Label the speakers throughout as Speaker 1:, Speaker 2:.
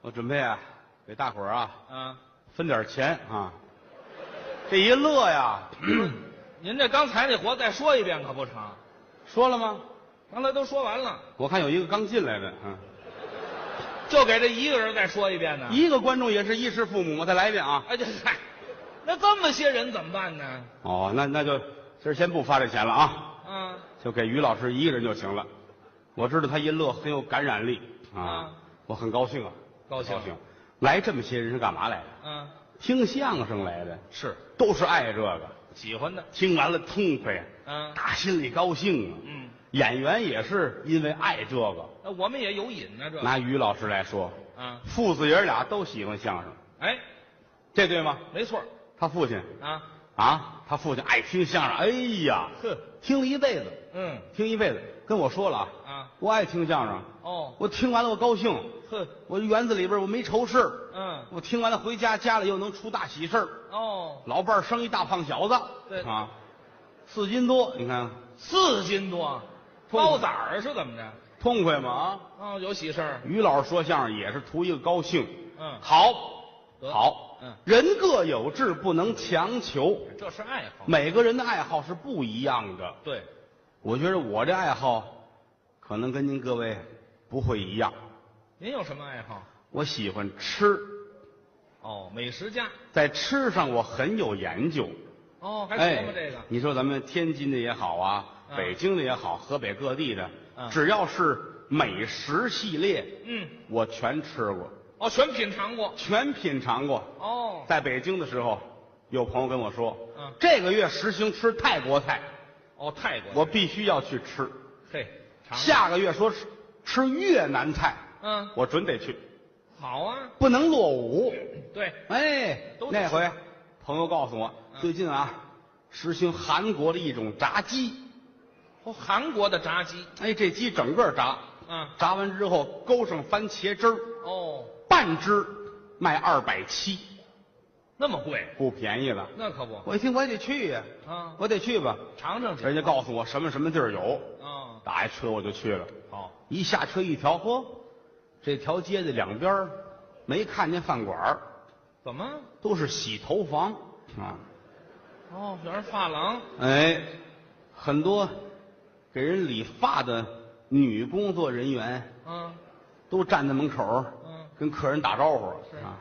Speaker 1: 我准备啊，给大伙儿啊
Speaker 2: 嗯，
Speaker 1: 分点钱啊。这一乐呀，
Speaker 2: 您这刚才那活再说一遍可不成，
Speaker 1: 说了吗？
Speaker 2: 刚才都说完了，
Speaker 1: 我看有一个刚进来的，嗯，
Speaker 2: 就给这一个人再说一遍呢。
Speaker 1: 一个观众也是衣食父母，我再来一遍啊。
Speaker 2: 哎，这嗨，那这么些人怎么办呢？
Speaker 1: 哦，那那就今儿先不发这钱了啊，
Speaker 2: 啊，
Speaker 1: 就给于老师一个人就行了。我知道他一乐很有感染力啊
Speaker 2: 啊，
Speaker 1: 我很高兴啊，
Speaker 2: 高兴
Speaker 1: 高兴。来这么些人是干嘛来的？
Speaker 2: 嗯，
Speaker 1: 听相声来的，
Speaker 2: 是
Speaker 1: 都是爱这个。
Speaker 2: 喜欢的，
Speaker 1: 听完了痛快，
Speaker 2: 嗯
Speaker 1: 打心里高兴啊。
Speaker 2: 嗯，
Speaker 1: 演员也是因为爱这个。
Speaker 2: 那我们也有瘾呢，这
Speaker 1: 拿于老师来说，
Speaker 2: 啊，
Speaker 1: 父子爷俩都喜欢相声，
Speaker 2: 哎，
Speaker 1: 这对吗？
Speaker 2: 没错
Speaker 1: 他父亲
Speaker 2: 啊，
Speaker 1: 啊，他父亲爱听相声，哎呀，
Speaker 2: 哼，
Speaker 1: 听了一辈子，
Speaker 2: 嗯
Speaker 1: 听一辈子，跟我说了啊，
Speaker 2: 啊，
Speaker 1: 我爱听相声，
Speaker 2: 哦，
Speaker 1: 我听完了我高兴，
Speaker 2: 哼，
Speaker 1: 我园子里边我没愁事儿，
Speaker 2: 嗯，
Speaker 1: 我听完了回家，家里又能出大喜事儿，
Speaker 2: 哦，
Speaker 1: 老伴儿生一大胖小子，
Speaker 2: 对
Speaker 1: 啊，四斤多，你看
Speaker 2: 四斤多，包崽儿是怎么着？
Speaker 1: 痛快吗？啊，
Speaker 2: 哦，有喜事儿，
Speaker 1: 于老师说相声也是图一个高兴，
Speaker 2: 嗯，
Speaker 1: 好，
Speaker 2: 得
Speaker 1: 好，
Speaker 2: 嗯，
Speaker 1: 人各有志，不能强求。
Speaker 2: 这是爱好，
Speaker 1: 每个人的爱好是不一样的。
Speaker 2: 对，
Speaker 1: 我觉得我这爱好，可能跟您各位不会一样。
Speaker 2: 您有什么爱好？
Speaker 1: 我喜欢吃，
Speaker 2: 哦，美食家，
Speaker 1: 在吃上我很有研究。
Speaker 2: 哦，还
Speaker 1: 哎
Speaker 2: 琢磨这个，
Speaker 1: 你说咱们天津的也好啊，
Speaker 2: 嗯
Speaker 1: 北京的也好，河北各地的，
Speaker 2: 嗯
Speaker 1: 只要是美食系列，
Speaker 2: 嗯，
Speaker 1: 我全吃过，
Speaker 2: 哦，全品尝过，
Speaker 1: 全品尝过。
Speaker 2: 哦，
Speaker 1: 在北京的时候，有朋友跟我说，
Speaker 2: 嗯
Speaker 1: 这个月实行吃泰国菜，
Speaker 2: 哦，泰国，
Speaker 1: 我必须要去吃。
Speaker 2: 嘿，尝尝，
Speaker 1: 下个月说是吃越南菜，
Speaker 2: 嗯，
Speaker 1: 我准得去，
Speaker 2: 好啊，
Speaker 1: 不能落伍。
Speaker 2: 对，
Speaker 1: 哎，
Speaker 2: 都得
Speaker 1: 那
Speaker 2: 吃
Speaker 1: 回朋友告诉我，
Speaker 2: 嗯
Speaker 1: 最近啊，实行韩国的一种炸鸡，
Speaker 2: 哦，韩国的炸鸡，
Speaker 1: 哎，这鸡整个炸，
Speaker 2: 啊，
Speaker 1: 炸完之后勾上番茄汁儿，
Speaker 2: 哦，
Speaker 1: 半只卖二百七，
Speaker 2: 那么贵，
Speaker 1: 不便宜了。
Speaker 2: 那可不，
Speaker 1: 我一听我也得去呀，
Speaker 2: 啊，
Speaker 1: 我得去吧。
Speaker 2: 尝尝去，
Speaker 1: 人家告诉我什么什么地儿有，
Speaker 2: 啊，
Speaker 1: 打一车我就去了。
Speaker 2: 好，
Speaker 1: 一下车一瞧，嚯，这条街的两边儿没看见饭馆儿
Speaker 2: 怎么？
Speaker 1: 都是洗头房啊，
Speaker 2: 哦，有人发廊，
Speaker 1: 哎，很多给人理发的女工作人员
Speaker 2: 嗯
Speaker 1: 都站在门口儿
Speaker 2: 嗯，
Speaker 1: 跟客人打招呼
Speaker 2: 是
Speaker 1: 啊。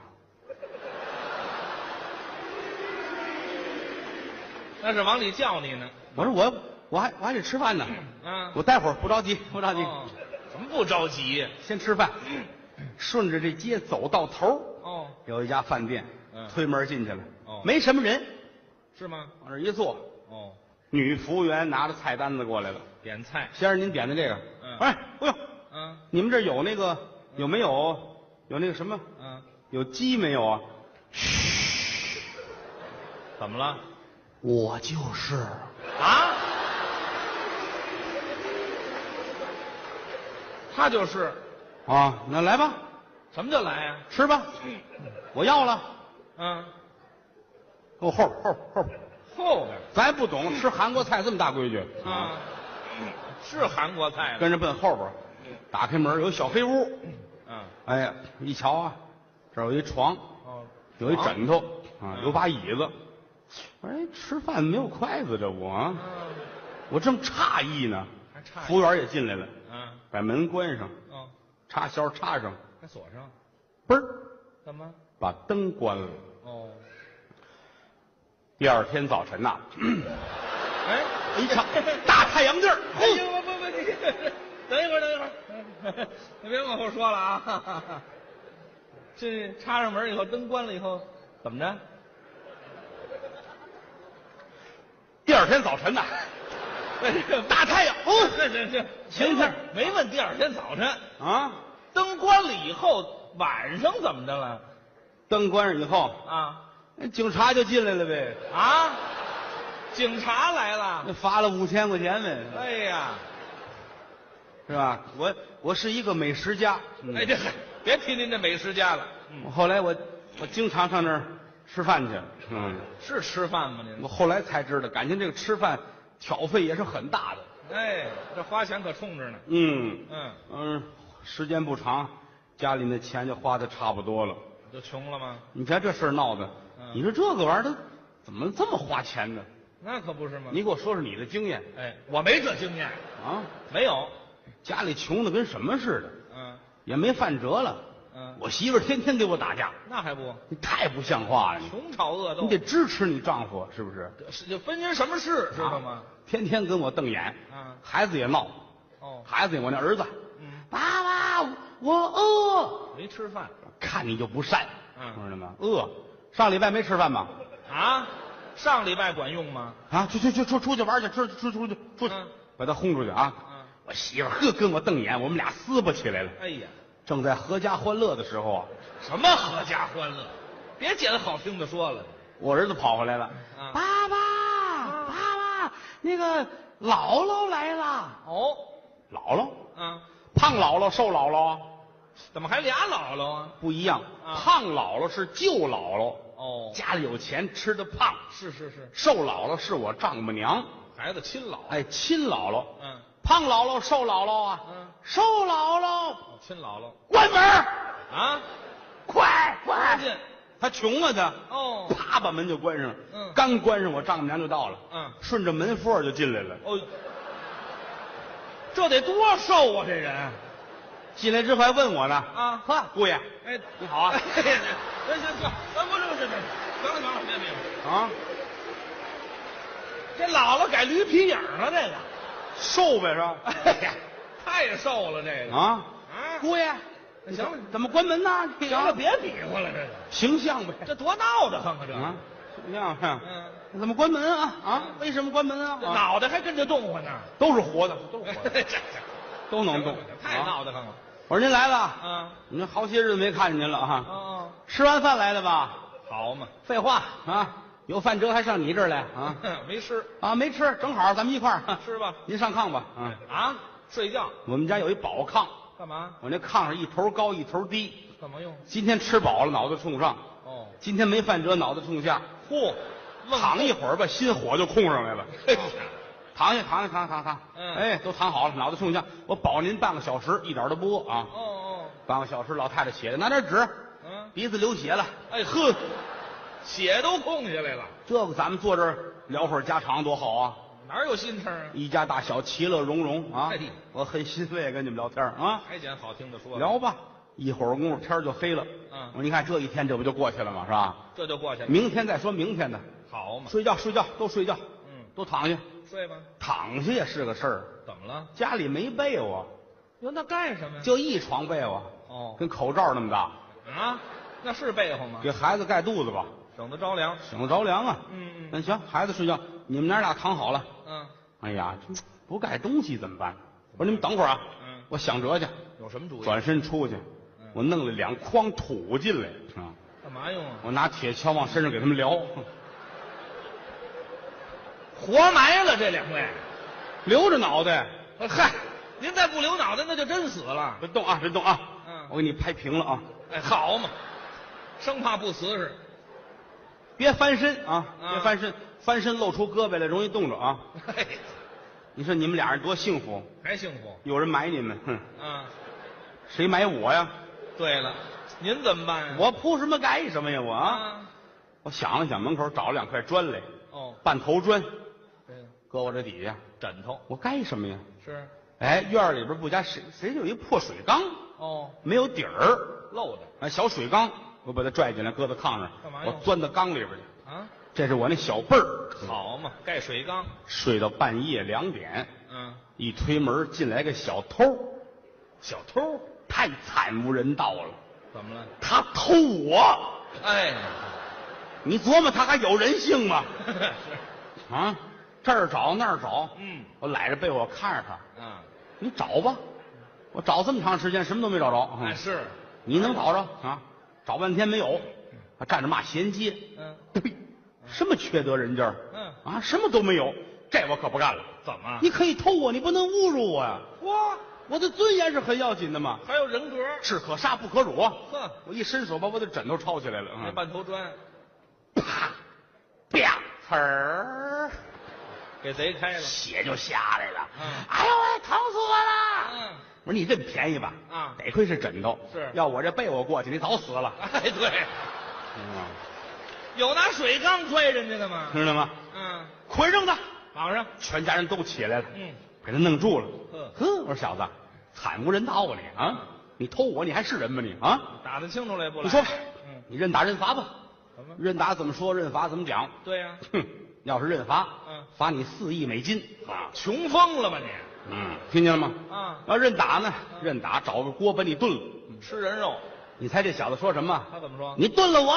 Speaker 2: 那是往里叫你呢，
Speaker 1: 我说我我还我还得吃饭呢，
Speaker 2: 啊，
Speaker 1: 我待会儿不着急不着急，
Speaker 2: 哦，什么不着急呀？
Speaker 1: 先吃饭。顺着这街走到头儿
Speaker 2: 哦，
Speaker 1: 有一家饭店，
Speaker 2: 嗯
Speaker 1: 推门进去了
Speaker 2: 哦，
Speaker 1: 没什么人，
Speaker 2: 是吗？
Speaker 1: 往这一坐，
Speaker 2: 哦，
Speaker 1: 女服务员拿着菜单子过来了。
Speaker 2: 点菜，
Speaker 1: 先生，您点的这个，
Speaker 2: 嗯
Speaker 1: 哎，不用，
Speaker 2: 嗯
Speaker 1: 你们这儿有那个有没有有那个什么
Speaker 2: 嗯，
Speaker 1: 有鸡没有啊？
Speaker 2: 怎么了？
Speaker 1: 我就是，
Speaker 2: 啊？他就是，
Speaker 1: 啊，那来吧，
Speaker 2: 什么叫来呀、
Speaker 1: 吃吧，我要了。
Speaker 2: 嗯，
Speaker 1: 哦，后边后边后边，
Speaker 2: 后边
Speaker 1: 咱也不懂，吃韩国菜这么大规矩
Speaker 2: 啊，，是韩国菜的。
Speaker 1: 跟着奔后边，打开门有小黑屋，
Speaker 2: 嗯，
Speaker 1: 哎呀，一瞧啊，这儿有一床，
Speaker 2: 哦，
Speaker 1: 有一枕头啊，
Speaker 2: 嗯
Speaker 1: 有把椅子。我说哎，吃饭没有筷子这不啊？
Speaker 2: 嗯，
Speaker 1: 我正诧异呢，
Speaker 2: 还差一
Speaker 1: 服务员也进来了，
Speaker 2: 嗯，
Speaker 1: 把门关上，
Speaker 2: 哦，
Speaker 1: 插销插上，
Speaker 2: 还锁上，
Speaker 1: 嘣儿
Speaker 2: 怎么？
Speaker 1: 把灯关了。
Speaker 2: 哦，
Speaker 1: 第二天早晨呐、
Speaker 2: 哎，
Speaker 1: 我一 看大太阳地儿，
Speaker 2: 哎呦，不不不，你等一会儿，等一会儿，你别往后说了啊。这插上门以后，灯关了以后，怎么着？
Speaker 1: 第二天早晨呐、 大太阳，嗯
Speaker 2: 这这这，
Speaker 1: 晴天儿
Speaker 2: 没问第二天早晨，
Speaker 1: 啊，
Speaker 2: 灯关了以后，晚上怎么着了？
Speaker 1: 灯关上以后，
Speaker 2: 啊
Speaker 1: 那警察就进来了呗，
Speaker 2: 啊，警察来了！
Speaker 1: 那罚了五千块钱呗，
Speaker 2: 哎呀，
Speaker 1: 是吧？我我是一个美食家，嗯
Speaker 2: 哎这别提您这美食家了，
Speaker 1: 我后来我我经常上那儿吃饭去，嗯，
Speaker 2: 是吃饭吗
Speaker 1: 我
Speaker 2: 您？
Speaker 1: 后来才知道，感情这个吃饭挑费也是很大的，
Speaker 2: 哎，这花钱可冲着呢。
Speaker 1: 嗯
Speaker 2: 嗯，
Speaker 1: 嗯，时间不长，家里那钱就花的差不多了。
Speaker 2: 就穷了吗？
Speaker 1: 你瞧这事儿闹的，
Speaker 2: 嗯
Speaker 1: 你说这个玩意儿它怎么这么花钱呢？
Speaker 2: 那可不是吗？
Speaker 1: 你给我说说你的经验
Speaker 2: 哎，我没这经验，
Speaker 1: 啊！
Speaker 2: 没有。
Speaker 1: 家里穷的跟什么似的，
Speaker 2: 嗯
Speaker 1: 也没饭辙了。
Speaker 2: 嗯，
Speaker 1: 我媳妇儿天天给我打架，
Speaker 2: 那还不
Speaker 1: 你太不像话了！你
Speaker 2: 穷吵恶斗？
Speaker 1: 你得支持你丈夫，是不是？
Speaker 2: 是就分您什么事，知道吗
Speaker 1: 啊？？天天跟我瞪眼，
Speaker 2: 啊，
Speaker 1: 孩子也闹，
Speaker 2: 哦，
Speaker 1: 孩子也我那儿子，
Speaker 2: 嗯，
Speaker 1: 爸爸，我饿，
Speaker 2: 没吃饭
Speaker 1: 看你就不善，
Speaker 2: 嗯
Speaker 1: 知道吗？饿，上礼拜没吃饭吧？
Speaker 2: 啊？上礼拜管用吗？
Speaker 1: 啊，去去去出出去玩去，出出出去出去
Speaker 2: 嗯，
Speaker 1: 把他轰出去啊！
Speaker 2: 啊，
Speaker 1: 我媳妇儿呵跟我瞪眼，我们俩撕巴起来了。
Speaker 2: 哎呀，
Speaker 1: 正在合家欢乐的时候啊，
Speaker 2: 什么合家欢乐？别捡好听的说了。
Speaker 1: 我儿子跑回来了，
Speaker 2: 啊
Speaker 1: 爸爸，爸爸，那个姥姥来了。
Speaker 2: 哦，
Speaker 1: 姥姥，
Speaker 2: 啊，
Speaker 1: 胖姥姥，瘦姥姥啊，
Speaker 2: 怎么还俩姥姥啊？
Speaker 1: 不一样。
Speaker 2: 啊
Speaker 1: 胖姥姥是舅姥姥，
Speaker 2: 哦，
Speaker 1: 家里有钱，吃的胖；
Speaker 2: 是是是，
Speaker 1: 瘦姥姥是我丈母娘，
Speaker 2: 孩子亲姥。
Speaker 1: 哎，亲姥姥。
Speaker 2: 嗯
Speaker 1: 胖姥姥，瘦姥姥啊，
Speaker 2: 嗯，
Speaker 1: 瘦姥姥，
Speaker 2: 哦亲姥姥
Speaker 1: 关门儿，
Speaker 2: 啊，
Speaker 1: 快快
Speaker 2: 进！
Speaker 1: 他穷啊，他
Speaker 2: 哦
Speaker 1: 啪把门就关上了。
Speaker 2: 嗯
Speaker 1: 刚关上，我丈母娘就到了。
Speaker 2: 嗯
Speaker 1: 顺着门缝儿就进来了。
Speaker 2: 哦，这得多瘦啊，这人。
Speaker 1: 进来之后还问我呢。
Speaker 2: 啊
Speaker 1: 呵，姑爷
Speaker 2: 哎，
Speaker 1: 你好啊
Speaker 2: 哎行行行，咱不这是，行了行了，别别别，
Speaker 1: 啊，
Speaker 2: 这姥姥改驴皮影了，这个，
Speaker 1: 瘦呗是吧？
Speaker 2: 哎呀，太瘦了，这个
Speaker 1: 啊，
Speaker 2: 啊
Speaker 1: 姑爷，
Speaker 2: 行了
Speaker 1: 怎么关门呢？你
Speaker 2: 行
Speaker 1: 啊
Speaker 2: 了，别比划了，这个，
Speaker 1: 形象呗。
Speaker 2: 这多闹的慌啊，这个，
Speaker 1: 啊，形象啊
Speaker 2: 嗯，
Speaker 1: 怎么关门啊？啊，为什么关门啊？
Speaker 2: 这
Speaker 1: 啊
Speaker 2: 脑袋还跟着动唤呢，
Speaker 1: 都是活的，都是活
Speaker 2: 这
Speaker 1: 的，
Speaker 2: 这
Speaker 1: 都能动。
Speaker 2: 太
Speaker 1: 啊
Speaker 2: 闹的慌了，
Speaker 1: 我说您来了啊，
Speaker 2: 啊，
Speaker 1: 你这好些日子没看见您了
Speaker 2: 哦
Speaker 1: 啊。
Speaker 2: 哦，
Speaker 1: 吃完饭来的吧？
Speaker 2: 好嘛，
Speaker 1: 废话
Speaker 2: 嗯
Speaker 1: 啊，有饭辙还上你这儿来啊？
Speaker 2: 没事，
Speaker 1: 啊，没吃，正好咱们一块儿。
Speaker 2: 吃吧，
Speaker 1: 您上炕吧啊。
Speaker 2: 啊，睡觉
Speaker 1: 我们家有一宝炕，
Speaker 2: 干嘛？
Speaker 1: 我那炕上一头高一头低。
Speaker 2: 干嘛用？
Speaker 1: 今天吃饱了，脑袋冲上；
Speaker 2: 哦，
Speaker 1: 今天没饭辙，脑袋冲下。
Speaker 2: 嚯，愣
Speaker 1: 躺一会儿吧，心火就空上来了。
Speaker 2: 哎呀
Speaker 1: 躺下，躺下，躺下，躺下。
Speaker 2: 嗯
Speaker 1: 哎，都躺好了，脑袋冲下。我保您半个小时，一点都不饿啊！
Speaker 2: 哦
Speaker 1: 半个小时，老太太起来拿点纸，
Speaker 2: 哦，嗯，
Speaker 1: 鼻子流血了。
Speaker 2: 哎呵，血都空下来了，
Speaker 1: 这个咱们坐这儿聊会儿家常多好啊！
Speaker 2: 哪有心肠啊？
Speaker 1: 一家大小其乐融融啊
Speaker 2: 哎！
Speaker 1: 我很欣慰跟你们聊天啊，
Speaker 2: 还捡好听的说，
Speaker 1: 聊吧。一会儿功夫天儿就黑了，
Speaker 2: 嗯
Speaker 1: 我说你看这一天这不就过去了吗？是吧？
Speaker 2: 这就过去了，
Speaker 1: 明天再说明天的，
Speaker 2: 好嘛，
Speaker 1: 睡觉睡觉都睡觉，
Speaker 2: 嗯，
Speaker 1: 都躺下，
Speaker 2: 睡吧，
Speaker 1: 躺下也是个事儿。
Speaker 2: 怎么了？
Speaker 1: 家里没被窝，
Speaker 2: 哟，那干什么呀？
Speaker 1: 就一床被窝，
Speaker 2: 哦
Speaker 1: 跟口罩那么大，
Speaker 2: 啊，那是被窝吗？
Speaker 1: 给孩子盖肚子吧，
Speaker 2: 省得着凉。
Speaker 1: 省得着凉啊。
Speaker 2: 嗯嗯
Speaker 1: 那行，孩子睡觉，你们娘俩躺好了。
Speaker 2: 嗯
Speaker 1: 哎呀，这不盖东西怎么办？我说你们等会儿啊，
Speaker 2: 嗯，
Speaker 1: 我想辙去。
Speaker 2: 有什么主意？
Speaker 1: 转身出去
Speaker 2: 嗯，
Speaker 1: 我弄了两筐土进来啊！
Speaker 2: 干嘛用啊？
Speaker 1: 我拿铁锹往身上给他们撩，
Speaker 2: 活埋了这两位。
Speaker 1: 留着脑袋，
Speaker 2: 嗨，您再不留脑袋，那就真死了。
Speaker 1: 别动啊，别动啊！
Speaker 2: 嗯
Speaker 1: 我给你拍平了啊，
Speaker 2: 哎，好嘛，生怕不瓷实。
Speaker 1: 别翻身啊，
Speaker 2: 嗯
Speaker 1: 别翻身，翻身露出胳膊来容易冻着啊！
Speaker 2: 嘿，
Speaker 1: 你说你们俩人多幸福，
Speaker 2: 还幸福。
Speaker 1: 有人埋你们，哼，
Speaker 2: 啊，
Speaker 1: 谁埋我呀？
Speaker 2: 对了，您怎么办呀？
Speaker 1: 我铺什么盖什么呀？我啊，
Speaker 2: 啊，
Speaker 1: 我想了想，门口找了两块砖来，
Speaker 2: 哦，
Speaker 1: 半头砖
Speaker 2: 这个
Speaker 1: 搁我这底下，
Speaker 2: 枕头
Speaker 1: 我盖什么呀？
Speaker 2: 是
Speaker 1: 哎，院儿里边不加谁谁有一破水缸，
Speaker 2: 哦，
Speaker 1: 没有底儿。
Speaker 2: 漏的
Speaker 1: 啊，小水缸，我把它拽进来，搁到炕上，
Speaker 2: 干嘛
Speaker 1: 我
Speaker 2: 呀
Speaker 1: 钻到缸里边去。
Speaker 2: 啊。
Speaker 1: 这是我那小辈儿，
Speaker 2: 好嘛，盖水缸。
Speaker 1: 睡到半夜两点，
Speaker 2: 嗯，
Speaker 1: 一推门进来个小偷，
Speaker 2: 小偷
Speaker 1: 太惨无人道了，
Speaker 2: 怎么了？
Speaker 1: 他偷我，
Speaker 2: 哎，
Speaker 1: 你琢磨他还有人性吗？
Speaker 2: 是，
Speaker 1: 啊，这儿找那儿找，
Speaker 2: 嗯
Speaker 1: 我揽着被我看着他，
Speaker 2: 啊，
Speaker 1: 你找吧，我找这么长时间什么都没找着，啊
Speaker 2: 哎是，
Speaker 1: 你能找着啊？找半天没有，还站着骂衔接，
Speaker 2: 嗯
Speaker 1: 对，什么缺德人家儿
Speaker 2: 嗯，
Speaker 1: 啊，什么都没有，这我可不干了。
Speaker 2: 怎么？
Speaker 1: 你可以偷我，你不能侮辱我呀、
Speaker 2: 哇，
Speaker 1: 我的尊严是很要紧的嘛。
Speaker 2: 还有人格，
Speaker 1: 士可杀不可辱啊。
Speaker 2: 呵，
Speaker 1: 我一伸手把我的枕头抄起来了，
Speaker 2: 那
Speaker 1: 嗯、
Speaker 2: 半头砖
Speaker 1: 啪，啪，呲儿，
Speaker 2: 给贼开了。
Speaker 1: 血就下来了。
Speaker 2: 嗯
Speaker 1: 哎呦喂，疼死我了！
Speaker 2: 嗯，
Speaker 1: 我说你这么便宜吧？
Speaker 2: 啊
Speaker 1: 得亏是枕头，
Speaker 2: 是
Speaker 1: 要我这被我过去，你早死了，
Speaker 2: 哎，对，
Speaker 1: 嗯
Speaker 2: 有拿水缸摔人家的吗？
Speaker 1: 知道吗？
Speaker 2: 嗯，
Speaker 1: 捆上他！
Speaker 2: 绑上。
Speaker 1: 全家人都起来了，
Speaker 2: 嗯，
Speaker 1: 给他弄住了。
Speaker 2: 呵
Speaker 1: 呵，我说小子，惨无人道啊你啊！
Speaker 2: 嗯
Speaker 1: 你偷我，你还是人吗你啊？
Speaker 2: 打得清楚来不来？
Speaker 1: 你说吧，
Speaker 2: 嗯，
Speaker 1: 你认打认罚吧，
Speaker 2: 什么？
Speaker 1: 认打怎么说，认罚怎么讲？
Speaker 2: 对呀、
Speaker 1: 哼， 要是认罚，
Speaker 2: 嗯
Speaker 1: 罚你四亿美金啊！
Speaker 2: 穷疯了吧你？
Speaker 1: 嗯，听见了吗？
Speaker 2: 啊，
Speaker 1: 要认打呢，
Speaker 2: 嗯
Speaker 1: 认打找个锅把你炖了。
Speaker 2: 吃人肉，
Speaker 1: 你猜这小子说什么？
Speaker 2: 嗯他怎么说？
Speaker 1: 你炖了我？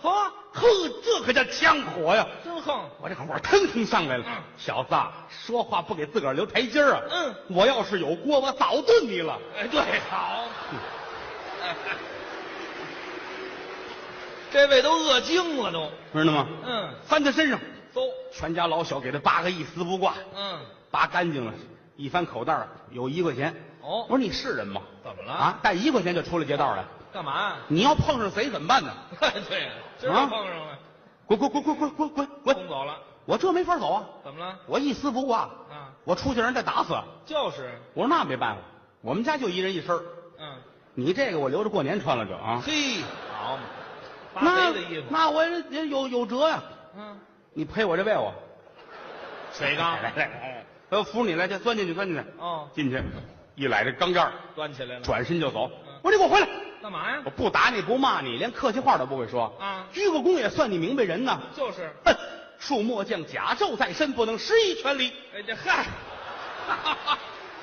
Speaker 2: 呵，
Speaker 1: 呵，这可叫枪火呀！
Speaker 2: 真横。
Speaker 1: 我这火腾腾上来了
Speaker 2: 嗯，
Speaker 1: 小子啊，说话不给自个儿留台阶儿啊！
Speaker 2: 嗯，
Speaker 1: 我要是有锅，我早炖你了。
Speaker 2: 哎，对，好。嗯 这位都饿精了都。
Speaker 1: 知道吗？
Speaker 2: 嗯，
Speaker 1: 翻他身上，
Speaker 2: 搜。
Speaker 1: 全家老小给他扒个一丝不挂，
Speaker 2: 嗯，
Speaker 1: 扒干净了，一翻口袋儿有一块钱。
Speaker 2: 哦
Speaker 1: 我说你是人吗？
Speaker 2: 怎么了？
Speaker 1: 啊，带一块钱就出来劫道来，
Speaker 2: 干嘛呀、
Speaker 1: 你要碰上谁怎么办呢？
Speaker 2: 对呀、今儿就碰上了，
Speaker 1: 滚滚滚滚滚滚滚
Speaker 2: 冲
Speaker 1: 滚！
Speaker 2: 走了。
Speaker 1: 我这没法走啊，
Speaker 2: 怎么了？
Speaker 1: 我一丝不挂，
Speaker 2: 啊，
Speaker 1: 我出去让人再打死。
Speaker 2: 就是，
Speaker 1: 我说那没办法，我们家就一人一身儿
Speaker 2: 嗯，
Speaker 1: 你这个我留着过年穿了就啊。
Speaker 2: 嘿，好嘛，
Speaker 1: 那
Speaker 2: 发贼的衣服，
Speaker 1: 那我也有有辙呀、
Speaker 2: 嗯，
Speaker 1: 你赔我这被窝，
Speaker 2: 水缸，
Speaker 1: 来来来，我扶你来，去钻进去，钻进去，
Speaker 2: 哦，
Speaker 1: 进去，一揽这钢架儿，
Speaker 2: 端起来了，
Speaker 1: 转身就走
Speaker 2: 嗯。
Speaker 1: 我说你给我回来，
Speaker 2: 干嘛呀
Speaker 1: 我？不打你不骂你，连客气话都不会说。
Speaker 2: 啊
Speaker 1: 鞠个躬也算你明白人呐。
Speaker 2: 就是，
Speaker 1: 哼，恕末将甲胄在身，不能失一全力。
Speaker 2: 哎这嗨，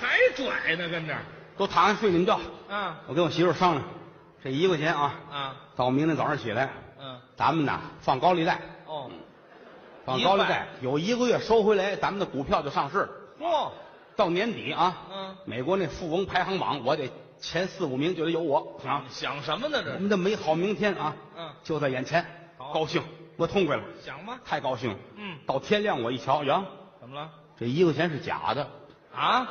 Speaker 2: 还拽呢，跟这儿，
Speaker 1: 都躺下睡你们觉。
Speaker 2: 啊
Speaker 1: 我跟我媳妇儿商量，这一块钱啊，
Speaker 2: 啊，
Speaker 1: 到明天早上起来，
Speaker 2: 嗯，
Speaker 1: 咱们呐放高利贷，
Speaker 2: 哦，
Speaker 1: 放高利
Speaker 2: 一
Speaker 1: 贷
Speaker 2: 块，
Speaker 1: 有一个月收回来，咱们的股票就上市了。
Speaker 2: 嚯，
Speaker 1: 到年底啊，
Speaker 2: 嗯，
Speaker 1: 美国那富翁排行榜，我得前四五名就得有我啊
Speaker 2: 你。想什么呢
Speaker 1: 我
Speaker 2: 这？
Speaker 1: 们的美好明天啊，
Speaker 2: 嗯，
Speaker 1: 就在眼前，
Speaker 2: 好
Speaker 1: 高兴，我痛快了，
Speaker 2: 想吧，
Speaker 1: 太高兴了。
Speaker 2: 嗯，
Speaker 1: 到天亮我一瞧，呀，
Speaker 2: 怎么了？
Speaker 1: 这一块钱是假的，
Speaker 2: 啊，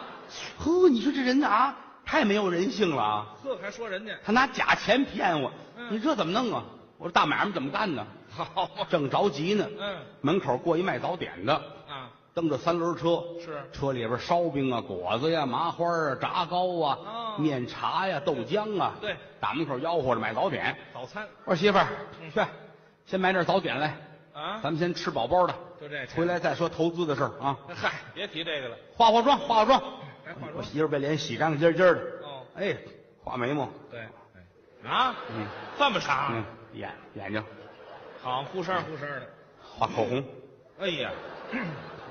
Speaker 1: 呵，你说这人啊，太没有人性了啊！
Speaker 2: 呵，还说人家
Speaker 1: 他拿假钱骗我，
Speaker 2: 嗯
Speaker 1: 你这怎么弄啊？我说大买卖怎么干呢？
Speaker 2: 好啊嘛，
Speaker 1: 正着急呢，
Speaker 2: 嗯，
Speaker 1: 门口过一卖早点的，
Speaker 2: 啊，
Speaker 1: 蹬着三轮车，
Speaker 2: 是
Speaker 1: 车里边烧饼啊、果子呀、麻花啊、炸糕啊、
Speaker 2: 哦
Speaker 1: 面茶呀、豆浆啊，
Speaker 2: 对，
Speaker 1: 打门口吆喝着买早点。
Speaker 2: 早餐
Speaker 1: 我说媳妇儿，
Speaker 2: 嗯
Speaker 1: 去，先买点早点来，
Speaker 2: 啊
Speaker 1: 咱，们先吃饱饱的，
Speaker 2: 就这钱
Speaker 1: 回来再说投资的事儿啊。
Speaker 2: 嗨，别提这个了，
Speaker 1: 化化妆，化化妆。
Speaker 2: 该化
Speaker 1: 哎我
Speaker 2: 妆。
Speaker 1: 媳妇儿把脸洗干干净净的，
Speaker 2: 哦，
Speaker 1: 哎，画眉毛，
Speaker 2: 对，哎啊，
Speaker 1: 嗯
Speaker 2: 这么长
Speaker 1: 嗯
Speaker 2: 啊，，
Speaker 1: 眼眼睛，
Speaker 2: 好，呼声呼声的。
Speaker 1: 画口红，
Speaker 2: 哎呀，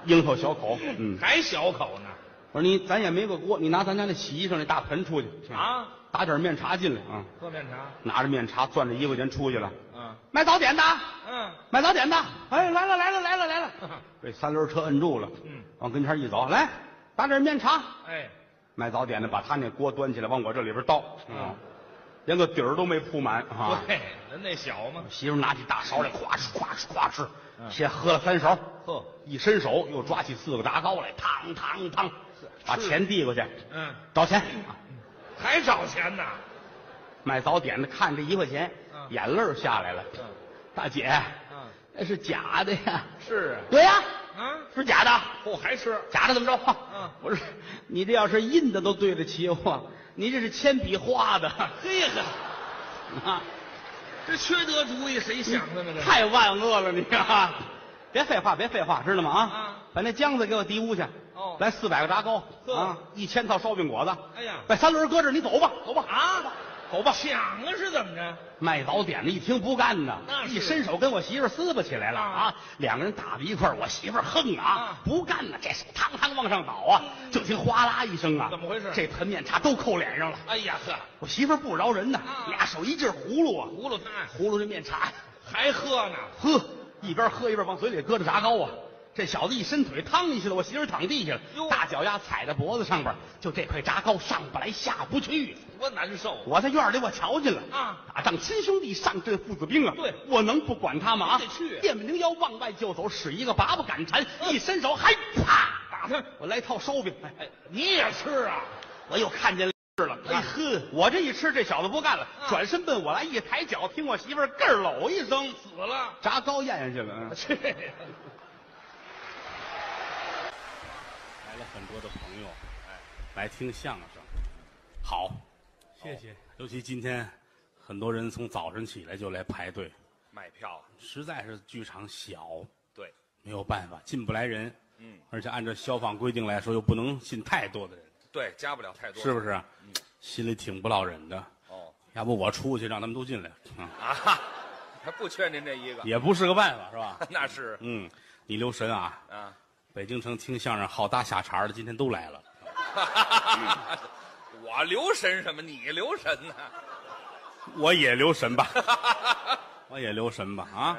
Speaker 1: 樱桃小口，嗯。
Speaker 2: 还小口呢
Speaker 1: 我说你咱也没个锅，你拿咱家那洗衣裳那大盆出去，
Speaker 2: 啊！
Speaker 1: 打点面茶进来啊，
Speaker 2: 喝面茶，
Speaker 1: 拿着面茶攥着一块钱出去了，
Speaker 2: 嗯
Speaker 1: 买早点的，
Speaker 2: 嗯，
Speaker 1: 买早点的，哎，来了来了来了来了，被三轮车摁住了，
Speaker 2: 嗯，
Speaker 1: 往跟前一走，来打点面茶，
Speaker 2: 哎，
Speaker 1: 卖早点的把他那锅端起来往我这里边倒，啊
Speaker 2: 嗯，
Speaker 1: 连个底儿都没铺满啊。
Speaker 2: 对，人那小嘛
Speaker 1: 我，媳妇拿起大勺来，咵哧咵哧咵哧，
Speaker 2: 嗯
Speaker 1: 先喝了三勺，
Speaker 2: 呵，
Speaker 1: 一伸手又抓起四个炸糕来，嘡嘡嘡，把钱递过去，
Speaker 2: 嗯，
Speaker 1: 找钱。啊
Speaker 2: 还找钱呢？
Speaker 1: 卖早点的看这一块钱，
Speaker 2: 嗯
Speaker 1: 眼泪儿下来了。
Speaker 2: 嗯
Speaker 1: 大姐，
Speaker 2: 嗯，
Speaker 1: 那是假的呀！
Speaker 2: 是
Speaker 1: 对呀、
Speaker 2: 啊，啊，
Speaker 1: 是假的，
Speaker 2: 嚯，还吃，
Speaker 1: 假的怎么着？
Speaker 2: 嗯
Speaker 1: 我说你这要是印的都对得起我，你这是铅笔画的，
Speaker 2: 嘿呵，嗯
Speaker 1: 啊，
Speaker 2: 这缺德主意谁想的呢？这
Speaker 1: 太万恶了你啊！别废话，别废话，知道吗？啊，
Speaker 2: 啊
Speaker 1: 把那浆子给我提屋去。
Speaker 2: 哦
Speaker 1: 来四百个炸糕，
Speaker 2: 呵
Speaker 1: 啊，一千套烧饼果子。
Speaker 2: 哎呀
Speaker 1: 把三轮搁这儿，你走吧，走吧。
Speaker 2: 啊，
Speaker 1: 走吧
Speaker 2: 抢啊是怎么着？
Speaker 1: 卖早点的一听不干呐
Speaker 2: 那，是
Speaker 1: 一伸手跟我媳妇儿撕巴起来了啊
Speaker 2: 啊！
Speaker 1: 两个人打到一块儿我媳妇儿横啊
Speaker 2: 啊，
Speaker 1: 不干呐，这手嘡嘡往上倒啊，就听哗啦一声啊，
Speaker 2: 怎么回事
Speaker 1: 这盆面茶都扣脸上了。
Speaker 2: 哎呀呵，
Speaker 1: 我媳妇儿不饶人呐，
Speaker 2: 啊
Speaker 1: 俩手一劲儿葫芦啊，
Speaker 2: 葫芦他
Speaker 1: 葫芦这面茶呀，
Speaker 2: 还喝呢，
Speaker 1: 呵，一边喝一边往嘴里搁着炸糕啊。这小子一伸腿，趟进去了，我媳妇儿躺地下了
Speaker 2: 哟，
Speaker 1: 大脚丫踩在脖子上边儿，就这块炸糕上不来下不去。
Speaker 2: 多难受啊！
Speaker 1: 我在院里我瞧见了
Speaker 2: 啊
Speaker 1: 打仗亲兄弟上阵父子兵啊！
Speaker 2: 对
Speaker 1: 我能不管他吗？啊，
Speaker 2: 你得去
Speaker 1: 电门灵腰往外就走，使一个拔拔赶缠，
Speaker 2: 嗯
Speaker 1: 一伸手还啪
Speaker 2: 打他
Speaker 1: 我来套烧饼，哎，
Speaker 2: 哎，你也吃啊？
Speaker 1: 我又看见事了。哎呵，我这一吃，这小子不干了，
Speaker 2: 啊
Speaker 1: 转身奔我来，一抬脚，听我媳妇儿咯儿搂一声，
Speaker 2: 死 了。
Speaker 1: 炸糕咽下去了。嗯
Speaker 2: 去，
Speaker 1: 来了很多的朋友，哎，来听相声，好，哦
Speaker 3: 谢谢。
Speaker 1: 尤其今天，很多人从早晨起来就来排队，
Speaker 4: 卖票，
Speaker 1: 实在是剧场小，
Speaker 4: 对，
Speaker 1: 没有办法进不来人，
Speaker 4: 嗯，
Speaker 1: 而且按照消防规定来说，又不能进太多的人，
Speaker 4: 对，嗯加不了太多，
Speaker 1: 是不是？心里挺不落忍的。
Speaker 4: 哦，
Speaker 1: 要不我出去让他们都进来， 嗯，
Speaker 4: 啊，哈，还不缺您这一个，
Speaker 1: 也不是个办法，是吧？
Speaker 4: 那是
Speaker 1: 嗯，你留神啊，
Speaker 4: 啊，
Speaker 1: 北京城听相声好搭下茬的今天都来了，
Speaker 4: 我留神什么？你留神呢？
Speaker 1: 我也留神 吧，我也留神吧啊！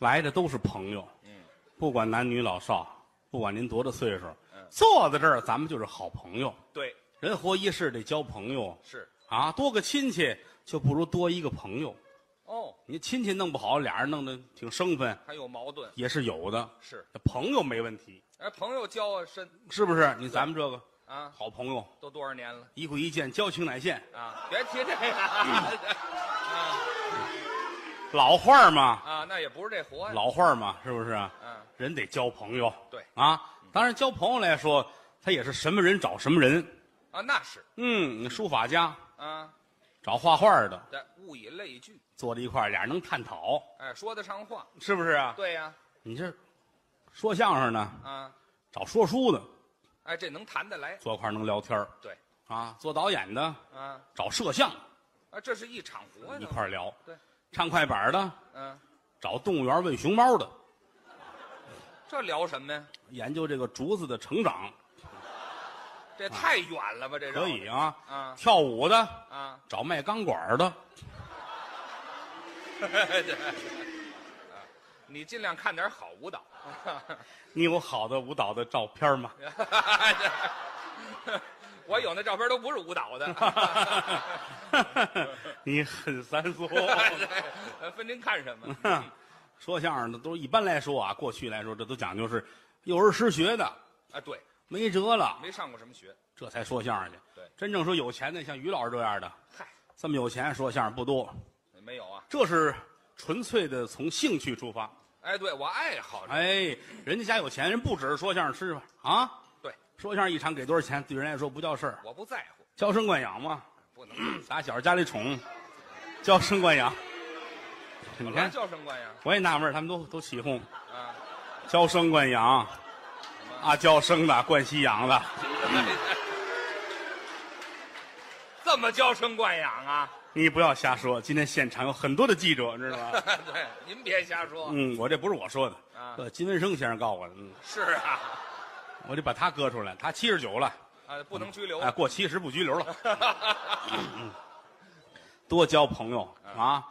Speaker 1: 来的都是朋友，
Speaker 4: 嗯，
Speaker 1: 不管男女老少，不管您多大岁数，
Speaker 4: 嗯
Speaker 1: 坐在这儿咱们就是好朋友。
Speaker 4: 对，
Speaker 1: 人活一世得交朋友
Speaker 4: 是，
Speaker 1: 啊，多个亲戚就不如多一个朋友。
Speaker 4: 哦，
Speaker 1: 你亲戚弄不好，俩人弄得挺生分，
Speaker 4: 还有矛盾，
Speaker 1: 也是有的。
Speaker 4: 是，
Speaker 1: 朋友没问题，
Speaker 4: 哎，朋友交啊深
Speaker 1: 是不是？你咱们这个
Speaker 4: 啊，
Speaker 1: 好朋友，
Speaker 4: 都多少年了
Speaker 1: 一会一见，交情乃现，
Speaker 4: 啊？别提这个 啊
Speaker 1: 老话儿嘛，
Speaker 4: 啊，那也不是这活呀，
Speaker 1: 老话儿嘛，是不是？
Speaker 4: 嗯，
Speaker 1: 人得交朋友，
Speaker 4: 对
Speaker 1: 啊，当然交朋友来说，他也是什么人找什么人。
Speaker 4: 啊，那是
Speaker 1: 嗯，书法家
Speaker 4: 啊，
Speaker 1: 找画画的，
Speaker 4: 对，物以类聚，
Speaker 1: 坐在一块儿，俩人能探讨，
Speaker 4: 哎，说得上话，
Speaker 1: 是不是啊？
Speaker 4: 对呀，
Speaker 1: 你这说相声呢，
Speaker 4: 啊，
Speaker 1: 找说书的，
Speaker 4: 哎，这能谈得来，
Speaker 1: 坐一块儿能聊天儿
Speaker 4: 对，
Speaker 1: 啊；做导演的
Speaker 4: 啊
Speaker 1: 找摄像的
Speaker 4: 啊，这是一场活
Speaker 1: 一
Speaker 4: 呀，
Speaker 1: 块儿聊，
Speaker 4: 对，
Speaker 1: 唱快板的
Speaker 4: 嗯。
Speaker 1: 找动物园喂熊猫的，
Speaker 4: 这聊什么呀？
Speaker 1: 研究这个竹子的成长，
Speaker 4: 这太远了吧？这绕
Speaker 1: 可以啊。
Speaker 4: 啊
Speaker 1: 跳舞的
Speaker 4: 啊！
Speaker 1: 找卖钢管的，
Speaker 4: 你尽量看点好舞蹈。
Speaker 1: 你有好的舞蹈的照片吗？
Speaker 4: 我有那照片都不是舞 蹈的，
Speaker 1: 你很三 俗。
Speaker 4: 分您看什么？
Speaker 1: 说相声的都一般来说啊，过去来说这都讲究是幼儿失学的，
Speaker 4: 啊，对，
Speaker 1: 没辙了，
Speaker 4: 没上过什么学。
Speaker 1: 这才说相声去。
Speaker 4: 对
Speaker 1: 真正说有钱的，像于老师这样的，
Speaker 4: 嗨，
Speaker 1: 这么有钱说相声不多，
Speaker 4: 没有啊？
Speaker 1: 这是纯粹的从兴趣出发。
Speaker 4: 哎，对我爱好这，
Speaker 1: 哎，人家家有钱，人不只是说相声吃饭啊，
Speaker 4: 对，
Speaker 1: 说相声一场给多少钱，对人来说不叫事儿，
Speaker 4: 我不在乎，
Speaker 1: 娇生惯养嘛，
Speaker 4: 不能
Speaker 1: 打小家里宠，娇生惯养。你
Speaker 4: 本来
Speaker 1: 看，
Speaker 4: 叫声惯养
Speaker 1: 我也纳闷儿，他们都都起哄，
Speaker 4: 啊。
Speaker 1: 娇生惯养，阿娇生的，惯西养的，
Speaker 4: 这么娇生惯养啊？
Speaker 1: 你不要瞎说。今天现场有很多的记者，知道 吧？
Speaker 4: 对，您别瞎说。
Speaker 1: 嗯，我这不是我说的，
Speaker 4: 啊
Speaker 1: 呃，金文生先生告我的，嗯，
Speaker 4: 是啊，
Speaker 1: 我得把他搁出来。他七十九了，
Speaker 4: 啊，不能拘留
Speaker 1: 哎，过七十不拘留了。多交朋友啊！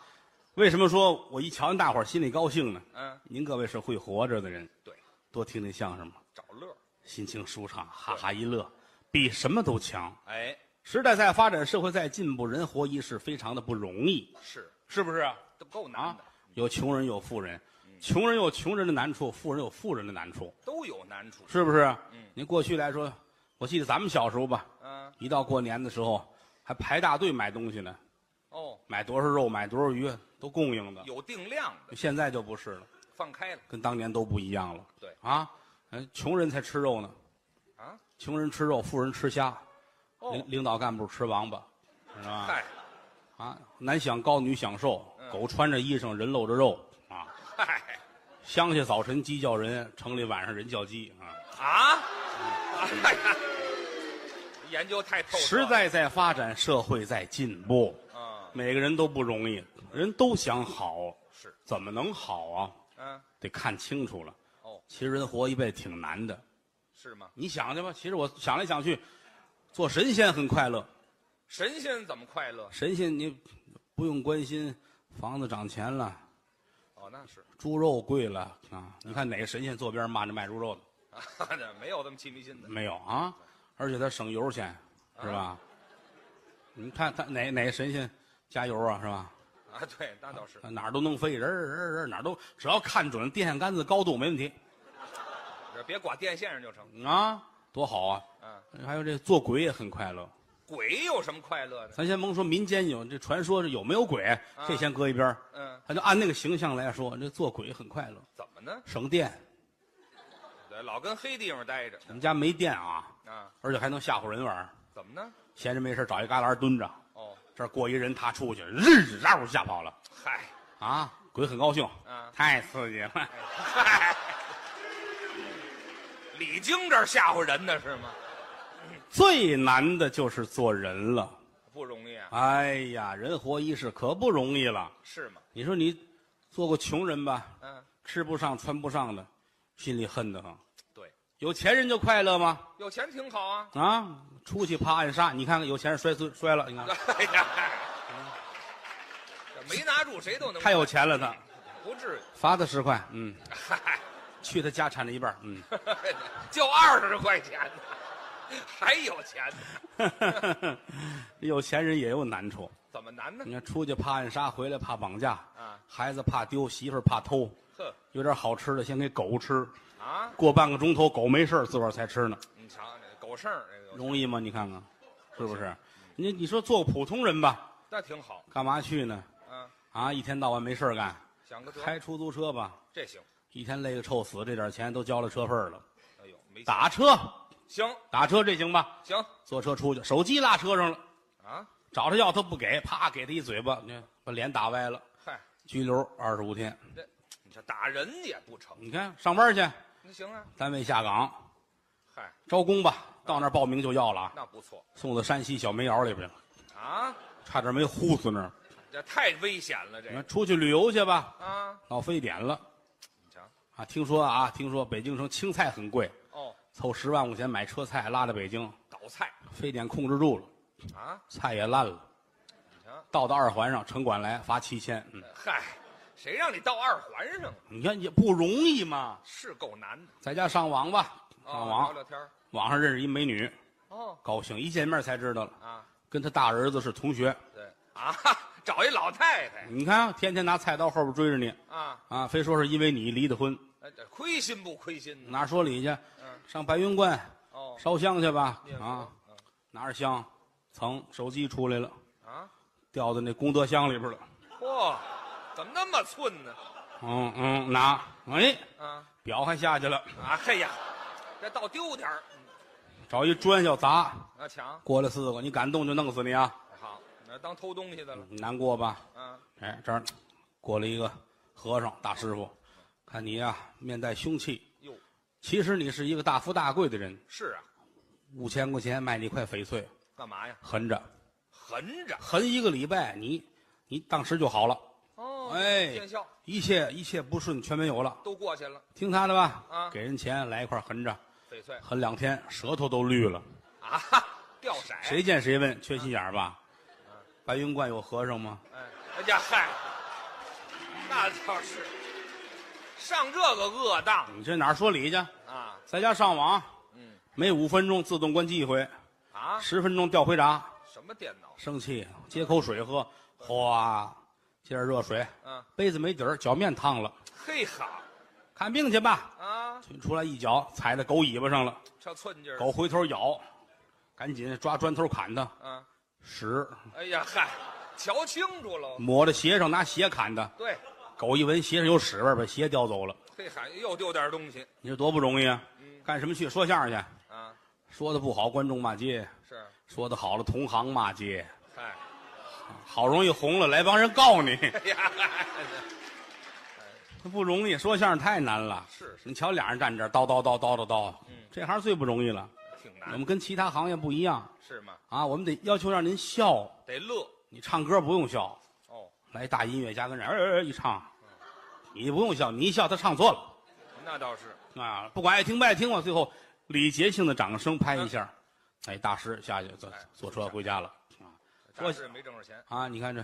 Speaker 1: 为什么说我一瞧见大伙儿心里高兴呢？
Speaker 4: 嗯，
Speaker 1: 您各位是会活着的人，
Speaker 4: 对，
Speaker 1: 多听听相声吧，
Speaker 4: 找乐儿。
Speaker 1: 心情舒畅，哈哈一乐，比什么都强。
Speaker 4: 哎，
Speaker 1: 时代在发展，社会在进步，人活一世非常的不容易，
Speaker 4: 是，
Speaker 1: 是不是？
Speaker 4: 都够难
Speaker 1: 啊嗯
Speaker 4: 的，，
Speaker 1: 有穷人有富人，穷人有穷人的难处，富人有富人的难处，
Speaker 4: 都有难处。
Speaker 1: 是不是？
Speaker 4: 嗯
Speaker 1: 您过去来说，我记得咱们小时候吧，
Speaker 4: 嗯，
Speaker 1: 一到过年的时候还排大队买东西呢，
Speaker 4: 哦，
Speaker 1: 买多少肉，买多少鱼都供应的。
Speaker 4: 有定量的，
Speaker 1: 现在就不是了，
Speaker 4: 放开了
Speaker 1: 跟当年都不一样了。
Speaker 4: 对
Speaker 1: 啊，嗯，穷人才吃肉呢，
Speaker 4: 啊。
Speaker 1: 穷人吃肉，富人吃虾，
Speaker 4: 哦
Speaker 1: 领，领导干部吃王八，是吧？
Speaker 4: 嗨
Speaker 1: 啊，男享高，女享受，
Speaker 4: 嗯
Speaker 1: 狗穿着衣裳，人露着肉啊。
Speaker 4: 嗨
Speaker 1: 乡下早晨鸡叫人，城里晚上人叫鸡啊。
Speaker 4: 啊！ 哎呀，研究太透彻
Speaker 1: 时
Speaker 4: 了，
Speaker 1: 代在发展，社会在进步，
Speaker 4: 嗯
Speaker 1: 每个人都不容易，人都想好，
Speaker 4: 是
Speaker 1: 怎么能好啊？
Speaker 4: 嗯
Speaker 1: 得看清楚了。
Speaker 4: 哦
Speaker 1: 其实人活一辈子挺难的，
Speaker 4: 是吗？
Speaker 1: 你想去吧。其实我想来想去，做神仙很快乐。
Speaker 4: 神仙怎么快乐？
Speaker 1: 神仙你不用关心房子涨钱了，
Speaker 4: 哦，那是
Speaker 1: 猪肉贵了啊。你看哪个神仙坐边骂着卖猪肉的？
Speaker 4: 啊，那没有这么气迷心的
Speaker 1: 没有啊，而且他省油钱，是吧？你看他哪哪个神仙加油啊，是吧？
Speaker 4: 啊。对，那 倒是
Speaker 1: 哪儿都能飞，人儿人儿人儿哪儿都，只要看准电线杆子高度没问题
Speaker 4: 这别挂电线上就成。
Speaker 1: 啊，多好啊！
Speaker 4: 嗯，
Speaker 1: 还有这做鬼也很快乐。
Speaker 4: 鬼有什么快乐的？
Speaker 1: 咱先甭说民间有这传说是有没有鬼，这先搁一边儿
Speaker 4: 嗯，
Speaker 1: 咱就按那个形象来说，这做鬼很快乐，
Speaker 4: 怎么呢？
Speaker 1: 省电，
Speaker 4: 对，老跟黑地方待着
Speaker 1: 我们家没电啊，
Speaker 4: 啊？
Speaker 1: 而且还能吓唬人玩儿。
Speaker 4: 怎么呢？
Speaker 1: 闲着没事找一旮旯蹲着，
Speaker 4: 哦，
Speaker 1: 这儿过一人，他出去，日然后吓跑了
Speaker 4: 嗨，
Speaker 1: 啊！鬼很高兴，
Speaker 4: 啊
Speaker 1: 太刺激了。
Speaker 4: 嗨，李菁这儿吓唬人呢是吗？
Speaker 1: 最难的就是做人了。
Speaker 4: 不容易啊，
Speaker 1: 哎呀，人活一世可不容易了。
Speaker 4: 是吗？
Speaker 1: 你说你做过穷人吧，
Speaker 4: 嗯，
Speaker 1: 吃不上穿不上的，心里恨得慌。
Speaker 4: 对，
Speaker 1: 有钱人就快乐吗？
Speaker 4: 有钱挺好啊。
Speaker 1: 啊，出去啪暗杀，你看看有钱人摔死摔了，你看
Speaker 4: 哎呀，这没拿住谁都能
Speaker 1: 太有钱了他，
Speaker 4: 不至于，
Speaker 1: 罚他十块，嗯，
Speaker 4: 嗨，
Speaker 1: 去他家产的一半，嗯。
Speaker 4: 就二十块钱呢，还有钱呢，
Speaker 1: 有钱人也有难处，
Speaker 4: 怎么难呢
Speaker 1: 你？看出去怕暗杀，回来怕绑架，
Speaker 4: 啊，
Speaker 1: 孩子怕丢，媳妇儿怕偷，
Speaker 4: 呵
Speaker 1: 有点好吃的先给狗吃，
Speaker 4: 啊，
Speaker 1: 过半个钟头狗没事儿自个儿才吃呢，
Speaker 4: 你瞧这狗剩儿这个，
Speaker 1: 容易吗？你看看，是不是？你你说做个普通人吧，
Speaker 4: 那挺好，
Speaker 1: 干嘛去呢？
Speaker 4: 嗯，
Speaker 1: 啊，一天到晚没事儿干，
Speaker 4: 想个辙，
Speaker 1: 开出租车吧，
Speaker 4: 这行，
Speaker 1: 一天累个臭死，这点钱都交了车费儿了，
Speaker 4: 哎呦，没
Speaker 1: 打车
Speaker 4: 行
Speaker 1: 打车这行吧？
Speaker 4: 行
Speaker 1: 坐车出去，手机落车上了，
Speaker 4: 啊，
Speaker 1: 找他要他不给，啪给他一嘴巴，你看把脸打歪了。
Speaker 4: 嗨，
Speaker 1: 拘留二十五天。
Speaker 4: 这你这打人也不成，
Speaker 1: 你看上班去，
Speaker 4: 那行啊，
Speaker 1: 单位下岗
Speaker 4: 嗨，
Speaker 1: 招工吧，到那儿报名就要了啊，
Speaker 4: 那不错
Speaker 1: 送到山西小煤窑里边了，
Speaker 4: 啊，
Speaker 1: 差点没呼死那儿。
Speaker 4: 这太危险了这
Speaker 1: 你
Speaker 4: 个
Speaker 1: 看出去旅游去吧，
Speaker 4: 啊，
Speaker 1: 到非典了
Speaker 4: 你瞧，
Speaker 1: 啊！听说啊，听说北京城青菜很贵，
Speaker 4: 哦，
Speaker 1: 凑十万块钱买车菜拉到北京，
Speaker 4: 倒菜
Speaker 1: 非典控制住了，
Speaker 4: 啊，
Speaker 1: 菜也烂了，
Speaker 4: 你瞧，
Speaker 1: 到到二环上，城管来罚七千。嗯，
Speaker 4: 嗨，谁让你到二环上了？
Speaker 1: 你看也不容易嘛，
Speaker 4: 是够难的。
Speaker 1: 在家上网吧，上
Speaker 4: 哦，聊
Speaker 1: 网，
Speaker 4: 聊天儿
Speaker 1: 网上认识一美女，
Speaker 4: 哦
Speaker 1: 高兴，一见面才知道了，
Speaker 4: 啊，
Speaker 1: 跟他大儿子是同学。
Speaker 4: 对啊， 找一老太太
Speaker 1: 你看，天天拿菜刀后边追着你
Speaker 4: 啊，
Speaker 1: 啊，非说是因为你离的婚，
Speaker 4: 哎这亏心不亏心呢？
Speaker 1: 哪说理去？
Speaker 4: 嗯，
Speaker 1: 上白云观
Speaker 4: 哦，
Speaker 1: 烧香去吧
Speaker 4: 念！佛
Speaker 1: 啊，拿着香，噌，手机出来了，
Speaker 4: 嗯啊，
Speaker 1: 掉到那功德箱里边了。
Speaker 4: 嚯，怎么那么寸呢？
Speaker 1: 嗯嗯，拿，哎，
Speaker 4: 啊
Speaker 1: 表还下去了，
Speaker 4: 啊，嘿呀，这倒丢点儿
Speaker 1: 找一砖要砸，
Speaker 4: 啊，抢
Speaker 1: 过来四个，你敢动就弄死你啊！
Speaker 4: 好，那当偷东西的了。
Speaker 1: 难过吧？
Speaker 4: 啊，
Speaker 1: 哎，这儿过来一个和尚大师傅，看你呀、面带凶气，
Speaker 4: 哟，
Speaker 1: 其实你是一个大富大贵的人，
Speaker 4: 是啊，
Speaker 1: 五千块钱卖你一块翡翠，
Speaker 4: 干嘛呀？
Speaker 1: 横着。
Speaker 4: 横着
Speaker 1: 横一个礼拜，你你当时就好了，
Speaker 4: 哦，
Speaker 1: 哎
Speaker 4: 见效
Speaker 1: 一切一切不顺全没有了，
Speaker 4: 都过去了，
Speaker 1: 听他的吧，
Speaker 4: 啊
Speaker 1: 给人钱来一块横着，
Speaker 4: 翡翠
Speaker 1: 横两天舌头都绿了，
Speaker 4: 啊，哈掉色。
Speaker 1: 谁见谁问，缺心眼儿吧？白云观有和尚吗？
Speaker 4: 哎，哎呀嗨，那倒是，上这个恶当
Speaker 1: 你这哪儿说理去？
Speaker 4: 啊，
Speaker 1: 在家上网，
Speaker 4: 嗯
Speaker 1: 每五分钟自动关机一回，
Speaker 4: 啊，
Speaker 1: 十分钟掉回闸，
Speaker 4: 什么电脑？
Speaker 1: 生气接口水喝，哗，接着热水，
Speaker 4: 啊，
Speaker 1: 杯子没底儿，脚面烫了，
Speaker 4: 嘿哈
Speaker 1: 看病去吧。
Speaker 4: 啊，
Speaker 1: 出来一脚踩在狗尾巴上了。
Speaker 4: 这寸劲儿，
Speaker 1: 狗回头咬，赶紧抓砖头砍它，
Speaker 4: 啊，
Speaker 1: 屎
Speaker 4: 哎呀嗨，瞧清楚喽，
Speaker 1: 抹在鞋上，拿鞋砍它。
Speaker 4: 对，
Speaker 1: 狗一闻鞋上有屎味儿，把鞋叼走了。
Speaker 4: 嘿哈又丢点东西
Speaker 1: 你说多不容易啊！干什么去？说相声去，
Speaker 4: 啊，
Speaker 1: 说的不好，观众骂街；
Speaker 4: 是，
Speaker 1: 说的好了，同行骂街。
Speaker 4: 嗨，
Speaker 1: 好容易红了，来帮人告你，
Speaker 4: 哎呀嗨，
Speaker 1: 不容易。说相声太难了。
Speaker 4: 是是
Speaker 1: 你瞧，俩人站这儿叨叨叨叨叨叨，这行最不容易了。
Speaker 4: 挺
Speaker 1: 我
Speaker 4: 难
Speaker 1: 们跟其他行业不一样
Speaker 4: 是吗？
Speaker 1: 啊，我们得要求让您笑。
Speaker 4: 得乐
Speaker 1: 你唱歌不用笑，
Speaker 4: 哦，
Speaker 1: 来大音乐家跟这儿呃儿儿一唱，你不用笑，你一笑他唱错了
Speaker 4: 那倒是
Speaker 1: 啊！不管爱听不爱听吧，最后礼节性的掌声拍一下，哎，大师下去坐
Speaker 4: 哎
Speaker 1: 坐车回家了
Speaker 4: 大师没挣着钱，
Speaker 1: 啊！你看这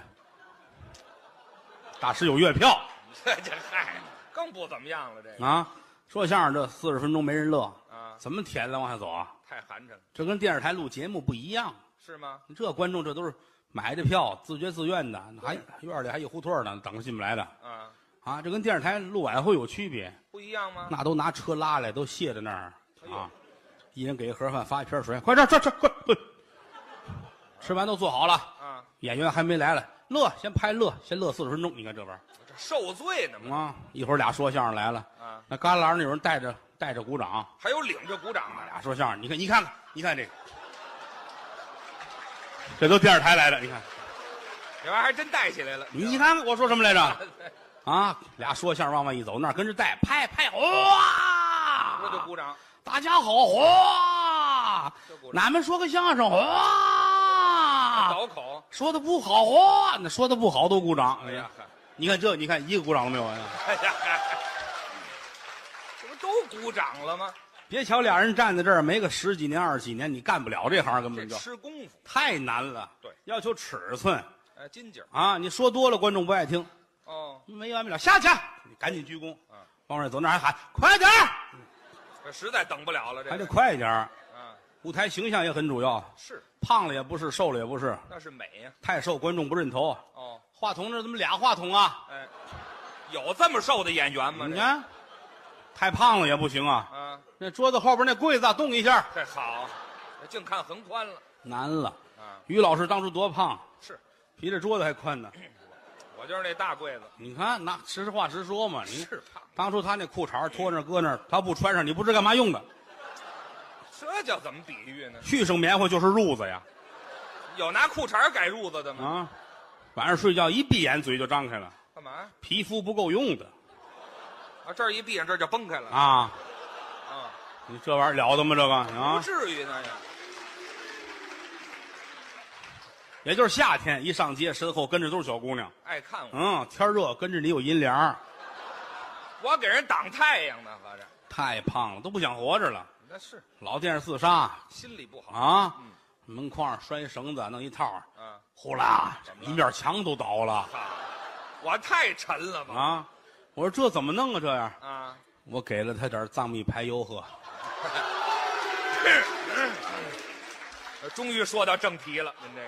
Speaker 1: 大师有月票
Speaker 4: 这这嗨，更不怎么样了这个
Speaker 1: 啊！说相声这四十分钟没人乐，
Speaker 4: 啊，
Speaker 1: 怎么舔了往下走啊？
Speaker 4: 太寒碜了
Speaker 1: 这跟电视台录节目不一样，
Speaker 4: 是吗？
Speaker 1: 这观众这都是买的票，自觉自愿的，还院里还一胡同呢，等着进不来的
Speaker 4: 啊，
Speaker 1: 啊！这跟电视台录晚会有区别。
Speaker 4: 不一样吗？
Speaker 1: 那都拿车拉来，都卸在那儿
Speaker 4: 哎呦
Speaker 1: 啊，一人给一盒饭，发一瓶水，快吃吃吃，快快！吃完都做好了，
Speaker 4: 啊，
Speaker 1: 演员还没来了，乐先拍乐，先乐四十分钟。你看这玩意
Speaker 4: 这受罪呢
Speaker 1: 儿
Speaker 4: 吗？
Speaker 1: 啊，一会儿俩说相声来了，
Speaker 4: 啊，
Speaker 1: 那旮旯那有人带着带着鼓掌，
Speaker 4: 还有领着鼓掌啊的
Speaker 1: 俩说相声。你看，你看看，你看这个，这都电视台来的，你看，
Speaker 4: 这玩意儿还真带起来了。
Speaker 1: 你看看我说什么来着？啊，俩说相声往外一走，那儿跟着带拍拍，哇，
Speaker 4: 那就鼓掌，
Speaker 1: 大家好，哇
Speaker 4: 就鼓，掌
Speaker 1: 俺们说个相声，哇，
Speaker 4: 倒口。
Speaker 1: 说的不好，哇，那说的不好都鼓掌。
Speaker 4: 哎呀，
Speaker 1: 你看这，你看一个鼓掌都没有啊！
Speaker 4: 哎呀，这不都鼓掌了吗？
Speaker 1: 别瞧俩人站在这儿，没个十几年、二十几年，你干不了这行，根
Speaker 4: 这
Speaker 1: 本就
Speaker 4: 吃功夫，
Speaker 1: 太难了。
Speaker 4: 对
Speaker 1: 要求尺寸
Speaker 4: 哎，金姐儿
Speaker 1: 啊！你说多了，观众不爱听，
Speaker 4: 哦，
Speaker 1: 没完没了。下去，你赶紧鞠躬
Speaker 4: 嗯，
Speaker 1: 往外走，那还喊快点儿，
Speaker 4: 这实在等不了了，这
Speaker 1: 还得
Speaker 4: 个
Speaker 1: 快点儿。
Speaker 4: 啊，
Speaker 1: 舞台形象也很主要，
Speaker 4: 是
Speaker 1: 胖了也不是，瘦了也不是，
Speaker 4: 那是美呀。
Speaker 1: 太瘦观众不认头。啊
Speaker 4: 哦，
Speaker 1: 话筒这怎么俩话筒啊？
Speaker 4: 哎，有这么瘦的演员吗？
Speaker 1: 你
Speaker 4: 这
Speaker 1: 看，太胖了也不行啊。
Speaker 4: 啊，
Speaker 1: 那桌子后边那柜子啊动一下，
Speaker 4: 这好，这净看横宽了
Speaker 1: 难了。
Speaker 4: 啊。
Speaker 1: 于老师当初多胖，
Speaker 4: 是
Speaker 1: 比这桌子还宽呢。
Speaker 4: 我就是那大柜子，
Speaker 1: 你看，那实话实说嘛，你
Speaker 4: 是胖，
Speaker 1: 当初他那裤衩脱那儿搁那儿，他不穿上，你不知干嘛用的。
Speaker 4: 这叫怎么比喻呢？
Speaker 1: 续上棉花就是褥子呀，
Speaker 4: 有拿裤衩改褥子的吗？
Speaker 1: 啊，晚上睡觉一闭眼嘴就张开了，
Speaker 4: 干嘛？
Speaker 1: 皮肤不够用的
Speaker 4: 啊，这儿一闭上，这儿就崩开了
Speaker 1: 啊，
Speaker 4: 啊！
Speaker 1: 你这玩意儿了得吗？这个
Speaker 4: 不
Speaker 1: 啊，
Speaker 4: 至于那样，
Speaker 1: 也就是夏天一上街，身后跟着都是小姑娘，
Speaker 4: 爱看我，
Speaker 1: 嗯，天热跟着你有阴凉，
Speaker 4: 我给人挡太阳呢，合着
Speaker 1: 太胖了都不想活着了，
Speaker 4: 那是
Speaker 1: 老惦着自杀
Speaker 4: 心里不好
Speaker 1: 啊
Speaker 4: 嗯，
Speaker 1: 门框上拴绳子弄一套，
Speaker 4: 啊。
Speaker 1: 呼啦
Speaker 4: 怎，么了
Speaker 1: 一面墙都倒了
Speaker 4: 啊，我太沉了吧？
Speaker 1: 啊！我说这怎么弄啊？这样，
Speaker 4: 啊，
Speaker 1: 我给了他点藏秘排油喝。
Speaker 4: 呃终于说到正题了，您这个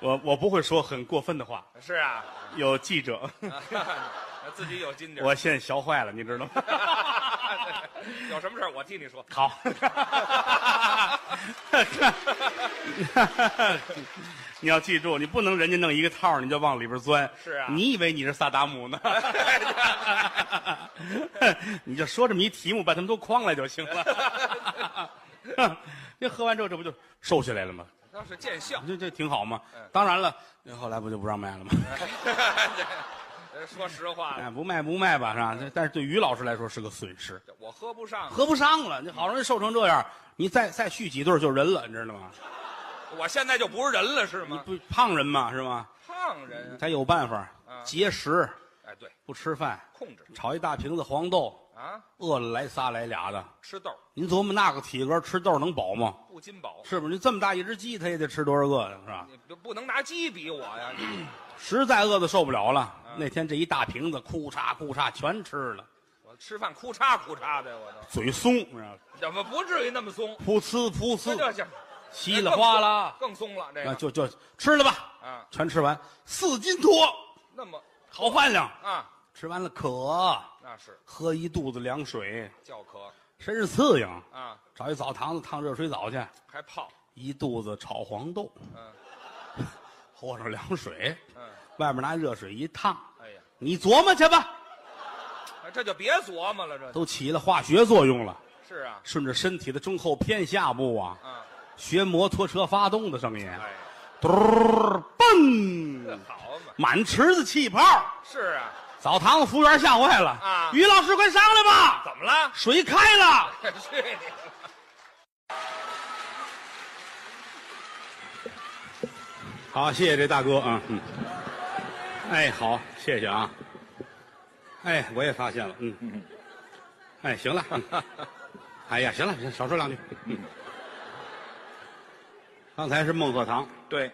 Speaker 1: 我我不会说很过分的话，
Speaker 4: 是啊，
Speaker 1: 有记者，
Speaker 4: 啊自己有金点儿。
Speaker 1: 我现在学坏了，你知道 吗？
Speaker 4: 有什么事儿我替你说。
Speaker 1: 好，你要记住，你不能人家弄一个套儿你就往里边钻。
Speaker 4: 是啊
Speaker 1: 你以为你是萨达 姆呢？你就说这么一题目，把他们都框来就行了。 这喝完之后，这不就瘦下来了吗？
Speaker 4: 那是 见笑，
Speaker 1: 这这挺好嘛
Speaker 4: 嗯。
Speaker 1: 当然了，那后来不就不让卖了吗？
Speaker 4: 呃说实话，
Speaker 1: 哎，不卖不卖吧，是吧？这但是对于老师来说是个损失，
Speaker 4: 我喝不上，
Speaker 1: 合不上了。你好容易瘦成这样，你再再续几对儿就人了，你知道吗？
Speaker 4: 我现在就不是人了，是
Speaker 1: 你
Speaker 4: 吗？
Speaker 1: 不胖人嘛，是吗？
Speaker 4: 胖人，
Speaker 1: 他有办法
Speaker 4: 嗯，
Speaker 1: 节食，
Speaker 4: 哎，对，
Speaker 1: 不吃饭，
Speaker 4: 控制
Speaker 1: 炒一大瓶子黄豆，
Speaker 4: 啊，
Speaker 1: 饿了来仨来俩的。
Speaker 4: 吃豆
Speaker 1: 您琢磨那个体格吃豆能饱吗？
Speaker 4: 不金饱，
Speaker 1: 是不是？你这么大一只鸡，它也得吃多少个呀？是吧？
Speaker 4: 你就不能拿鸡比我呀，
Speaker 1: 实在饿的受不了了，
Speaker 4: 嗯
Speaker 1: 那天这一大瓶子，库嚓库嚓全吃了，
Speaker 4: 我吃饭哭嚓哭嚓的，我都
Speaker 1: 嘴松，你知道吗
Speaker 4: 怎么不至于那么松？
Speaker 1: 噗呲噗
Speaker 4: 这
Speaker 1: 呲，
Speaker 4: 这行，
Speaker 1: 稀里哗啦，
Speaker 4: 更松了，这
Speaker 1: 啊，
Speaker 4: 个
Speaker 1: 就就吃了吧，
Speaker 4: 啊，
Speaker 1: 全吃完，四斤多，
Speaker 4: 那么
Speaker 1: 好饭量。
Speaker 4: 啊，
Speaker 1: 吃完了渴，
Speaker 4: 那是
Speaker 1: 喝一肚子凉水，
Speaker 4: 叫渴
Speaker 1: 身上刺痒，
Speaker 4: 啊，
Speaker 1: 找一澡堂子烫热水澡去，
Speaker 4: 还泡，
Speaker 1: 一肚子炒黄豆，
Speaker 4: 嗯
Speaker 1: 和上凉水，
Speaker 4: 嗯，
Speaker 1: 外面拿热水一烫，
Speaker 4: 哎呀，
Speaker 1: 你琢磨去吧，
Speaker 4: 哎这就别琢磨了，这就
Speaker 1: 都起了化学作用了，
Speaker 4: 是啊，
Speaker 1: 顺着身体的中后偏下部啊，
Speaker 4: 啊，
Speaker 1: 学摩托车发动的声音，
Speaker 4: 哎，
Speaker 1: 嘟儿
Speaker 4: 这
Speaker 1: 蹦，
Speaker 4: 好嘛，
Speaker 1: 满池子气泡。
Speaker 4: 是啊。
Speaker 1: 澡堂子服务员吓坏了
Speaker 4: 啊
Speaker 1: 于老师快上来吧，
Speaker 4: 怎么了？
Speaker 1: 水开了。
Speaker 4: 去你的！
Speaker 1: 好，谢谢这大哥啊，嗯，哎，好，谢谢啊，哎，我也发现了，嗯，嗯哎，行了，嗯哎呀，行了，行少说两句，嗯，刚才是孟鹤堂、
Speaker 5: 对，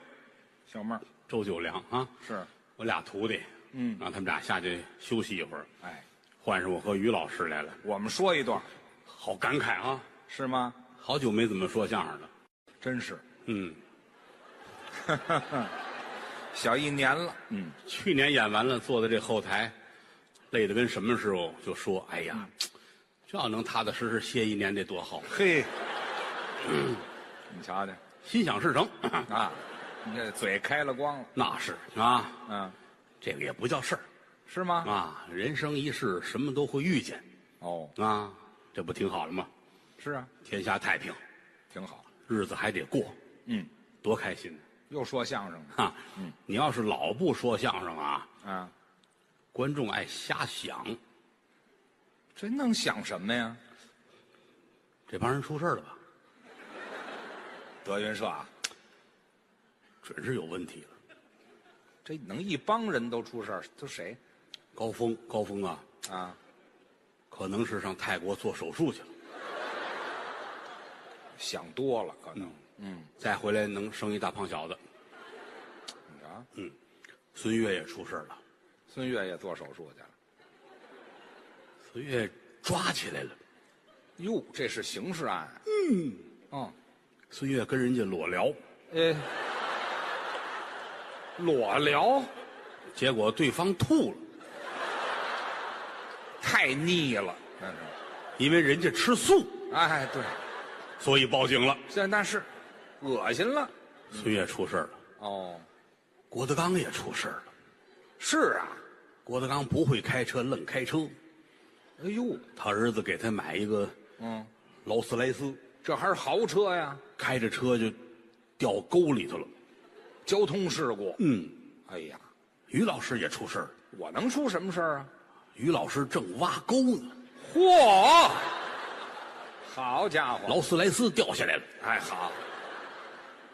Speaker 5: 小妹儿
Speaker 1: 周九良啊，
Speaker 5: 是，
Speaker 1: 我俩徒弟，
Speaker 5: 嗯
Speaker 1: 让他们俩下去休息一会儿，
Speaker 5: 哎，
Speaker 1: 换上我和于老师来了，
Speaker 5: 我们说一段
Speaker 1: 好感慨啊，
Speaker 5: 是吗？
Speaker 1: 好久没怎么说相声了，
Speaker 5: 真是
Speaker 1: 嗯，
Speaker 5: 小一年了，嗯，
Speaker 1: 去年演完了，坐在这后台，累得跟什么时候就说：“哎呀，这要能踏踏实实歇一年得多好
Speaker 5: 嘿，你瞧瞧！”
Speaker 1: 心想事成，
Speaker 5: 啊，你这嘴开了光了，
Speaker 1: 那是啊，
Speaker 5: 嗯，
Speaker 1: 这个也不叫事儿
Speaker 5: 是吗？
Speaker 1: 啊。人生一世，什么都会遇见
Speaker 5: 哦，
Speaker 1: 啊。这不挺好了吗？
Speaker 4: 是啊，
Speaker 1: 天下太平，
Speaker 4: 挺好。
Speaker 1: 日子还得过，
Speaker 4: 嗯，
Speaker 1: 多开心呢
Speaker 4: 又说相声了
Speaker 1: 哈！你要是老不说相声啊，
Speaker 4: 啊，
Speaker 1: 观众爱瞎想，
Speaker 4: 这能想什么呀？
Speaker 1: 这帮人出事儿了吧？
Speaker 4: 德云社啊，
Speaker 1: 准是有问题了。
Speaker 4: 这能一帮人都出事儿，都谁
Speaker 1: 高峰，高峰啊，
Speaker 4: 啊？
Speaker 1: 可能是上泰国做手术去了，
Speaker 4: 想多了可能。
Speaker 1: 嗯再回来能生一大胖小子。
Speaker 4: 啊，
Speaker 1: 孙越也出事儿了，
Speaker 4: 孙越也做手术去了。
Speaker 1: 孙越抓起来了。
Speaker 4: 哟，这是刑事案。嗯，哦，
Speaker 1: 孙越跟人家裸聊，
Speaker 4: 呃，裸聊
Speaker 1: 结果对方吐了，
Speaker 4: 太腻了，那是。
Speaker 1: 因为人家吃素，
Speaker 4: 哎，对，
Speaker 1: 所以报警了。
Speaker 4: 这那是恶心了。
Speaker 1: 孙越出事儿了，
Speaker 4: 哦，
Speaker 1: 郭德纲也出事儿了。
Speaker 4: 是啊，
Speaker 1: 郭德纲不会开车，愣开车。
Speaker 4: 哎呦，
Speaker 1: 他儿子给他买一个
Speaker 4: 嗯，
Speaker 1: 劳斯莱斯，
Speaker 4: 这还是豪车呀，
Speaker 1: 开着车就掉沟里头了。
Speaker 4: 交通事故。
Speaker 1: 嗯，
Speaker 4: 哎呀，
Speaker 1: 于老师也出事儿了，
Speaker 4: 我能出什么事儿啊？
Speaker 1: 于老师正挖沟呢，
Speaker 4: 嚯，好家伙，
Speaker 1: 劳斯莱斯掉下来了。
Speaker 4: 哎好，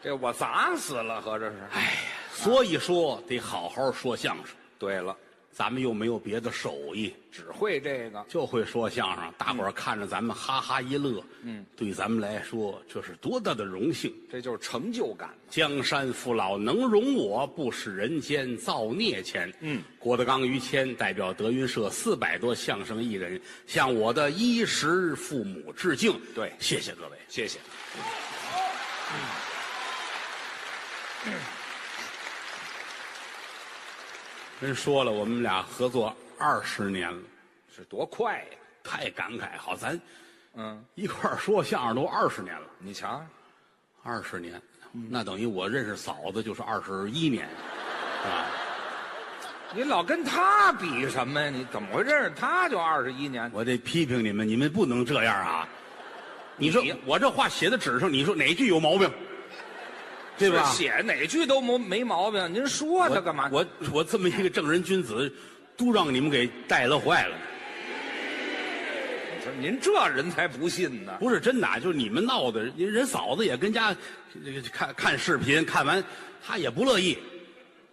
Speaker 4: 这我砸死了，合着是。
Speaker 1: 哎呀，所以说得好好说相声。
Speaker 4: 对了，
Speaker 1: 咱们又没有别的手艺，
Speaker 4: 只会这个，
Speaker 1: 就会说相声。大伙儿看着咱们哈哈一乐，嗯，对咱们来说这是多大的荣幸！
Speaker 4: 这就是成就感。
Speaker 1: 江山父老能容我，啊不使人间造孽钱。嗯，郭德纲、于谦代表德云社四百多相声艺人，向我的衣食父母致敬。
Speaker 4: 对
Speaker 1: 谢谢各位。
Speaker 4: 谢谢。
Speaker 1: 人说了，我们俩合作二十年了，
Speaker 4: 是多快呀！
Speaker 1: 太感慨。好，咱
Speaker 4: 嗯，
Speaker 1: 一块儿说相声都二十年了，
Speaker 4: 你瞧，
Speaker 1: 二十年，那等于我认识嫂子就是二十一年，是吧？
Speaker 4: 你老跟他比什么呀？你怎么会认识他就二十一年？
Speaker 1: 我得批评你们，你们不能这样啊！你说
Speaker 4: 你
Speaker 1: 我这话写在纸上，你说哪句有毛病？对吧？
Speaker 4: 是写哪句都没没毛病，您说他
Speaker 1: 我
Speaker 4: 干嘛？
Speaker 1: 我我这么一个正人君子，都让你们给带了坏了。
Speaker 4: 我说您这人才不信呢！
Speaker 1: 不是真的啊，就是你们闹的。人人嫂子也跟家这个看看视频，看完她也不乐意。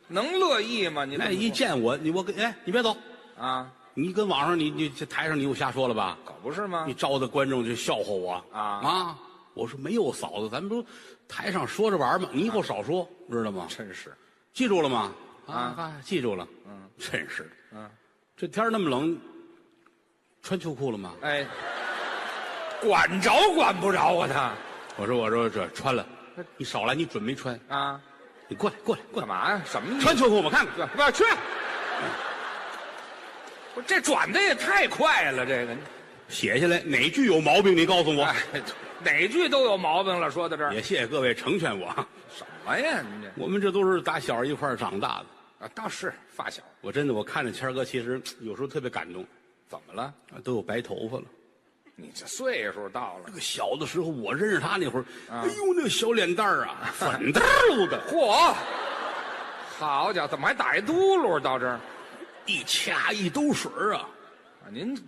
Speaker 4: 能乐意吗？你这么
Speaker 1: 那一
Speaker 4: 说
Speaker 1: 见我，你我跟哎，你别走，
Speaker 4: 啊，
Speaker 1: 你跟网上你你这台上你又瞎说了吧？
Speaker 4: 可不是吗
Speaker 1: 你？招的观众就笑话我
Speaker 4: 啊
Speaker 1: 啊！我说没有嫂子，咱们不台上说着玩嘛，你以后少说，知道吗？
Speaker 4: 真是
Speaker 1: 记住了吗？啊，啊记住了。嗯，真是的。
Speaker 4: 嗯，
Speaker 1: 这天儿那么冷，穿秋裤了吗？
Speaker 4: 哎，管着管不着啊他
Speaker 1: 我说我说这穿了，
Speaker 4: 哎
Speaker 1: 你少来，你准没穿，
Speaker 4: 啊？
Speaker 1: 你过来过来过
Speaker 4: 干
Speaker 1: 来，
Speaker 4: 嘛呀？什么意思
Speaker 1: 穿秋裤我看看。
Speaker 4: 对不去！ 不是这转的也太快了，这个
Speaker 1: 写下来哪句有毛病，你告诉我。
Speaker 4: 哎，哪句都有毛病了。说到这儿，
Speaker 1: 也谢谢各位成全我啊，
Speaker 4: 什么呀？你这
Speaker 1: 我们这都是打小一块儿长大的。
Speaker 4: 啊，倒是发小，
Speaker 1: 我真的，我看着谦儿哥，其实有时候特别感动，
Speaker 4: 怎么了？
Speaker 1: 啊都有白头发了。
Speaker 4: 你这岁数到了
Speaker 1: 那，个小的时候，我认识他那会儿，
Speaker 4: 啊
Speaker 1: 哎呦，那个小脸蛋儿 啊，粉嘟噜的，
Speaker 4: 嚯！好家伙，怎么还打一嘟噜啊到这儿？
Speaker 1: 一掐一兜水儿啊，
Speaker 4: 啊您这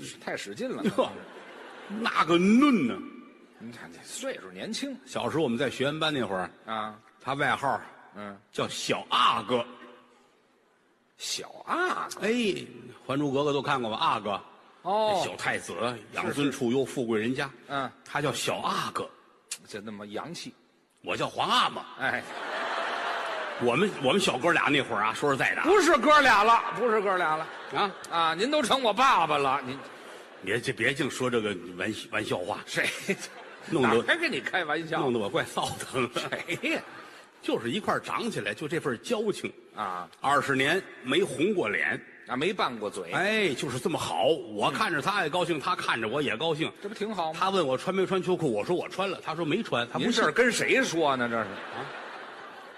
Speaker 4: 这太使劲了。
Speaker 1: 呵，那个嫩呢、
Speaker 4: 您看这岁数年轻
Speaker 1: 小时候我们在学员班那会儿，
Speaker 4: 啊，
Speaker 1: 他外号
Speaker 4: 嗯，
Speaker 1: 叫小阿哥。
Speaker 4: 小阿哥
Speaker 1: 哎，《还珠格格》都看过吧？阿哥，那哎小
Speaker 4: 哦，
Speaker 1: 太子，养尊处优，富贵人家。
Speaker 4: 嗯，
Speaker 1: 他叫小阿哥，
Speaker 4: 就那么洋气。
Speaker 1: 我叫皇阿玛。
Speaker 4: 哎，
Speaker 1: 我们我们小哥俩那会儿啊，说实在的啊
Speaker 4: 不是哥俩了，不是哥俩了
Speaker 1: 啊，
Speaker 4: 啊！您都成我爸爸了，您
Speaker 1: 别这别净说这个玩玩笑话，
Speaker 4: 谁？
Speaker 1: 弄
Speaker 4: 哪
Speaker 1: 得
Speaker 4: 还跟你开玩笑
Speaker 1: 弄？得我怪臊腾了。
Speaker 4: 嗯谁呀？
Speaker 1: 就是一块儿长起来，就这份交情，
Speaker 4: 啊
Speaker 1: 二十年没红过脸，
Speaker 4: 啊，没拌过嘴，
Speaker 1: 哎，就是这么好。我看着他也高兴，他看着我也高兴。
Speaker 4: 这不挺好吗？
Speaker 1: 他问我穿没穿秋裤，我说我穿了，他说没穿，他不
Speaker 4: 您
Speaker 1: 信
Speaker 4: 这。是跟谁说呢？这是啊？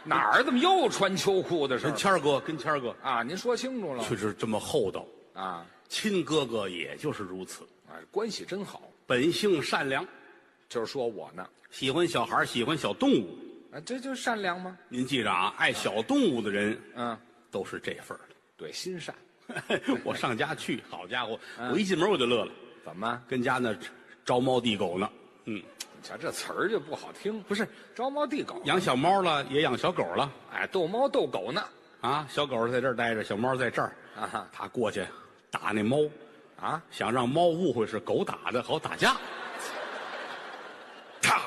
Speaker 4: 哪儿怎么又穿秋裤的事儿
Speaker 1: 跟谦儿哥，跟谦儿哥，
Speaker 4: 啊？您说清楚了
Speaker 1: 确实这么厚道。
Speaker 4: 啊？
Speaker 1: 亲哥哥也就是如此，
Speaker 4: 啊，关系真好。
Speaker 1: 本性善良，
Speaker 4: 就是说我呢，
Speaker 1: 喜欢小孩儿，喜欢小动物。
Speaker 4: 啊，这就是善良吗？
Speaker 1: 您记着啊，爱小动物的人
Speaker 4: 嗯，
Speaker 1: 都是这份儿的。
Speaker 4: 对，心善。
Speaker 1: 我上家去，好家伙，
Speaker 4: 嗯
Speaker 1: 我一进门我就乐了，
Speaker 4: 怎么？
Speaker 1: 跟家那招猫递狗呢。嗯，
Speaker 4: 你瞧这词儿就不好听。不是招猫递狗，
Speaker 1: 养小猫了，也养小狗了
Speaker 4: 哎，逗猫逗狗呢。
Speaker 1: 啊。小狗在这儿待着，小猫在这儿
Speaker 4: 啊哈
Speaker 1: 他过去打那猫，
Speaker 4: 啊，
Speaker 1: 想让猫误会是狗打的，好打架。 嘡，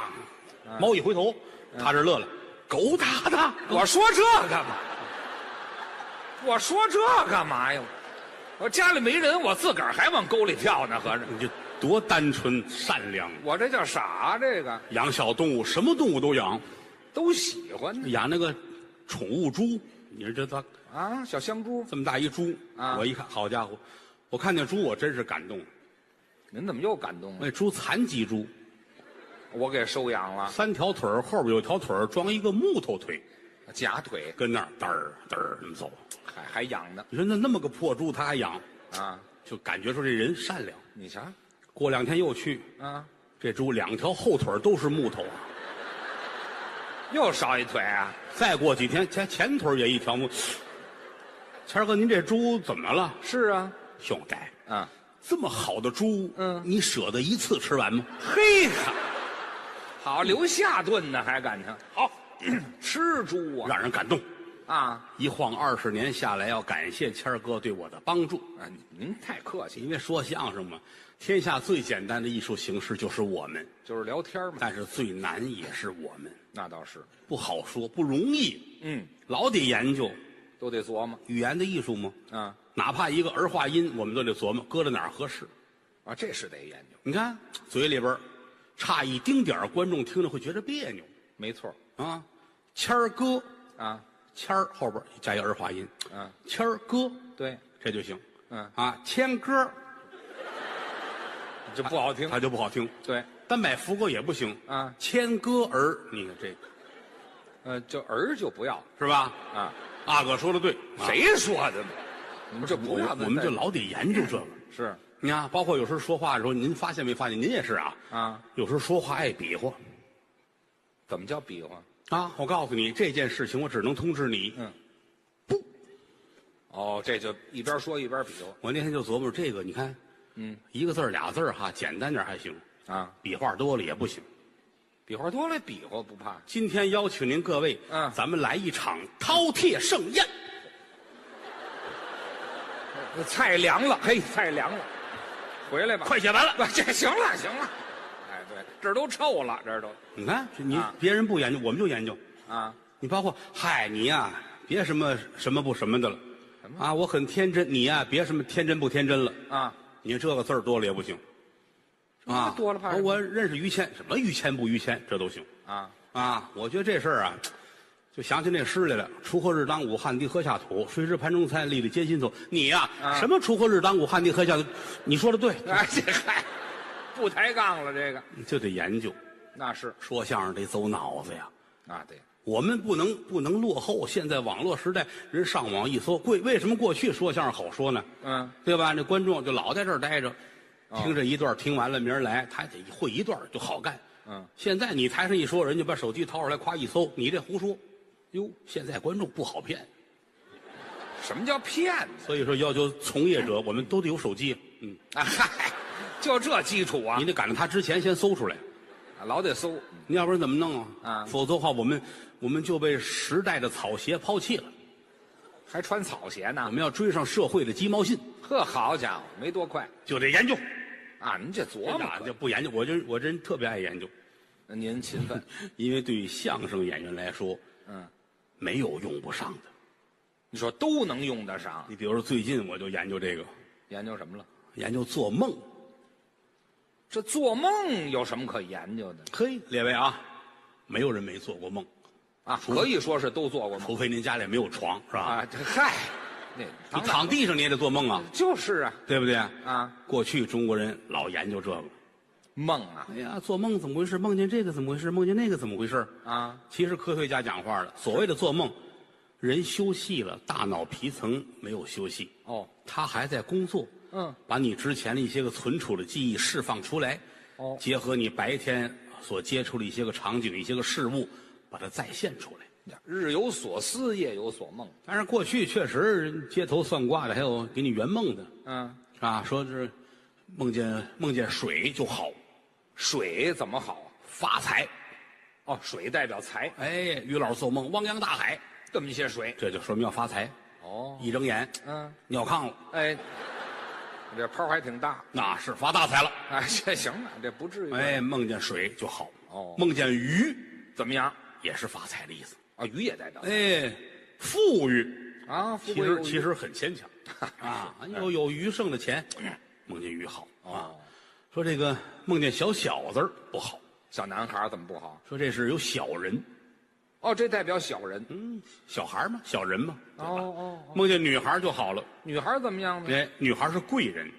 Speaker 1: 猫一回头，他这乐了，狗打的。
Speaker 4: 我说这干嘛？我说这干嘛呀？我家里没人，我自个儿还往沟里跳呢，合着
Speaker 1: 你这多单纯善良，
Speaker 4: 我这叫啥？这个
Speaker 1: 养小动物，什么动物都养，
Speaker 4: 都喜欢呢
Speaker 1: 养那个宠物猪。你说这它
Speaker 4: 啊，小香猪，
Speaker 1: 这么大一猪，
Speaker 4: 啊
Speaker 1: 我一看，好家伙，我看见猪我真是感动了。
Speaker 4: 您怎么又感动了？
Speaker 1: 那猪残疾猪，
Speaker 4: 我给收养了
Speaker 1: 三条腿儿后边有条腿儿装一个木头腿，
Speaker 4: 假腿，
Speaker 1: 跟那儿嘚儿嘚儿那么走。
Speaker 4: 还还养呢
Speaker 1: 你说那那么个破猪他还养，
Speaker 4: 啊！
Speaker 1: 就感觉出这人善良。
Speaker 4: 你瞧
Speaker 1: 过两天又去，
Speaker 4: 啊，
Speaker 1: 这猪两条后腿儿都是木头啊。
Speaker 4: 又少一腿啊！
Speaker 1: 再过几天前前腿儿也一条木。谦儿哥，您这猪怎么了？
Speaker 4: 是啊，
Speaker 1: 兄弟，
Speaker 4: 啊，
Speaker 1: 这么好的猪，
Speaker 4: 嗯
Speaker 1: 你舍得一次吃完吗？
Speaker 4: 嘿哈，好留下顿呢，还敢呢？
Speaker 1: 好，
Speaker 4: 吃猪啊
Speaker 1: 让人感动。
Speaker 4: 啊！
Speaker 1: 一晃二十年下来，要感谢谦儿哥对我的帮助，
Speaker 4: 啊，您太客气，
Speaker 1: 因为说相声嘛，天下最简单的艺术形式就是我们，
Speaker 4: 就是聊天嘛。
Speaker 1: 但是最难也是我们，
Speaker 4: 那倒是，
Speaker 1: 不好说，不容易，
Speaker 4: 嗯，
Speaker 1: 老得研究
Speaker 4: 都得琢磨
Speaker 1: 语言的艺术嘛。
Speaker 4: 啊
Speaker 1: 哪怕一个儿化音，我们都得琢磨搁到哪儿合适。
Speaker 4: 啊，这是得研究，
Speaker 1: 你看嘴里边儿差一丁点儿，观众听着会觉得别扭
Speaker 4: 没错
Speaker 1: 啊。谦儿哥，
Speaker 4: 啊，
Speaker 1: 谦儿后边加一儿化音，
Speaker 4: 嗯、
Speaker 1: 谦儿哥，
Speaker 4: 对，
Speaker 1: 这就行。
Speaker 4: 嗯
Speaker 1: 啊，谦 哥，
Speaker 4: 这不好听，
Speaker 1: 他就不好听。
Speaker 4: 对，
Speaker 1: 单摆福哥也不行
Speaker 4: 啊
Speaker 1: 谦哥儿，你看这
Speaker 4: 呃，就儿就不要
Speaker 1: 是吧？
Speaker 4: 啊，
Speaker 1: 阿哥说的对，啊
Speaker 4: 谁说 的呢？你们这
Speaker 1: 我
Speaker 4: 不要再，
Speaker 1: 我们就老得研究这个。
Speaker 4: 是
Speaker 1: 你看，包括有时候说话的时候，您发现没发现？您也是啊，
Speaker 4: 啊，
Speaker 1: 有时候说话爱比划
Speaker 4: 怎么叫比划？
Speaker 1: 啊。我告诉你这件事情，我只能通知你。
Speaker 4: 嗯，不，哦，这就一边说一边比划
Speaker 1: 我那天就琢磨这个，你看，
Speaker 4: 嗯，
Speaker 1: 一个字儿俩字儿哈，简单点儿还行，
Speaker 4: 啊，
Speaker 1: 笔画多了也不
Speaker 4: 嗯
Speaker 1: 行。
Speaker 4: 比划多了比划不怕，
Speaker 1: 今天邀请您各位，
Speaker 4: 嗯
Speaker 1: 咱们来一场饕餮盛宴。
Speaker 4: 呃菜凉了，嘿，菜凉了，回来吧，
Speaker 1: 快写完了，
Speaker 4: 不， 这行了行了，哎，对，这儿都臭了，这儿都
Speaker 1: 你看，这你
Speaker 4: 啊
Speaker 1: 别人不研究，我们就研究。
Speaker 4: 啊，
Speaker 1: 你包括嗨，你呀、别什么什么不什么的了，
Speaker 4: 什么
Speaker 1: 啊，我很天真，你呀、别什么天真不天真了，
Speaker 4: 啊，
Speaker 1: 你这个字儿多了也不行，啊，
Speaker 4: 多了怕什么
Speaker 1: 我认识于谦，什么于谦不于谦，这都行
Speaker 4: 啊，
Speaker 1: 啊。我觉得这事儿啊，就想起那诗来了：“锄禾日当午，汗滴禾下土。谁知盘中餐，粒粒皆辛苦。”你呀、
Speaker 4: 啊
Speaker 1: 什么锄禾日当午，汗滴禾下土？你说的对，
Speaker 4: 哎，这嗨，不抬杠了，这个
Speaker 1: 就得研究。
Speaker 4: 那是
Speaker 1: 说相声得走脑子呀。
Speaker 4: 啊，对，
Speaker 1: 我们不能不能落后。现在网络时代，人上网一搜，贵为什么过去说相声好说呢？
Speaker 4: 嗯，
Speaker 1: 对吧？那观众就老在这儿待着，听这一段，听完了明儿来，他得会一段就好干。
Speaker 4: 嗯，
Speaker 1: 现在你台上一说，人家把手机掏出来，夸一搜，你这胡说，哟，现在观众不好骗，
Speaker 4: 什么叫骗子
Speaker 1: 所以说要求从业者，我们都得有手机，嗯，
Speaker 4: 啊？嗨，就这基础啊
Speaker 1: 你，得赶到他之前先搜出来，
Speaker 4: 老得搜，
Speaker 1: 你要不然怎么弄啊？
Speaker 4: 啊
Speaker 1: 否则的话，我们我们就被时代的草鞋抛弃了，
Speaker 4: 还穿草鞋
Speaker 1: 我
Speaker 4: 呢，
Speaker 1: 们要追上社会的鸡毛信，
Speaker 4: 呵，好家伙，没多快
Speaker 1: 就得研究。
Speaker 4: 啊，您这琢
Speaker 1: 我
Speaker 4: 磨
Speaker 1: 哪
Speaker 4: 可
Speaker 1: 就不研究，我就我真特别爱研究，
Speaker 4: 您 勤奋，
Speaker 1: 因为对于相声演员来说，
Speaker 4: 嗯，
Speaker 1: 没有用不上的。
Speaker 4: 你说都能用得上，
Speaker 1: 你比如说最近我就研究这个，
Speaker 4: 研究什么了？
Speaker 1: 研究做梦。
Speaker 4: 这做梦有什么可研究的
Speaker 1: 嘿，列位啊，没有人没做过梦，
Speaker 4: 啊？可以说是都做过梦
Speaker 1: 除非您家里没有床，是吧？
Speaker 4: 啊，这嗨，那
Speaker 1: 你
Speaker 4: 当然
Speaker 1: 躺地上你也得做梦啊，
Speaker 4: 就是啊
Speaker 1: 对不对？
Speaker 4: 啊，
Speaker 1: 过去中国人老研究这个，
Speaker 4: 梦啊
Speaker 1: 哎呀，做梦怎么回事？梦见这个怎么回事？梦见那个怎么回事？
Speaker 4: 啊，
Speaker 1: 其实科学家讲话了，所谓的做梦，人休息了，大脑皮层没有休息，
Speaker 4: 哦，
Speaker 1: 他还在工作，
Speaker 4: 嗯，
Speaker 1: 把你之前的一些个存储的记忆释放出来，
Speaker 4: 哦
Speaker 1: 结合你白天所接触的一些个场景、一些个事物，把它再现出来。
Speaker 4: 日有所思，夜有所梦。
Speaker 1: 当然，过去确实街头算卦的，还有给你圆梦的，
Speaker 4: 嗯，
Speaker 1: 啊，说是梦见梦见水就好，
Speaker 4: 水怎么好啊？
Speaker 1: 发财。
Speaker 4: 哦，水代表财，
Speaker 1: 哎，于老师做梦汪洋大海，
Speaker 4: 这么一些水。
Speaker 1: 这就说明要发财。
Speaker 4: 哦，
Speaker 1: 一睁眼，
Speaker 4: 嗯，
Speaker 1: 尿炕了，
Speaker 4: 哎，这泡还挺大。
Speaker 1: 那是发大财了。
Speaker 4: 哎，这行了，这不至于。，
Speaker 1: 哎，梦见水就好。
Speaker 4: 哦
Speaker 1: 梦见鱼
Speaker 4: 怎么样？
Speaker 1: 也是发财的意思。
Speaker 4: 啊，鱼也代表
Speaker 1: 哎，富裕，
Speaker 4: 啊，富
Speaker 1: 其
Speaker 4: 贵
Speaker 1: 实
Speaker 4: 有余
Speaker 1: 其实很牵强啊，有有余剩的钱，梦见鱼好啊。
Speaker 4: 哦
Speaker 1: 说这个梦见小小子儿不好，
Speaker 4: 小男孩怎么不好？
Speaker 1: 说这是有小人，
Speaker 4: 哦，这代表小人。
Speaker 1: 嗯，小孩儿嘛，小人嘛，
Speaker 4: 哦哦，
Speaker 1: 梦见女孩儿就好了。
Speaker 4: 女孩怎么样呢？
Speaker 1: 哎，女孩儿是贵人，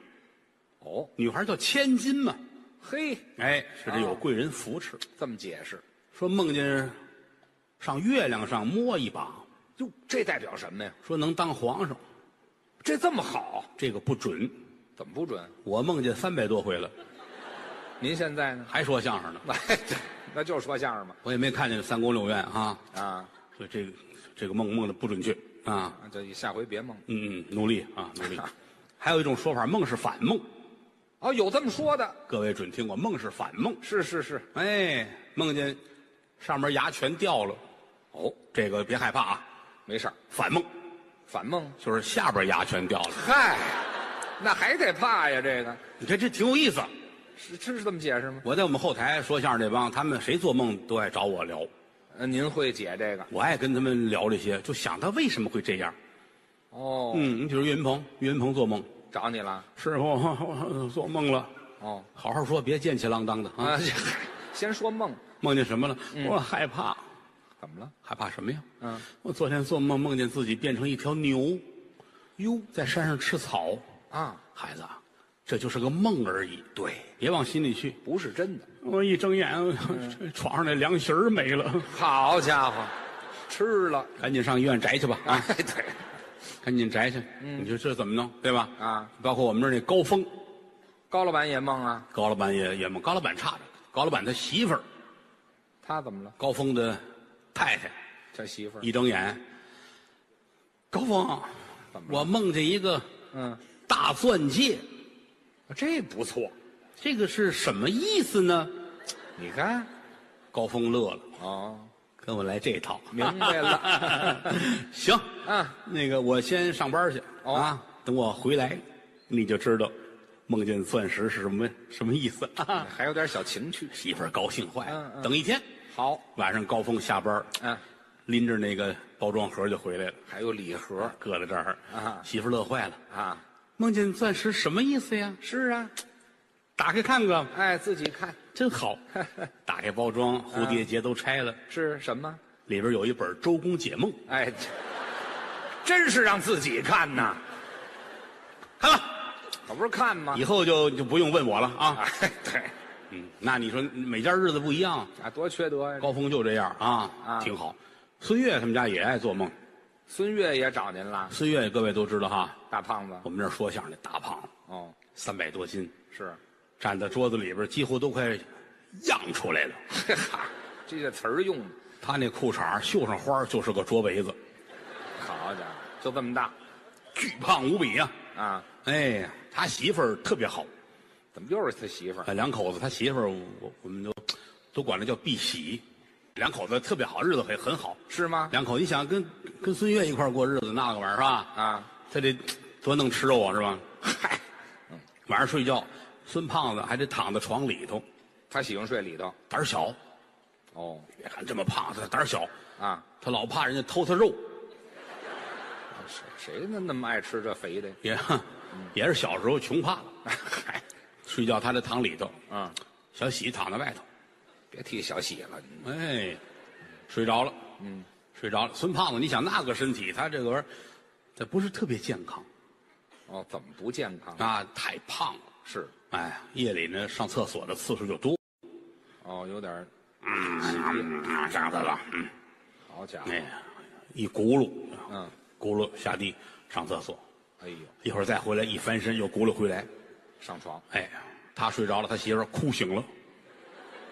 Speaker 4: 哦，
Speaker 1: 女孩儿叫千金嘛，
Speaker 4: 嘿，
Speaker 1: 哎，是得有贵人扶持。
Speaker 4: 这么解释，
Speaker 1: 说梦见上月亮上摸一把，
Speaker 4: 哟，这代表什么呀？
Speaker 1: 说能当皇上，
Speaker 4: 这这么好，
Speaker 1: 这个不准。
Speaker 4: 怎么不准？
Speaker 1: 我梦见三百多回了，
Speaker 4: 您现在呢？
Speaker 1: 还说相声呢，
Speaker 4: 哎，对那就说相声吧。
Speaker 1: 我也没看见三宫六院啊，
Speaker 4: 啊，
Speaker 1: 所以这个这个梦梦的不准确啊。
Speaker 4: 那就下回别梦。
Speaker 1: 嗯，嗯，努力啊，努力。 还有一种说法，梦是反梦，
Speaker 4: 哦，有这么说的，
Speaker 1: 各位准听过，梦是反梦。
Speaker 4: 是是是。
Speaker 1: 哎，梦见上面牙全掉了，
Speaker 4: 哦，
Speaker 1: 这个别害怕啊，
Speaker 4: 没事儿，
Speaker 1: 反梦
Speaker 4: 反梦。
Speaker 1: 就是下边牙全掉了。
Speaker 4: 嗨，那还得怕呀？这个
Speaker 1: 你看这挺有意思。
Speaker 4: 是是这么解释吗？
Speaker 1: 我在我们后台说相声这帮，他们谁做梦都爱找我聊，
Speaker 4: 呃，您会解这个？
Speaker 1: 我爱跟他们聊这些，就想他为什么会这样。
Speaker 4: 哦，
Speaker 1: 嗯，你比如岳云鹏，岳云鹏做梦，
Speaker 4: 找你了。
Speaker 1: 师傅， 我做梦了，
Speaker 4: 哦，
Speaker 1: 好好说，别贱气浪当的啊！
Speaker 4: 啊，这先说梦，
Speaker 1: 梦见什么了？我害怕，
Speaker 4: 怎么了？
Speaker 1: 害怕什么呀？
Speaker 4: 嗯，
Speaker 1: 我昨天做梦，梦见自己变成一条牛，哟，在山上吃草。
Speaker 4: 啊，
Speaker 1: 孩子啊，这就是个梦而已，
Speaker 4: 对，
Speaker 1: 别往心里去。嗯
Speaker 4: 不是真的。
Speaker 1: 我一睁眼， 床上那凉席儿没了，
Speaker 4: 好家伙，吃了。
Speaker 1: 赶紧上医院摘去吧啊！
Speaker 4: 哎，对，
Speaker 1: 赶紧摘去。你说这怎么弄？对吧？
Speaker 4: 啊，
Speaker 1: 包括我们这儿那高峰，
Speaker 4: 高老板也梦啊，
Speaker 1: 高老板也也梦，高老板差着，高老板他媳妇儿，
Speaker 4: 他怎么了？
Speaker 1: 高峰的太太，
Speaker 4: 他媳妇儿，
Speaker 1: 一睁眼，高峰啊，我梦见一个
Speaker 4: 嗯，
Speaker 1: 大钻戒，
Speaker 4: 这不错，
Speaker 1: 这个是什么意思呢？
Speaker 4: 你看，
Speaker 1: 高峰乐了，
Speaker 4: 哦，
Speaker 1: 跟我来这套，
Speaker 4: 明白了。
Speaker 1: 行，
Speaker 4: 啊，
Speaker 1: 那个我先上班去、
Speaker 4: 哦
Speaker 1: 啊，等我回来，你就知道梦见钻石是什么什么意思。
Speaker 4: 还有点小情趣。
Speaker 1: 媳妇儿高兴坏了，
Speaker 4: 嗯嗯
Speaker 1: 等一天，
Speaker 4: 好，
Speaker 1: 晚上高峰下班，
Speaker 4: 嗯，
Speaker 1: 拎着那个包装盒就回来了，
Speaker 4: 还有礼盒
Speaker 1: 搁在这儿，
Speaker 4: 啊
Speaker 1: 媳妇儿乐坏了，
Speaker 4: 啊，
Speaker 1: 梦见钻石什么意思呀？
Speaker 4: 是啊，
Speaker 1: 打开看看，
Speaker 4: 哎，自己看
Speaker 1: 真 好。打开包装，蝴蝶结都拆了，
Speaker 4: 是什么？
Speaker 1: 里边有一本《周公解梦》，
Speaker 4: 哎，这真是让自己看呐，
Speaker 1: 看吧，
Speaker 4: 可不是看吗
Speaker 1: 以？后就就不用问我了啊。
Speaker 4: 哎， 对，
Speaker 1: 嗯，那你说每家日子不一样，
Speaker 4: 啊，多缺德呀！
Speaker 1: 高峰就这样啊，
Speaker 4: 啊
Speaker 1: 挺好。孙越他们家也爱做梦，
Speaker 4: 孙越也找您了，
Speaker 1: 孙越各位都知道哈，
Speaker 4: 大胖子。
Speaker 1: 我们这儿说相声的大胖子，
Speaker 4: 哦，
Speaker 1: 三百多斤，
Speaker 4: 是，
Speaker 1: 站在桌子里边几乎都快漾出来了。
Speaker 4: 嘿哈，这个词儿用的，
Speaker 1: 他那裤衩绣上花就是个桌围子，
Speaker 4: 好家伙，就这么大
Speaker 1: 巨胖无比呀、
Speaker 4: 啊！
Speaker 1: 哎，他媳妇儿特别好，
Speaker 4: 怎么又是他媳妇儿？
Speaker 1: 呃两口子，他媳妇儿我我们都都管他叫碧玺，两口子特别好，日子很很好。
Speaker 4: 是吗？
Speaker 1: 两口子，你想跟跟孙越一块儿过日子，那个玩意儿是吧？
Speaker 4: 啊，
Speaker 1: 他得多能吃肉啊，是吧？
Speaker 4: 嗨，
Speaker 1: 晚上睡觉，孙胖子还得躺在床里头，
Speaker 4: 他喜欢睡里头。
Speaker 1: 胆儿小。
Speaker 4: 哦，
Speaker 1: 别看这么胖，他胆儿小，
Speaker 4: 啊，
Speaker 1: 他老怕人家偷他肉，
Speaker 4: 谁谁那那么爱吃这肥的呀？
Speaker 1: 也 也是小时候穷怕了。
Speaker 4: 嗯嗨，
Speaker 1: 睡觉他得躺里头，
Speaker 4: 啊，
Speaker 1: 小喜躺在外头。
Speaker 4: 别提小喜了，你
Speaker 1: 哎，睡着了，嗯，睡着了。孙胖子，你想那个身体，他这个玩意儿，他不是特别健康
Speaker 4: 哦，怎么不健康？
Speaker 1: 啊，太胖了。
Speaker 4: 是，
Speaker 1: 哎，夜里呢上厕所的次数就多，
Speaker 4: 哦，有点儿，
Speaker 1: 啊，这样子了，嗯，
Speaker 4: 好家伙，
Speaker 1: 哎哎，一轱辘，
Speaker 4: 嗯，
Speaker 1: 轱辘下地上厕所，
Speaker 4: 哎呦，
Speaker 1: 一会儿再回来，一翻身又轱辘回来。
Speaker 4: 上床
Speaker 1: 哎，他睡着了，他媳妇儿哭醒了，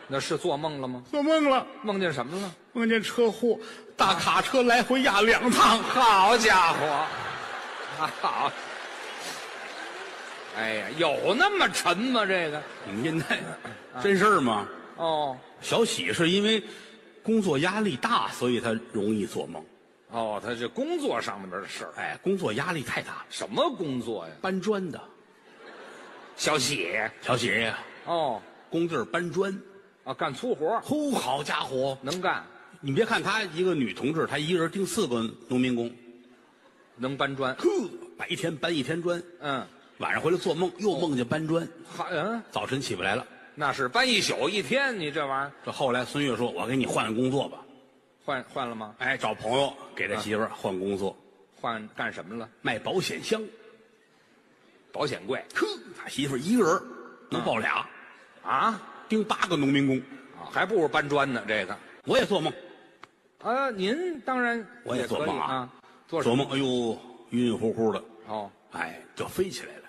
Speaker 4: 那是做梦了吗？
Speaker 1: 做梦了，
Speaker 4: 梦见什么了？
Speaker 1: 梦见车祸，大卡车来回压两趟。
Speaker 4: 好家伙，好，哎呀，有那么沉吗？这个
Speaker 1: 你现在真事儿吗？
Speaker 4: 哦
Speaker 1: 小喜是因为工作压力大，所以他容易做梦。
Speaker 4: 哦，他这工作上面的事儿，
Speaker 1: 哎，工作压力太大了，
Speaker 4: 什么工作呀？
Speaker 1: 搬砖的
Speaker 4: 小喜
Speaker 1: 小喜
Speaker 4: 哦
Speaker 1: 工地儿搬砖，
Speaker 4: 啊，干粗活
Speaker 1: 呼，好家伙！
Speaker 4: 能干，
Speaker 1: 你别看她一个女同志，她一个人盯四个农民工，
Speaker 4: 能搬砖，
Speaker 1: 呵，白天搬一天砖，
Speaker 4: 嗯，
Speaker 1: 晚上回来做梦又梦见搬砖，
Speaker 4: 还嗯，
Speaker 1: 早晨起不来了。
Speaker 4: 那是搬一宿一天，你这玩意儿
Speaker 1: 这后来孙越说：“我给你换个工作吧。啊
Speaker 4: 换换了吗”？
Speaker 1: 哎，找朋友给他媳妇儿换工作，
Speaker 4: 换干什么了？
Speaker 1: 卖保险箱。
Speaker 4: 保险柜
Speaker 1: 呵，嗯他媳妇儿一个人能抱俩，
Speaker 4: 啊
Speaker 1: 盯八个农民工。
Speaker 4: 啊，还不如搬砖呢。这个
Speaker 1: 我也做梦，
Speaker 4: 啊，您当然
Speaker 1: 我也做
Speaker 4: 可以
Speaker 1: 梦啊
Speaker 4: 啊，做什
Speaker 1: 做
Speaker 4: 么？
Speaker 1: 梦，哎呦，晕晕乎乎的，
Speaker 4: 哦
Speaker 1: 哎，就飞起来了，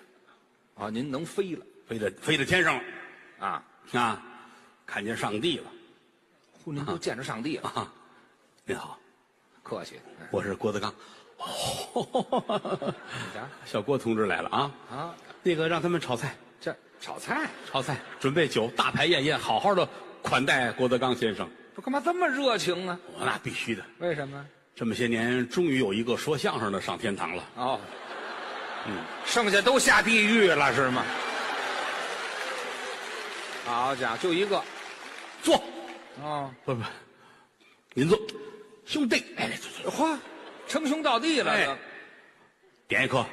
Speaker 4: 啊，您能飞了
Speaker 1: 飞到飞到天上了
Speaker 4: 啊？
Speaker 1: 啊，看见上帝了
Speaker 4: 呼，您都见着上帝了，
Speaker 1: 啊！您好，
Speaker 4: 客气。嗯
Speaker 1: 我是郭德 纲。哦，
Speaker 4: 啥
Speaker 1: 小郭同志来了啊！
Speaker 4: 啊，
Speaker 1: 那个让他们炒菜，
Speaker 4: 这炒菜，
Speaker 1: 炒菜，准备酒，大排宴宴，好好的款待郭德纲先生。
Speaker 4: 这干嘛这么热情呢？
Speaker 1: 我那必须的，
Speaker 4: 为什么？
Speaker 1: 这么些年终于有一个说相声的上天堂了。
Speaker 4: 哦，嗯，剩下都下地狱了是吗？好家伙，就一个
Speaker 1: 坐，
Speaker 4: 哦，
Speaker 1: 不不，您坐，兄弟，哎，坐坐坐
Speaker 4: 嚯，称兄道弟了，
Speaker 1: 哎
Speaker 4: 这
Speaker 1: 点一颗，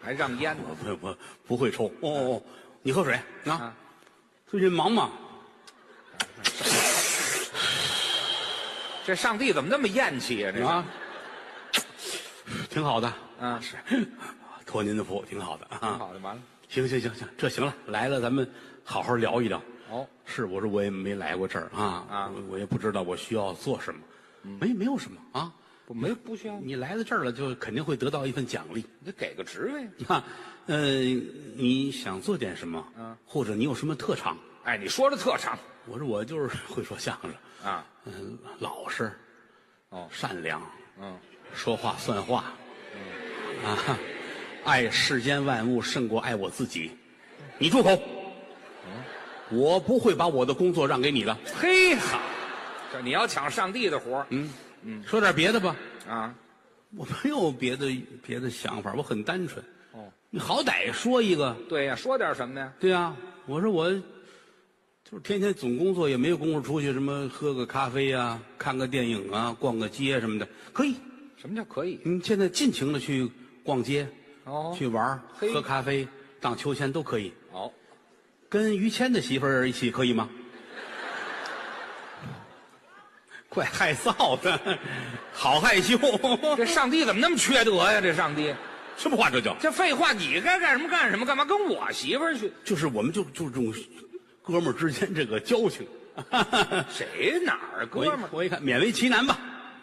Speaker 4: 还让烟呢
Speaker 1: 我不不不会抽。哦哦，哦你喝水啊
Speaker 4: 啊？
Speaker 1: 最近忙吗？
Speaker 4: 这上帝怎么那么厌气呀、这是
Speaker 1: 啊， 挺好的，
Speaker 4: 嗯
Speaker 1: 是，托您的福，挺好的啊。
Speaker 4: 好的，完了。
Speaker 1: 行行行行，这行了，来了咱们好好聊一聊。
Speaker 4: 哦，
Speaker 1: 是，我说我也没来过这儿啊，
Speaker 4: 啊嗯
Speaker 1: 我我也不知道我需要做什么，没没有什么啊，
Speaker 4: 不没不需要，你
Speaker 1: 你来到这儿了，就肯定会得到一份奖励。
Speaker 4: 得给个职位。啊
Speaker 1: 哈、呃，你想做点什么？
Speaker 4: 嗯
Speaker 1: 或者你有什么特长？
Speaker 4: 哎，你说这特长
Speaker 1: 我说我就是会说相声，
Speaker 4: 啊，
Speaker 1: 嗯，老实，
Speaker 4: 哦
Speaker 1: 善良，
Speaker 4: 嗯，
Speaker 1: 说话算话，啊，爱世间万物胜过爱我自己。你住口！我不会把我的工作让给你的。
Speaker 4: 嘿好，这你要抢上帝的活儿
Speaker 1: 嗯嗯，说点别的吧。
Speaker 4: 啊，
Speaker 1: 我没有别的别的想法，我很单纯。
Speaker 4: 哦，
Speaker 1: 你好歹说一个，
Speaker 4: 对呀、说点什么呀？
Speaker 1: 对啊，我说我就是天天总工作，也没有功夫出去什么喝个咖啡呀、看个电影啊、逛个街什么的。可以，
Speaker 4: 什么叫可以？
Speaker 1: 你现在尽情的去逛街，
Speaker 4: 哦
Speaker 1: 去玩儿、
Speaker 4: 嘿
Speaker 1: 喝咖啡、荡秋千都可以。
Speaker 4: 哦，
Speaker 1: 跟于谦的媳妇儿一起可以吗？ 怪害臊的，好害羞，
Speaker 4: 这上帝怎么那么缺德呀？这上帝，
Speaker 1: 什么话这叫？
Speaker 4: 这废话，你该干什么干什么，干嘛跟我媳妇儿去？
Speaker 1: 就是我们就就这种哥们儿之间这个交 情。
Speaker 4: 谁哪儿哥
Speaker 1: 我一
Speaker 4: 们
Speaker 1: 我一看勉为其难吧，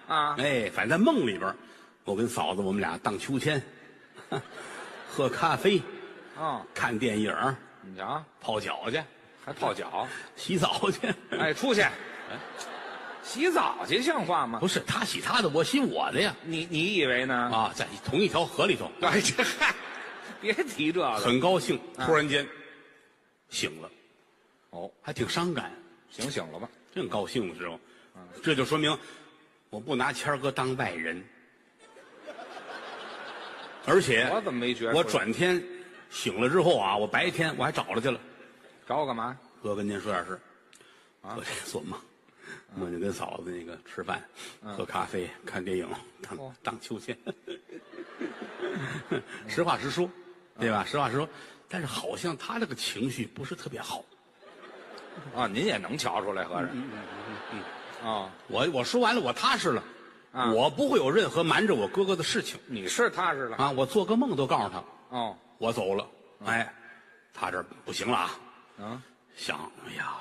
Speaker 4: 儿啊？
Speaker 1: 哎，反正在梦里边儿，我跟嫂子我们俩荡秋千， 喝咖啡，
Speaker 4: 哦，
Speaker 1: 看电影儿，
Speaker 4: 你瞧，
Speaker 1: 泡脚去，
Speaker 4: 还泡脚？
Speaker 1: 洗澡去。
Speaker 4: 哎，出去，洗澡去像话 吗
Speaker 1: 不？是他洗他的，我洗我的呀。
Speaker 4: 你你以为呢？
Speaker 1: 啊，在同一条河里头，
Speaker 4: 哎，这嗨，别提这个。
Speaker 1: 很高兴，突然间醒了，
Speaker 4: 哦，
Speaker 1: 还挺伤感，嗯
Speaker 4: 醒醒了吧？
Speaker 1: 正高兴的时候，这就说明我不拿谦儿哥当外人，而且
Speaker 4: 我怎么没觉出来
Speaker 1: 我转天醒了之后啊，我白天我还找了去了。
Speaker 4: 找我干嘛？
Speaker 1: 哥跟您说点事，
Speaker 4: 啊
Speaker 1: 昨天做梦，梦见跟嫂子那个吃饭、喝咖啡、看电影、荡
Speaker 4: 啊哦
Speaker 1: 荡秋千。实话实说，
Speaker 4: 啊
Speaker 1: 对吧？实话实说，但是好像他这个情绪不是特别好。
Speaker 4: 啊，您也能瞧出来，合着。哦，
Speaker 1: 我我说完了，我踏实了，
Speaker 4: 啊
Speaker 1: 我不会有任何瞒着我哥哥的事情
Speaker 4: 你是踏实了。
Speaker 1: 啊！我做个梦都告诉他，
Speaker 4: 哦，
Speaker 1: 我走了。
Speaker 4: 啊
Speaker 1: 哎，他这儿不行了啊，
Speaker 4: 嗯，
Speaker 1: 想，哎呀，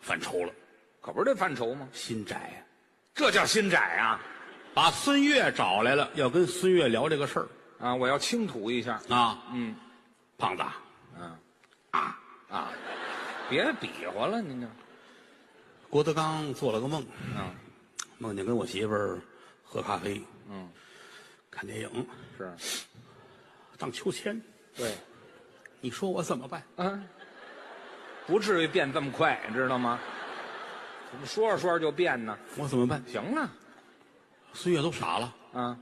Speaker 1: 犯愁了，
Speaker 4: 可不是这范畴吗？
Speaker 1: 心窄。
Speaker 4: 这叫心窄啊！
Speaker 1: 把孙越找来了，要跟孙越聊这个事儿。
Speaker 4: 啊，我要清吐一下。
Speaker 1: 啊，
Speaker 4: 嗯
Speaker 1: 胖子，
Speaker 4: 啊啊啊！别比划了，您这
Speaker 1: 郭德纲做了个梦，
Speaker 4: 啊，
Speaker 1: 梦见跟我媳妇儿喝咖啡、
Speaker 4: 嗯，
Speaker 1: 看电影，
Speaker 4: 是，
Speaker 1: 荡秋千。
Speaker 4: 对，
Speaker 1: 你说我怎么办？
Speaker 4: 啊，不至于变这么快，知道吗？怎么说着说着就变呢？
Speaker 1: 我怎么办？
Speaker 4: 行啊了，
Speaker 1: 孙越都傻了，
Speaker 4: 啊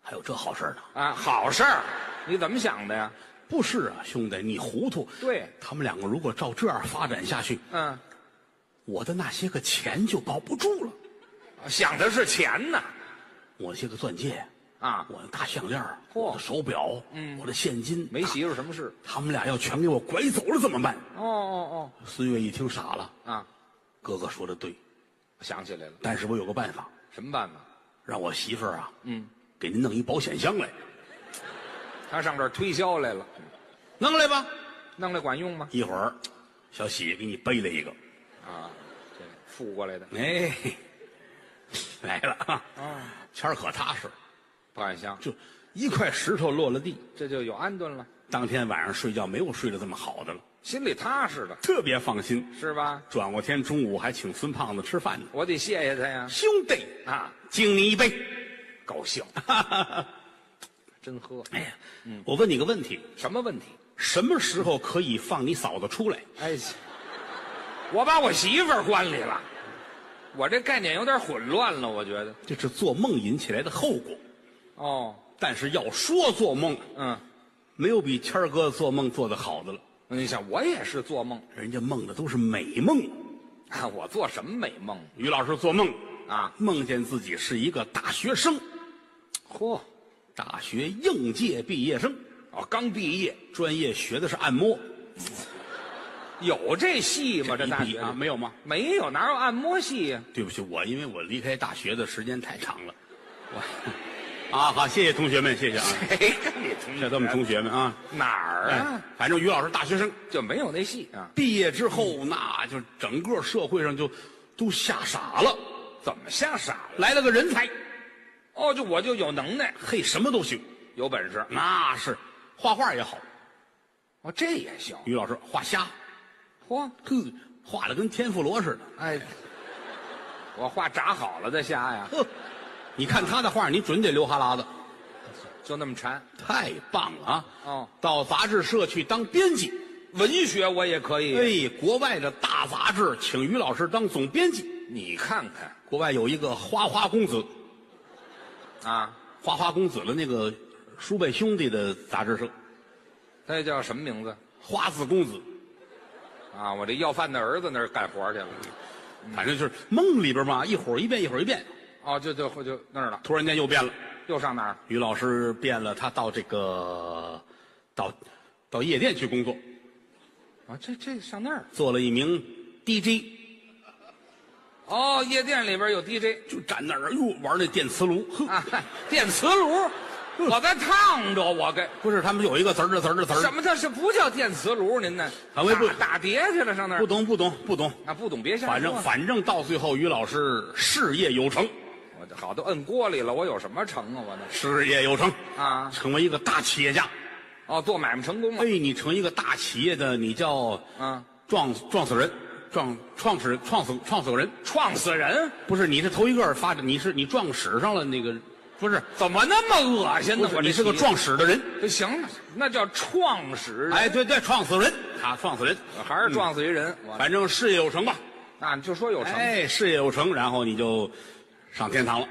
Speaker 1: 还有这好事儿呢？
Speaker 4: 啊，好事儿，你怎么想的呀？
Speaker 1: 不是啊，兄弟，你糊涂。
Speaker 4: 对，
Speaker 1: 他们两个如果照这样发展下去，
Speaker 4: 嗯、
Speaker 1: 我的那些个钱就保不住了。
Speaker 4: 想的是钱呢，
Speaker 1: 我这些个钻戒，
Speaker 4: 啊，
Speaker 1: 我的大项链儿，
Speaker 4: 嚯
Speaker 1: 我的手表，
Speaker 4: 嗯
Speaker 1: 我的现金，
Speaker 4: 没
Speaker 1: 他
Speaker 4: 媳妇什么事？
Speaker 1: 他们俩要全给我拐走了怎么办？
Speaker 4: 哦哦
Speaker 1: 孙越一听傻了，
Speaker 4: 哦，啊，
Speaker 1: 哥哥说的对，
Speaker 4: 想起来了，
Speaker 1: 但是我有个办法，
Speaker 4: 什么办法？
Speaker 1: 让我媳妇儿啊，
Speaker 4: 嗯，
Speaker 1: 给您弄一保险箱来，
Speaker 4: 他上这儿推销来了，
Speaker 1: 弄来吧。
Speaker 4: 弄来管用吗？
Speaker 1: 一会儿，小喜给你背了一个，
Speaker 4: 啊，这富过来的
Speaker 1: 哎， 来了啊，
Speaker 4: 啊，
Speaker 1: 钱儿可踏实，
Speaker 4: 保险箱，
Speaker 1: 就一块石头落了地。
Speaker 4: 这就有安顿了，
Speaker 1: 当天晚上睡觉没有睡得这么好的了，
Speaker 4: 心里踏实了，
Speaker 1: 特别放心。
Speaker 4: 是吧？
Speaker 1: 转过天中午还请孙胖子吃饭呢，
Speaker 4: 我得谢谢他呀，
Speaker 1: 兄弟，
Speaker 4: 啊，
Speaker 1: 敬你一杯。
Speaker 4: 高兴，真喝。
Speaker 1: 哎呀，
Speaker 4: 嗯
Speaker 1: 我问你个问题，
Speaker 4: 什么问题？
Speaker 1: 什么时候可以放你嫂子出来？
Speaker 4: 哎，我把我媳妇儿关里了，我这概念有点混乱了，我觉得。
Speaker 1: 这是做梦引起来的后果。
Speaker 4: 哦，
Speaker 1: 但是要说做梦，
Speaker 4: 嗯，
Speaker 1: 没有比谦儿哥做梦做得好的了。
Speaker 4: 你想我也是做梦，
Speaker 1: 人家梦的都是美梦。
Speaker 4: 啊，我做什么美梦
Speaker 1: 于老师做梦，
Speaker 4: 啊？
Speaker 1: 梦见自己是一个大学生，
Speaker 4: 嚯，
Speaker 1: 大学应届毕业生，
Speaker 4: 哦，刚毕业，
Speaker 1: 专业学的是按摩。
Speaker 4: 有这戏吗？
Speaker 1: 这
Speaker 4: 这
Speaker 1: 一
Speaker 4: 大
Speaker 1: 比
Speaker 4: 学
Speaker 1: 啊，
Speaker 4: 里
Speaker 1: 没有吗？
Speaker 4: 没有，哪有按摩戏呀？
Speaker 1: 对不起，我因为我离开大学的时间太长了，我啊，好，谢谢同学们，谢谢啊，
Speaker 4: 谁跟你同
Speaker 1: 谢谢我们同学们啊，
Speaker 4: 哪儿
Speaker 1: 哎
Speaker 4: 啊？，
Speaker 1: 反正于老师大学生
Speaker 4: 就没有那戏啊？
Speaker 1: 毕业之后，那就整个社会上就都吓傻了，
Speaker 4: 怎么吓傻了？
Speaker 1: 来了个人才，
Speaker 4: 哦，就我就有能耐，
Speaker 1: 嘿，什么都行，
Speaker 4: 有本事，
Speaker 1: 那是画画也好，
Speaker 4: 哦，这也行。
Speaker 1: 于老师画虾，
Speaker 4: 嚯，
Speaker 1: 呵，画的跟天妇罗似的，
Speaker 4: 哎，我话炸好了的虾呀，
Speaker 1: 呵，你看他的画，你准得流哈喇子，
Speaker 4: 就那么馋。
Speaker 1: 太棒了啊！
Speaker 4: 哦，
Speaker 1: 到杂志社去当编辑。
Speaker 4: 文学我也可以，
Speaker 1: 哎，国外的大杂志请于老师当总编辑。
Speaker 4: 你看看
Speaker 1: 国外有一个花花公子，
Speaker 4: 啊，
Speaker 1: 花花公子的那个叔辈兄弟的杂志社，
Speaker 4: 那叫什么名字
Speaker 1: 花子公子，
Speaker 4: 啊？我这要饭的儿子那儿干活去了。
Speaker 1: 反正就是梦里边嘛，一会儿一变，一会儿一变，
Speaker 4: 哦，就就就那儿了，
Speaker 1: 突然间又变了。
Speaker 4: 又上哪儿？
Speaker 1: 于老师变了，他到这个到到夜店去工作，
Speaker 4: 啊，这这上那儿？
Speaker 1: 做了一名 DJ，
Speaker 4: 哦，夜店里边有 DJ
Speaker 1: 就站那儿，哎呦，玩那电磁炉。呵
Speaker 4: 啊，电磁炉，我在烫着我给。
Speaker 1: 不是，他们有一个词儿的词儿的词
Speaker 4: 什
Speaker 1: 儿，
Speaker 4: 么叫是不叫电磁炉？您呢？
Speaker 1: 咱们不
Speaker 4: 打打碟去了，上那儿
Speaker 1: 不懂不懂不懂。
Speaker 4: 啊？不懂别瞎说。
Speaker 1: 反正反正到最后，于老师事业有成。
Speaker 4: 我这好都摁锅里了，我有什么成啊？我那
Speaker 1: 事业有成
Speaker 4: 啊
Speaker 1: 成为一个大企业家。
Speaker 4: 哦，做买卖成功
Speaker 1: 哎，
Speaker 4: 了
Speaker 1: 你成一个大企业的，你叫
Speaker 4: 啊，
Speaker 1: 撞撞死人，撞创始人创死创死个人，
Speaker 4: 撞死人，
Speaker 1: 不是你是头一个发展，你是你撞屎上了那个，不是
Speaker 4: 怎么那么恶心
Speaker 1: 不
Speaker 4: 呢？
Speaker 1: 是
Speaker 4: 我
Speaker 1: 你是个
Speaker 4: 撞
Speaker 1: 撞屎的人。
Speaker 4: 行了，那叫创始人，
Speaker 1: 哎，对对，撞死人啊，撞死人，
Speaker 4: 还是撞死一人。我
Speaker 1: 反正事业有成吧。
Speaker 4: 那你就说有成，
Speaker 1: 哎，事业有成，然后你就上天堂了。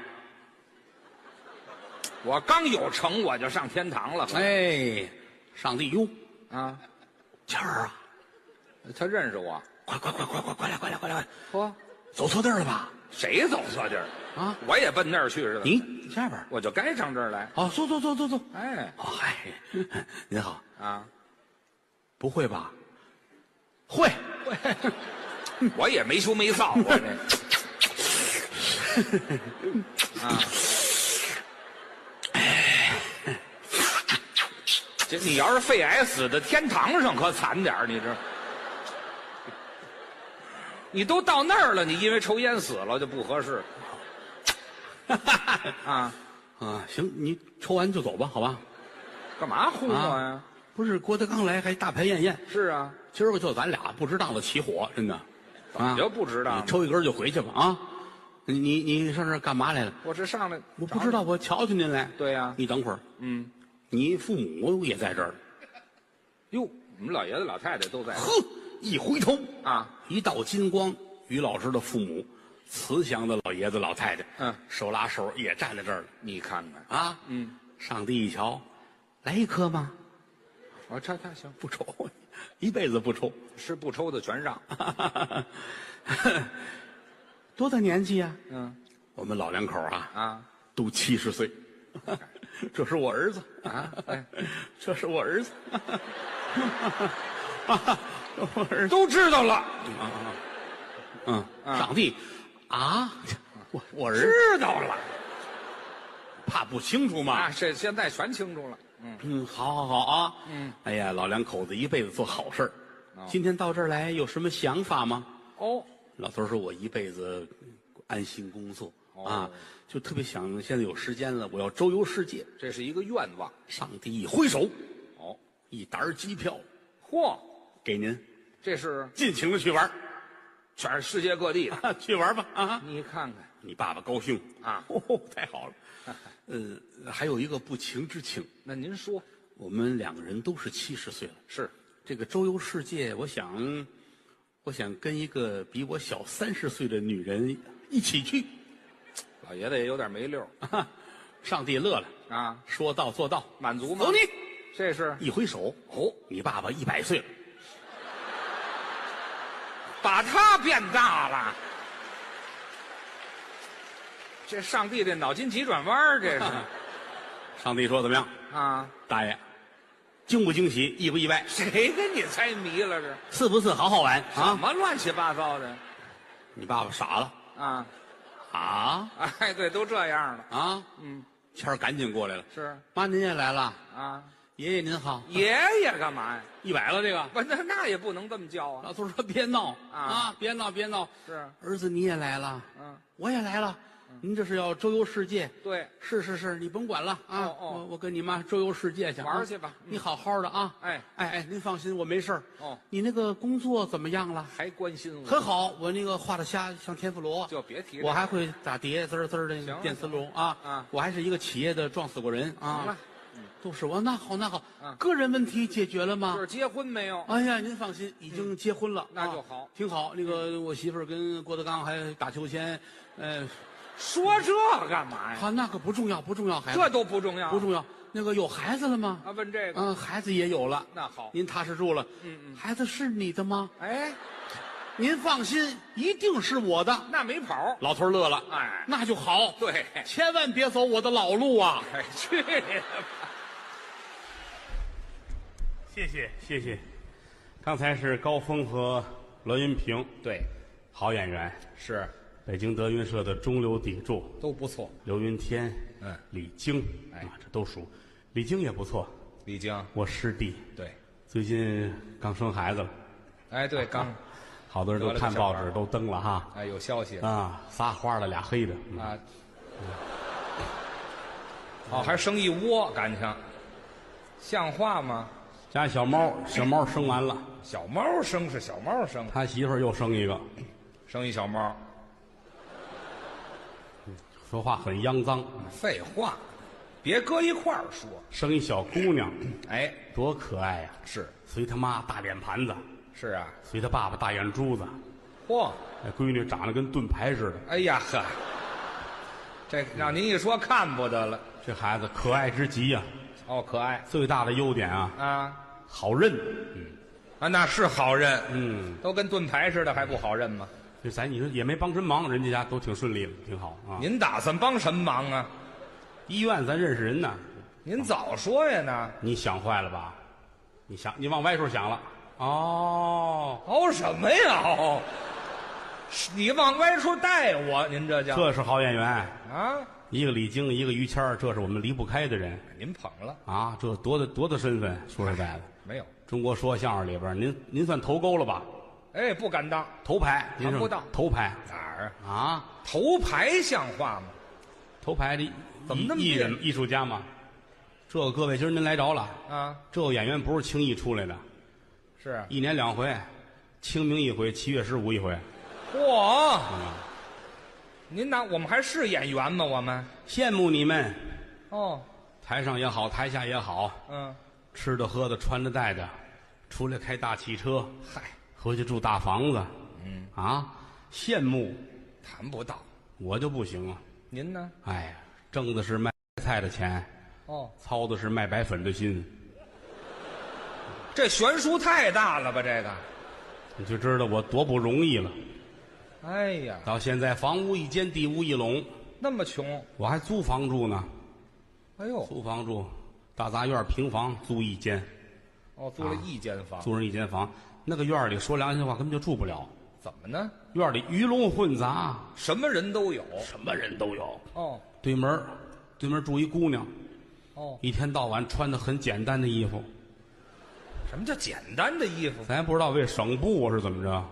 Speaker 4: 我刚有成我就上天堂了。
Speaker 1: 哎，上帝哟，
Speaker 4: 啊，
Speaker 1: 谦儿啊，
Speaker 4: 他认识我，
Speaker 1: 快快快快快快来快来快来，快来
Speaker 4: 嚯，
Speaker 1: 走错地儿了吧？
Speaker 4: 谁走错地儿
Speaker 1: 啊？
Speaker 4: 我也奔那儿去似的。
Speaker 1: 你下边儿
Speaker 4: 我就该上这儿来。
Speaker 1: 哦，坐坐坐坐坐。
Speaker 4: 哎
Speaker 1: 哦，嗨，您好，
Speaker 4: 啊，
Speaker 1: 不会吧？会，
Speaker 4: 我也没羞没臊，我这 啊，这你要是肺癌死在天堂上，可惨点儿你这。你都到 那儿了，你因为抽烟死了就不合适啊！
Speaker 1: 啊，行，你抽完就走吧，好吧？
Speaker 4: 干嘛轰我呀？
Speaker 1: 不是郭德纲来还大排宴宴，
Speaker 4: 是啊，
Speaker 1: 今儿个就咱俩不值当的起火，真的。啊，
Speaker 4: 就不值当
Speaker 1: 你抽一根就回去吧啊！你你你上这儿干嘛来了？
Speaker 4: 我这上来
Speaker 1: 我不知道，。我瞧瞧您来。
Speaker 4: 对呀
Speaker 1: 你等会儿，
Speaker 4: 嗯，
Speaker 1: 你父母也在这儿。
Speaker 4: 哟，我们老爷子老太太都在
Speaker 1: 呵，一回头，
Speaker 4: 啊，
Speaker 1: 一道金光，于老师的父母，慈祥的老爷子老太太，
Speaker 4: 嗯
Speaker 1: 手拉手也站在这儿了
Speaker 4: 你看看
Speaker 1: 啊。
Speaker 4: 嗯，
Speaker 1: 上帝一瞧，来一颗吗？啊
Speaker 4: 我这这行，
Speaker 1: 不抽，一辈子不抽。
Speaker 4: 是不抽的全让。
Speaker 1: 多大年纪啊呀、
Speaker 4: 嗯
Speaker 1: 我们老两口啊，
Speaker 4: 啊，
Speaker 1: 都七十 岁。这是我儿子
Speaker 4: 啊哎，
Speaker 1: 这是我儿子， 啊我儿子，
Speaker 4: 都知道了，
Speaker 1: 嗯，
Speaker 4: 啊
Speaker 1: 上帝啊，我我儿
Speaker 4: 知
Speaker 1: 子
Speaker 4: 道了
Speaker 1: 怕不清楚嘛
Speaker 4: 啊，，这现在全清楚了。嗯，
Speaker 1: 嗯，好好好啊，
Speaker 4: 嗯，
Speaker 1: 哎呀，老两口子一辈子做好事儿
Speaker 4: 哦，
Speaker 1: 今天到这儿来有什么想法吗？
Speaker 4: 哦，
Speaker 1: 老头儿说：“我一辈子安心工作、
Speaker 4: 哦
Speaker 1: 啊，就特别想现在有时间了，我要周游世界。
Speaker 4: 这是一个愿望。”
Speaker 1: 上帝一挥手，
Speaker 4: 哦，
Speaker 1: 一沓儿机票
Speaker 4: 嚯，
Speaker 1: 给您，
Speaker 4: 这是
Speaker 1: 尽情的去玩儿
Speaker 4: 全是世界各地的。
Speaker 1: 啊，去玩儿吧啊！
Speaker 4: 你看看
Speaker 1: 你爸爸高兴
Speaker 4: 啊
Speaker 1: 哦，太好了。嗯，还有一个不情之请，
Speaker 4: 那您说
Speaker 1: 我们两个人都是七十岁了，
Speaker 4: 是？
Speaker 1: 这个周游世界，我想，我想跟一个比我小三十岁的女人一起去。
Speaker 4: 老爷子也有点没溜儿
Speaker 1: 上帝乐了，
Speaker 4: 啊，
Speaker 1: 说到做到，
Speaker 4: 满足吗？
Speaker 1: 走你！
Speaker 4: 这是
Speaker 1: 一挥手，
Speaker 4: 哦，
Speaker 1: 你爸爸一百岁了，
Speaker 4: 把他变大了。这上帝这脑筋急转弯儿，这 是
Speaker 1: 上帝说怎么样？
Speaker 4: 啊？
Speaker 1: 大爷，惊不惊喜，意不意外，
Speaker 4: 谁跟你猜谜了这？
Speaker 1: 是不是好好玩
Speaker 4: 怎
Speaker 1: 啊？
Speaker 4: 么乱七八糟的
Speaker 1: 你爸爸傻了
Speaker 4: 啊？
Speaker 1: 啊
Speaker 4: 哎，对，都这样了。
Speaker 1: 啊！
Speaker 4: 嗯，
Speaker 1: 谦儿赶紧过来了，
Speaker 4: 是
Speaker 1: 妈您也来了，
Speaker 4: 啊。
Speaker 1: 爷爷您好，
Speaker 4: 爷爷干嘛呀？
Speaker 1: 一百了这个。
Speaker 4: 不，那那也不能这么叫啊。
Speaker 1: 老头说别闹
Speaker 4: 啊
Speaker 1: 啊，别闹别闹，
Speaker 4: 是，
Speaker 1: 儿子你也来了，
Speaker 4: 嗯，
Speaker 1: 我也来了，您这是要周游世界？
Speaker 4: 对，
Speaker 1: 是是是，你甭管了啊，
Speaker 4: 哦哦
Speaker 1: 我我跟你妈周游世界去啊
Speaker 4: 玩去吧嗯
Speaker 1: 你好好的啊，
Speaker 4: 哎
Speaker 1: 哎哎，您放心，我没事儿。
Speaker 4: 哦
Speaker 1: 你那个工作怎么样了？
Speaker 4: 还关心我，
Speaker 1: 很好，我那个画的虾像天妇罗，
Speaker 4: 嗯就别提这
Speaker 1: 我还会打碟滋儿滋儿
Speaker 4: 行
Speaker 1: 的
Speaker 4: 了
Speaker 1: 电磁炉啊
Speaker 4: 啊
Speaker 1: 我还是一个企业的撞死过人
Speaker 4: 行
Speaker 1: 啊
Speaker 4: 了，，
Speaker 1: 都是我那好那好
Speaker 4: 嗯，
Speaker 1: 个人问题解决了吗？
Speaker 4: 就是结婚没有？
Speaker 1: 哎呀，您放心，已经结婚了，
Speaker 4: 那
Speaker 1: 啊
Speaker 4: 就好嗯
Speaker 1: 挺好。那个我媳妇儿跟郭德纲还打秋千，呃，
Speaker 4: 说这干嘛呀？
Speaker 1: 好，那个不重要，不重要，孩子，
Speaker 4: 哎这都不重要。
Speaker 1: 不重要。那个有孩子了吗？
Speaker 4: 啊，问这个，
Speaker 1: 嗯，孩子也有了，
Speaker 4: 那好。
Speaker 1: 您踏实住了。
Speaker 4: 嗯嗯
Speaker 1: 孩子是你的吗？
Speaker 4: 哎，
Speaker 1: 您放心，一定是我的。
Speaker 4: 那没跑。
Speaker 1: 老头儿乐了，
Speaker 4: 哎
Speaker 1: 那就好，
Speaker 4: 对
Speaker 1: 千万别走我的老路啊！
Speaker 4: 哎，去你的吧！
Speaker 1: 谢谢，谢谢。刚才是高峰和栾云平，
Speaker 4: 对，
Speaker 1: 好演员，
Speaker 4: 是
Speaker 1: 北京德云社的中流砥柱。
Speaker 4: 都不错。
Speaker 1: 刘云天，
Speaker 4: 嗯
Speaker 1: 李菁，
Speaker 4: 哎
Speaker 1: 啊，这都熟。李菁也不错，
Speaker 4: 李菁，
Speaker 1: 我师弟，
Speaker 4: 对，
Speaker 1: 最近刚生孩子了，
Speaker 4: 哎，对，刚
Speaker 1: 好多人都
Speaker 4: 得了个
Speaker 1: 看报
Speaker 4: 小
Speaker 1: 纸
Speaker 4: 孩儿
Speaker 1: 都登了哈，
Speaker 4: 哎有消息
Speaker 1: 啊，仨花的俩黑的，嗯
Speaker 4: 啊。哦，还生一窝，感情像话吗？
Speaker 1: 家小猫，小猫生完了，
Speaker 4: 小猫生是小猫生，
Speaker 1: 他媳妇儿又生一个，
Speaker 4: 生一小猫，
Speaker 1: 说话很肮脏，
Speaker 4: 废话，别搁一块儿说。
Speaker 1: 生一小姑娘，
Speaker 4: 哎，
Speaker 1: 多可爱呀、
Speaker 4: 是
Speaker 1: 随他妈大脸盘子，
Speaker 4: 是啊，
Speaker 1: 随他爸爸大眼珠子，
Speaker 4: 嚯，
Speaker 1: 那闺女长得跟盾牌似的，
Speaker 4: 哎呀呵，这让您一说看不得了。
Speaker 1: 这孩子可爱之极呀、
Speaker 4: 哦，可爱
Speaker 1: 最大的优点啊，
Speaker 4: 啊
Speaker 1: 好认，嗯
Speaker 4: 啊，那是好认，
Speaker 1: 嗯。
Speaker 4: 都跟盾牌似的，还不好认吗？
Speaker 1: 这咱你说也没帮真忙，人家家都挺顺利了，挺好啊。
Speaker 4: 您打算帮什么忙啊？
Speaker 1: 医院咱认识人呢，
Speaker 4: 您早说呀呢，
Speaker 1: 你想坏了吧？你想你往歪处想了。哦，
Speaker 4: 熬什么呀？熬，是你往歪处带我，您这叫
Speaker 1: 这是好演员，
Speaker 4: 啊？
Speaker 1: 一个李菁，一个于谦儿，这是我们离不开的人
Speaker 4: 您捧了
Speaker 1: 啊。这多大多大身份？说实在的，
Speaker 4: 没有？
Speaker 1: 中国说相声里边，您您算头钩了吧？
Speaker 4: 哎，不敢当，
Speaker 1: 头牌，您是
Speaker 4: 啊谈不到
Speaker 1: 头牌
Speaker 4: 哪儿啊？
Speaker 1: 啊，
Speaker 4: 头牌像话吗？
Speaker 1: 头牌的
Speaker 4: 怎么那么
Speaker 1: 艺艺
Speaker 4: 别扭
Speaker 1: 人艺术家嘛？这个各位，今儿您来着了，
Speaker 4: 啊，
Speaker 1: 这个演员不是轻易出来的，
Speaker 4: 是，
Speaker 1: 一年两回，清明一回，七月十五一回。
Speaker 4: 嚯！您拿我们还是演员吗？我们
Speaker 1: 羡慕你们，
Speaker 4: 哦，
Speaker 1: 台上也好，台下也好，
Speaker 4: 嗯，
Speaker 1: 吃的喝的，穿的戴的，出来开大汽车，
Speaker 4: 嗨，
Speaker 1: 回去住大房子，嗯啊，羡慕
Speaker 4: 谈不到。
Speaker 1: 我就不行啊！
Speaker 4: 您呢？
Speaker 1: 哎呀，挣的是卖菜的钱，
Speaker 4: 哦，
Speaker 1: 操的是卖白粉的心，
Speaker 4: 这悬殊太大了吧？这个，
Speaker 1: 你就知道我多不容易了。
Speaker 4: 哎呀，
Speaker 1: 到现在，房屋一间，地屋一垄，
Speaker 4: 那么穷，
Speaker 1: 我还租房住呢，
Speaker 4: 哎呦，
Speaker 1: 租房住，大杂院平房租一间，
Speaker 4: 哦，租了一间房，
Speaker 1: 租人一间房，那个院儿里说良心话根本就住不了，
Speaker 4: 怎么呢？
Speaker 1: 院儿里鱼龙混杂，
Speaker 4: 什么人都有。
Speaker 1: 什么人都有。
Speaker 4: 哦
Speaker 1: 对门儿对门儿住一姑娘，
Speaker 4: 哦，
Speaker 1: 一天到晚穿的很简单的衣服，
Speaker 4: 什么叫简单的衣服？
Speaker 1: 咱也不知道为省布我是怎么着，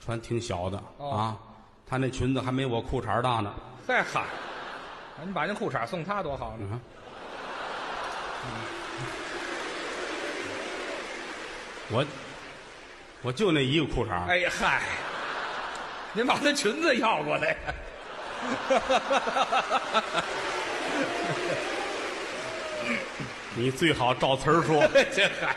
Speaker 1: 穿挺小的、
Speaker 4: 哦
Speaker 1: 啊。她那裙子还没我裤衩儿大呢。
Speaker 4: 嗨嗨，哎你把那裤衩送他多好呢。
Speaker 1: 嗯，我我就那一个裤衩儿，
Speaker 4: 哎呀嗨，您把那裙子要过来。
Speaker 1: 你最好照词儿说。
Speaker 4: 这嗨，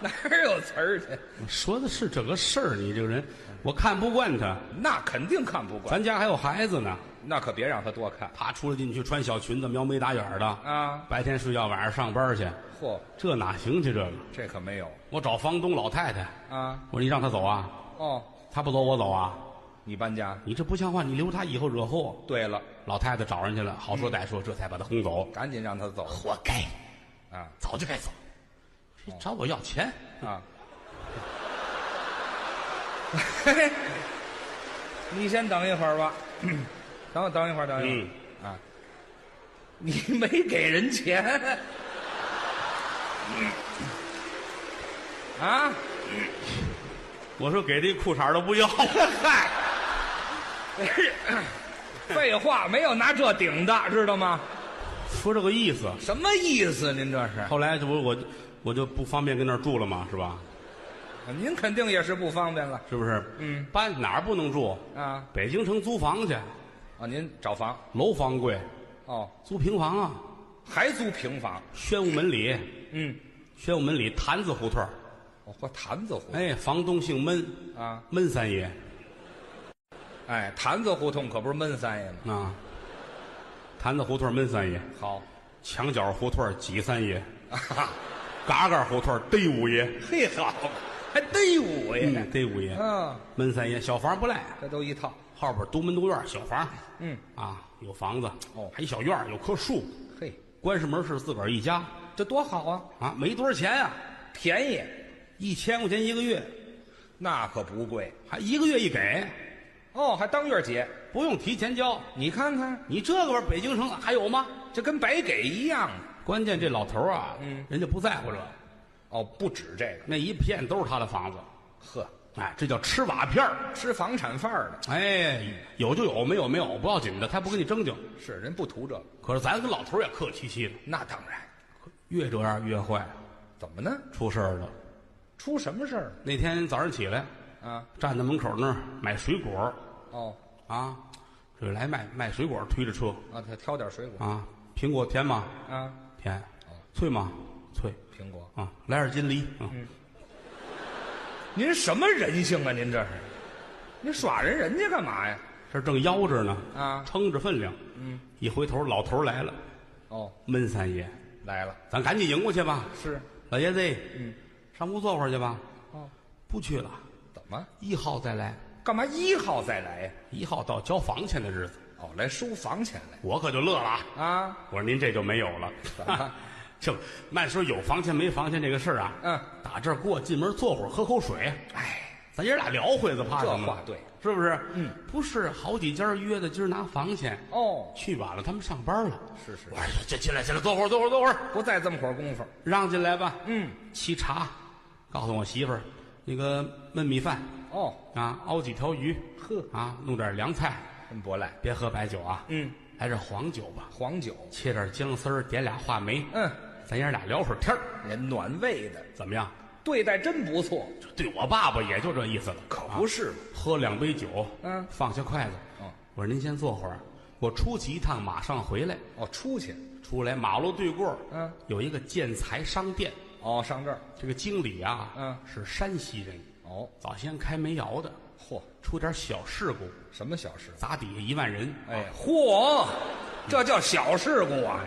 Speaker 4: 哪儿有词儿去？
Speaker 1: 我说的是这个事儿，你这个人，我看不惯他。
Speaker 4: 那肯定看不惯，
Speaker 1: 咱家还有孩子呢，
Speaker 4: 那可别让他多看
Speaker 1: 他出来进去穿小裙子，描眉打眼儿的
Speaker 4: 啊！
Speaker 1: 白天睡觉，晚上上班去，
Speaker 4: 嚯，
Speaker 1: 这哪行去？这个，
Speaker 4: 这可没有
Speaker 1: 我找房东老太太，
Speaker 4: 啊！
Speaker 1: 我说你让她走啊，
Speaker 4: 哦，
Speaker 1: 她不走我走啊，
Speaker 4: 你搬家？
Speaker 1: 你这不像话，你留她以后惹祸。
Speaker 4: 对了，
Speaker 1: 老太太找人去了，好说歹说，这才把她轰走，
Speaker 4: 赶紧让他走
Speaker 1: 活该，
Speaker 4: 啊
Speaker 1: 早就该走，找我要钱，
Speaker 4: 啊！ 你先等一会儿吧， 等我等一会儿，等一
Speaker 1: 嗯
Speaker 4: 会儿、啊！你没给人钱啊？
Speaker 1: 我说给这裤衩儿都不要，
Speaker 4: 嗨，废话，没有拿这顶的，知道吗？
Speaker 1: 说这个意思。
Speaker 4: 什么意思？您这是？
Speaker 1: 后来这不我就我就不方便跟那儿住了嘛，是吧？
Speaker 4: 您肯定也是不方便了
Speaker 1: 是不是？
Speaker 4: 嗯，
Speaker 1: 搬哪儿不能住？
Speaker 4: 啊！
Speaker 1: 北京城租房去，
Speaker 4: 哦，您找房
Speaker 1: 楼房贵，
Speaker 4: 哦，
Speaker 1: 租平房啊，
Speaker 4: 还租平房？
Speaker 1: 宣武门里，
Speaker 4: 嗯，
Speaker 1: 宣武门里坛子胡同儿，
Speaker 4: 我嚯，坛子胡同、
Speaker 1: 哎，房东姓闷，
Speaker 4: 啊，
Speaker 1: 闷三爷
Speaker 4: 哎，坛子胡同可不是闷三爷吗？
Speaker 1: 啊，坛子胡同儿闷三爷，
Speaker 4: 好，
Speaker 1: 墙角胡同儿挤三爷，
Speaker 4: 啊哈，
Speaker 1: 嘎嘎胡同儿逮五爷，
Speaker 4: 嘿好，还逮我呀？
Speaker 1: 嗯，逮五爷，
Speaker 4: 嗯，
Speaker 1: 闷三爷小房不赖，
Speaker 4: 这都一套。
Speaker 1: 后边独门独院儿小房，
Speaker 4: 嗯，
Speaker 1: 啊，有房子，
Speaker 4: 哦
Speaker 1: 还一小院儿有棵树，
Speaker 4: 嘿，
Speaker 1: 关上门是自个儿一家
Speaker 4: 这多好啊，
Speaker 1: 啊，没多少钱啊，
Speaker 4: 便宜，
Speaker 1: 一千块钱一个月，
Speaker 4: 那可不贵
Speaker 1: 还一个月一给，
Speaker 4: 哦，还当月结。
Speaker 1: 不用提前交。
Speaker 4: 你看看，
Speaker 1: 你这个玩意儿，北京城还有吗？
Speaker 4: 这跟白给一样。
Speaker 1: 关键这老头儿啊，
Speaker 4: 嗯
Speaker 1: 人家不在乎这个，
Speaker 4: 哦，不止这个，
Speaker 1: 那一片都是他的房子，
Speaker 4: 呵，
Speaker 1: 哎，这叫吃瓦片儿。
Speaker 4: 吃房产范儿的，
Speaker 1: 哎，有就有，没有没有不要紧的，他不跟你争竞。
Speaker 4: 是人不图这个，
Speaker 1: 可是咱跟老头儿也客气气的，
Speaker 4: 那当然。
Speaker 1: 越这样越坏，
Speaker 4: 怎么呢？
Speaker 1: 出事儿了。
Speaker 4: 出什么事儿
Speaker 1: 那天早上起来，
Speaker 4: 了啊？
Speaker 1: 站在门口那儿买水果
Speaker 4: 哦，
Speaker 1: 啊，这来卖卖水果，推着车
Speaker 4: 啊，他挑点水果
Speaker 1: 啊，苹果甜吗？
Speaker 4: 啊，
Speaker 1: 甜，脆吗？脆
Speaker 4: 苹果。
Speaker 1: 啊，来点金梨啊。
Speaker 4: 您什么人性啊？您这是，您耍人人家干嘛呀？
Speaker 1: 这正邀着呢，
Speaker 4: 啊
Speaker 1: 撑着分量。嗯，一回头，老头来了，
Speaker 4: 哦，
Speaker 1: 闷三爷，
Speaker 4: 来了，
Speaker 1: 咱赶紧迎过去吧。
Speaker 4: 是
Speaker 1: 老爷子，嗯，上屋坐会儿去吧。
Speaker 4: 哦，
Speaker 1: 不去了，
Speaker 4: 怎么？
Speaker 1: 一号再来。
Speaker 4: 干嘛一号再来呀？
Speaker 1: 一号到交房钱的日子，
Speaker 4: 哦，来收房钱来
Speaker 1: 我可就乐了啊。
Speaker 4: 啊？
Speaker 1: 我说您这就没有
Speaker 4: 怎么
Speaker 1: 了
Speaker 4: 了。
Speaker 1: 就那时候有房钱没房钱这个事儿啊，
Speaker 4: 嗯，
Speaker 1: 打这儿过进门坐会儿喝口水，
Speaker 4: 哎，
Speaker 1: 咱爷俩聊会子，怕什么？
Speaker 4: 这话对，
Speaker 1: 是不是？嗯，不是，好几家约的，今儿拿房钱，
Speaker 4: 哦，
Speaker 1: 去晚了，他们上班了。
Speaker 4: 是是
Speaker 1: 我，说这进来进来，坐会儿坐会儿坐会儿，
Speaker 4: 不再这么会儿功夫。
Speaker 1: 让进来吧。
Speaker 4: 嗯，
Speaker 1: 沏茶，告诉我媳妇儿，那个焖米饭
Speaker 4: 哦，
Speaker 1: 啊，熬几条鱼，
Speaker 4: 呵
Speaker 1: 啊，弄点凉菜，
Speaker 4: 真不赖。
Speaker 1: 别喝白酒啊。
Speaker 4: 嗯，
Speaker 1: 来点黄酒吧，
Speaker 4: 黄酒，
Speaker 1: 切点姜丝儿，点俩话梅，
Speaker 4: 嗯，
Speaker 1: 咱爷俩聊会儿天儿，
Speaker 4: 人暖胃的，
Speaker 1: 怎么样？
Speaker 4: 对待真不错。
Speaker 1: 这对我爸爸也就这意思了，可
Speaker 4: 不是嘛
Speaker 1: 喝两杯酒，
Speaker 4: 嗯
Speaker 1: 放下筷子，
Speaker 4: 嗯，
Speaker 1: 我说您先坐会儿，我出去一趟，马上回来。
Speaker 4: 哦，出去，
Speaker 1: 出来马路对过，
Speaker 4: 嗯，
Speaker 1: 有一个建材商店，
Speaker 4: 哦，上这儿，
Speaker 1: 这个经理啊，
Speaker 4: 嗯
Speaker 1: 是山西人，
Speaker 4: 哦，
Speaker 1: 早先开煤窑的，
Speaker 4: 嚯，
Speaker 1: 出点小事故，
Speaker 4: 什么小事？
Speaker 1: 砸底下一万人，
Speaker 4: 哎，嚯，这叫小事故啊！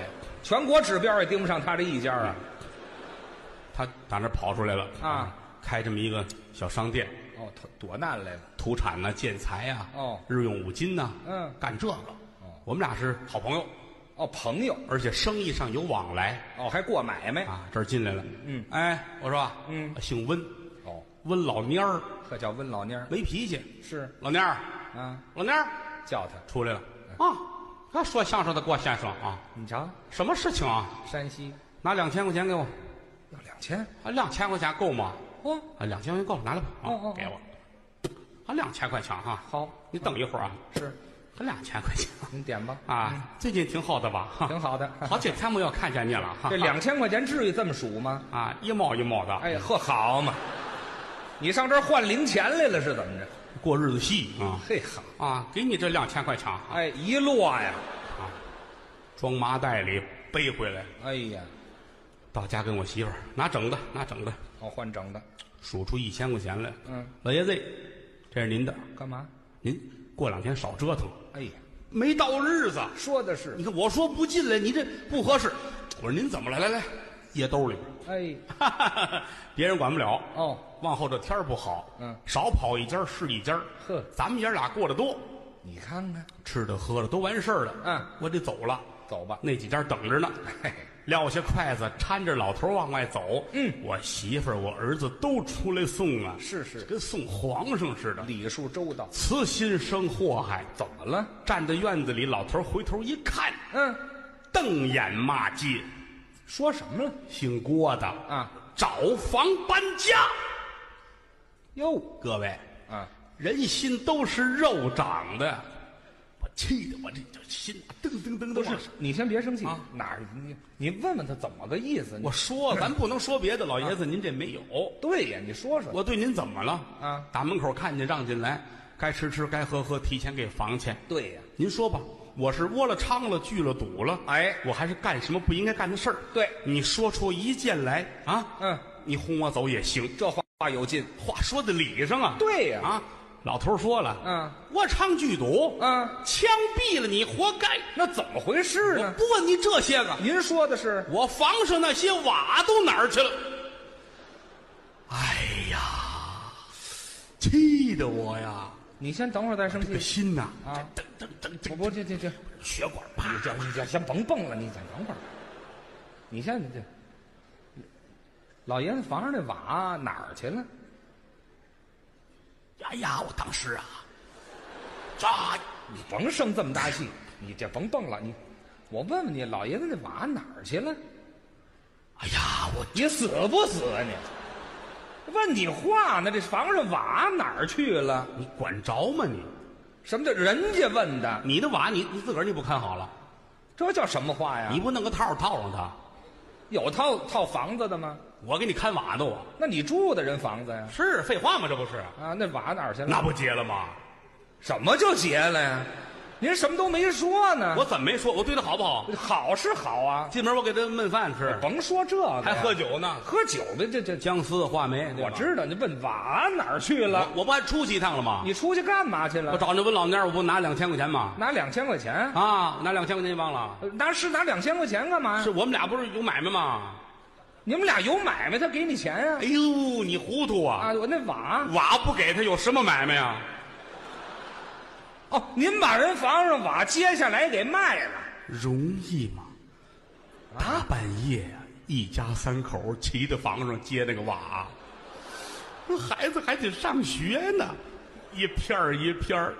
Speaker 4: 全国指标也盯不上他这一家啊！
Speaker 1: 他打那儿跑出来了
Speaker 4: 啊，
Speaker 1: 开这么一个小商店，
Speaker 4: 哦，他躲难来了。
Speaker 1: 土产呐、建材啊，
Speaker 4: 哦
Speaker 1: 日用五金呐、
Speaker 4: 嗯
Speaker 1: 干这个，我们俩是好朋友，
Speaker 4: 哦，朋友，
Speaker 1: 而且生意上有往来
Speaker 4: 哦，还过买卖。
Speaker 1: 啊，这儿进来了，
Speaker 4: 嗯
Speaker 1: 哎，我说，
Speaker 4: 嗯
Speaker 1: 我姓温，
Speaker 4: 哦，
Speaker 1: 温老蔫儿，
Speaker 4: 这叫温老蔫儿。
Speaker 1: 没脾气，
Speaker 4: 是
Speaker 1: 老蔫儿，
Speaker 4: 啊，
Speaker 1: 老蔫儿
Speaker 4: 叫他。
Speaker 1: 出来了
Speaker 4: 哎
Speaker 1: 啊，他说相声的郭先生啊，
Speaker 4: 你瞧，
Speaker 1: 什么事情啊？
Speaker 4: 山西
Speaker 1: 拿两千块钱给我，
Speaker 4: 要两千，
Speaker 1: 啊，两千块钱够吗？
Speaker 4: 哦，
Speaker 1: 啊，两千块钱够，拿来吧，啊，
Speaker 4: 哦哦哦
Speaker 1: 给我，啊，两千块钱哈、
Speaker 4: 好，
Speaker 1: 你等一会儿啊，
Speaker 4: 是，
Speaker 1: 还两千块钱
Speaker 4: 您点吧。
Speaker 1: 啊，最近挺好的吧？哈
Speaker 4: 嗯挺好的
Speaker 1: 好几天没有看见你了哈。
Speaker 4: 这两千块钱至于这么数吗？
Speaker 1: 啊，一毛一毛的，
Speaker 4: 哎，呵，好嘛，你上这儿换零钱来了是怎么着？
Speaker 1: 过日子细啊
Speaker 4: 嘿，好，
Speaker 1: 啊，给你这两千块钱啊，
Speaker 4: 哎，一摞呀，
Speaker 1: 装麻袋里背回来，
Speaker 4: 哎呀，
Speaker 1: 到家跟我媳妇儿拿整的，拿整的，
Speaker 4: 哦，换整的，
Speaker 1: 数出一千块钱来。
Speaker 4: 嗯，
Speaker 1: 老爷子，这是您的，
Speaker 4: 干嘛？
Speaker 1: 您过两天少折腾，
Speaker 4: 哎呀，
Speaker 1: 没到日子。
Speaker 4: 说的是
Speaker 1: 你，看我说不进来，你这不合适。我说您怎么了？来来，掖兜里，
Speaker 4: 哎，
Speaker 1: 哈哈哈 别人管不了。
Speaker 4: 哦，
Speaker 1: 往后这天儿不好，
Speaker 4: 嗯
Speaker 1: 少跑一家儿是一家儿。
Speaker 4: 呵
Speaker 1: 咱们爷俩过得多，
Speaker 4: 你看看，
Speaker 1: 吃的喝的都完事儿了。
Speaker 4: 嗯，
Speaker 1: 我得走了，
Speaker 4: 走吧，
Speaker 1: 那几家等着呢。
Speaker 4: 嘿，
Speaker 1: 撂下筷子，搀着老头儿往外走。
Speaker 4: 嗯
Speaker 1: 我媳妇儿、我儿子都出来送啊，
Speaker 4: 是是
Speaker 1: 跟送皇上似的。
Speaker 4: 礼数周到，
Speaker 1: 慈心生祸害，
Speaker 4: 怎么了？
Speaker 1: 站在院子里，老头儿回头一看，
Speaker 4: 嗯，
Speaker 1: 瞪眼骂街，
Speaker 4: 说什么了？
Speaker 1: 姓郭的
Speaker 4: 啊，
Speaker 1: 找房搬家。
Speaker 4: 哟，
Speaker 1: 各位，
Speaker 4: 啊，
Speaker 1: 人心都是肉长的，我气的我这这心噔噔噔
Speaker 4: 不
Speaker 1: 的
Speaker 4: 是
Speaker 1: 往上。，
Speaker 4: 你先别生气
Speaker 1: 啊
Speaker 4: 哪儿？你你问问他怎么个意思？你
Speaker 1: 我说，咱不能说别的，老爷子您这没有，
Speaker 4: 对呀，你说说，
Speaker 1: 我对您怎么了？
Speaker 4: 啊，
Speaker 1: 打门口看见让进来，该吃吃该喝喝，提前给房钱。
Speaker 4: 对呀，
Speaker 1: 您说吧，我是窝了娼了，聚了赌了，
Speaker 4: 哎
Speaker 1: 我还是干什么不应该干的事儿？
Speaker 4: 对
Speaker 1: 你说出一件来啊，
Speaker 4: 嗯，
Speaker 1: 你轰我走也行，
Speaker 4: 这话话有劲，
Speaker 1: 话说的理上啊。
Speaker 4: 对呀
Speaker 1: 啊，老头儿说了，
Speaker 4: 嗯，
Speaker 1: 窝娼聚赌，
Speaker 4: 嗯
Speaker 1: 枪毙了你，活该。
Speaker 4: 那怎么回事
Speaker 1: 我
Speaker 4: 呢？
Speaker 1: 不问你这些个，
Speaker 4: 您说的是
Speaker 1: 我房上那些瓦都哪儿去了？哎呀，气得我呀！
Speaker 4: 你先等会儿再生
Speaker 1: 这个
Speaker 4: 气。
Speaker 1: 心呐，
Speaker 4: 啊
Speaker 1: 噔噔噔噔，
Speaker 4: 我不，这这这，
Speaker 1: 血管啪
Speaker 4: 哎你这你这先甭蹦了，你等等会儿。你现在这，老爷子房上那瓦哪儿去了？
Speaker 1: 哎呀，我当时啊，扎
Speaker 4: 你甭生这么大气，你这甭蹦了。你，我问问你，老爷子那瓦哪儿去了？
Speaker 1: 哎呀，我
Speaker 4: 你死不死啊你？问你话呢，这房上瓦哪儿去了？
Speaker 1: 你管着吗你？
Speaker 4: 什么叫人家问的？
Speaker 1: 你的瓦你你自个儿你不看好了，
Speaker 4: 这叫什么话呀？
Speaker 1: 你不弄个套儿套上它，
Speaker 4: 有套套房子的吗？
Speaker 1: 我给你看瓦都啊。
Speaker 4: 那你住的人房子呀？
Speaker 1: 是废话吗？这不是？
Speaker 4: 啊，那瓦哪儿去了？
Speaker 1: 那不结了吗？
Speaker 4: 什么就结了呀？您什么都没说呢。
Speaker 1: 我怎么没说？我对他好不好？
Speaker 4: 好是好啊，
Speaker 1: 进门我给他焖饭吃，
Speaker 4: 甭说这个呀，
Speaker 1: 还喝酒呢，
Speaker 4: 喝酒的这这，
Speaker 1: 哎姜丝话梅。对吧
Speaker 4: 我知道你问瓦哪儿去了？
Speaker 1: 我我不还出去一趟了吗？
Speaker 4: 你出去干嘛去
Speaker 1: 我
Speaker 4: 了？
Speaker 1: 找那温老蔫儿，我不拿两千块钱吗？
Speaker 4: 拿两千块钱，
Speaker 1: 啊，拿两千块钱你忘了？
Speaker 4: 呃拿是拿两千块钱干嘛
Speaker 1: 是
Speaker 4: 呀？
Speaker 1: 我们俩不是有买卖吗？
Speaker 4: 你们俩有买卖，他给你钱呀
Speaker 1: 哎？呦，你糊涂啊！
Speaker 4: 啊，我那瓦
Speaker 1: 瓦不给他有什么买卖啊呀？
Speaker 4: 哦，您把人房上瓦接下来给卖了
Speaker 1: 容易吗？大
Speaker 4: 啊？
Speaker 1: 半夜呀、一家三口骑到房上接那个瓦，孩子还得上学呢，一片儿一片儿，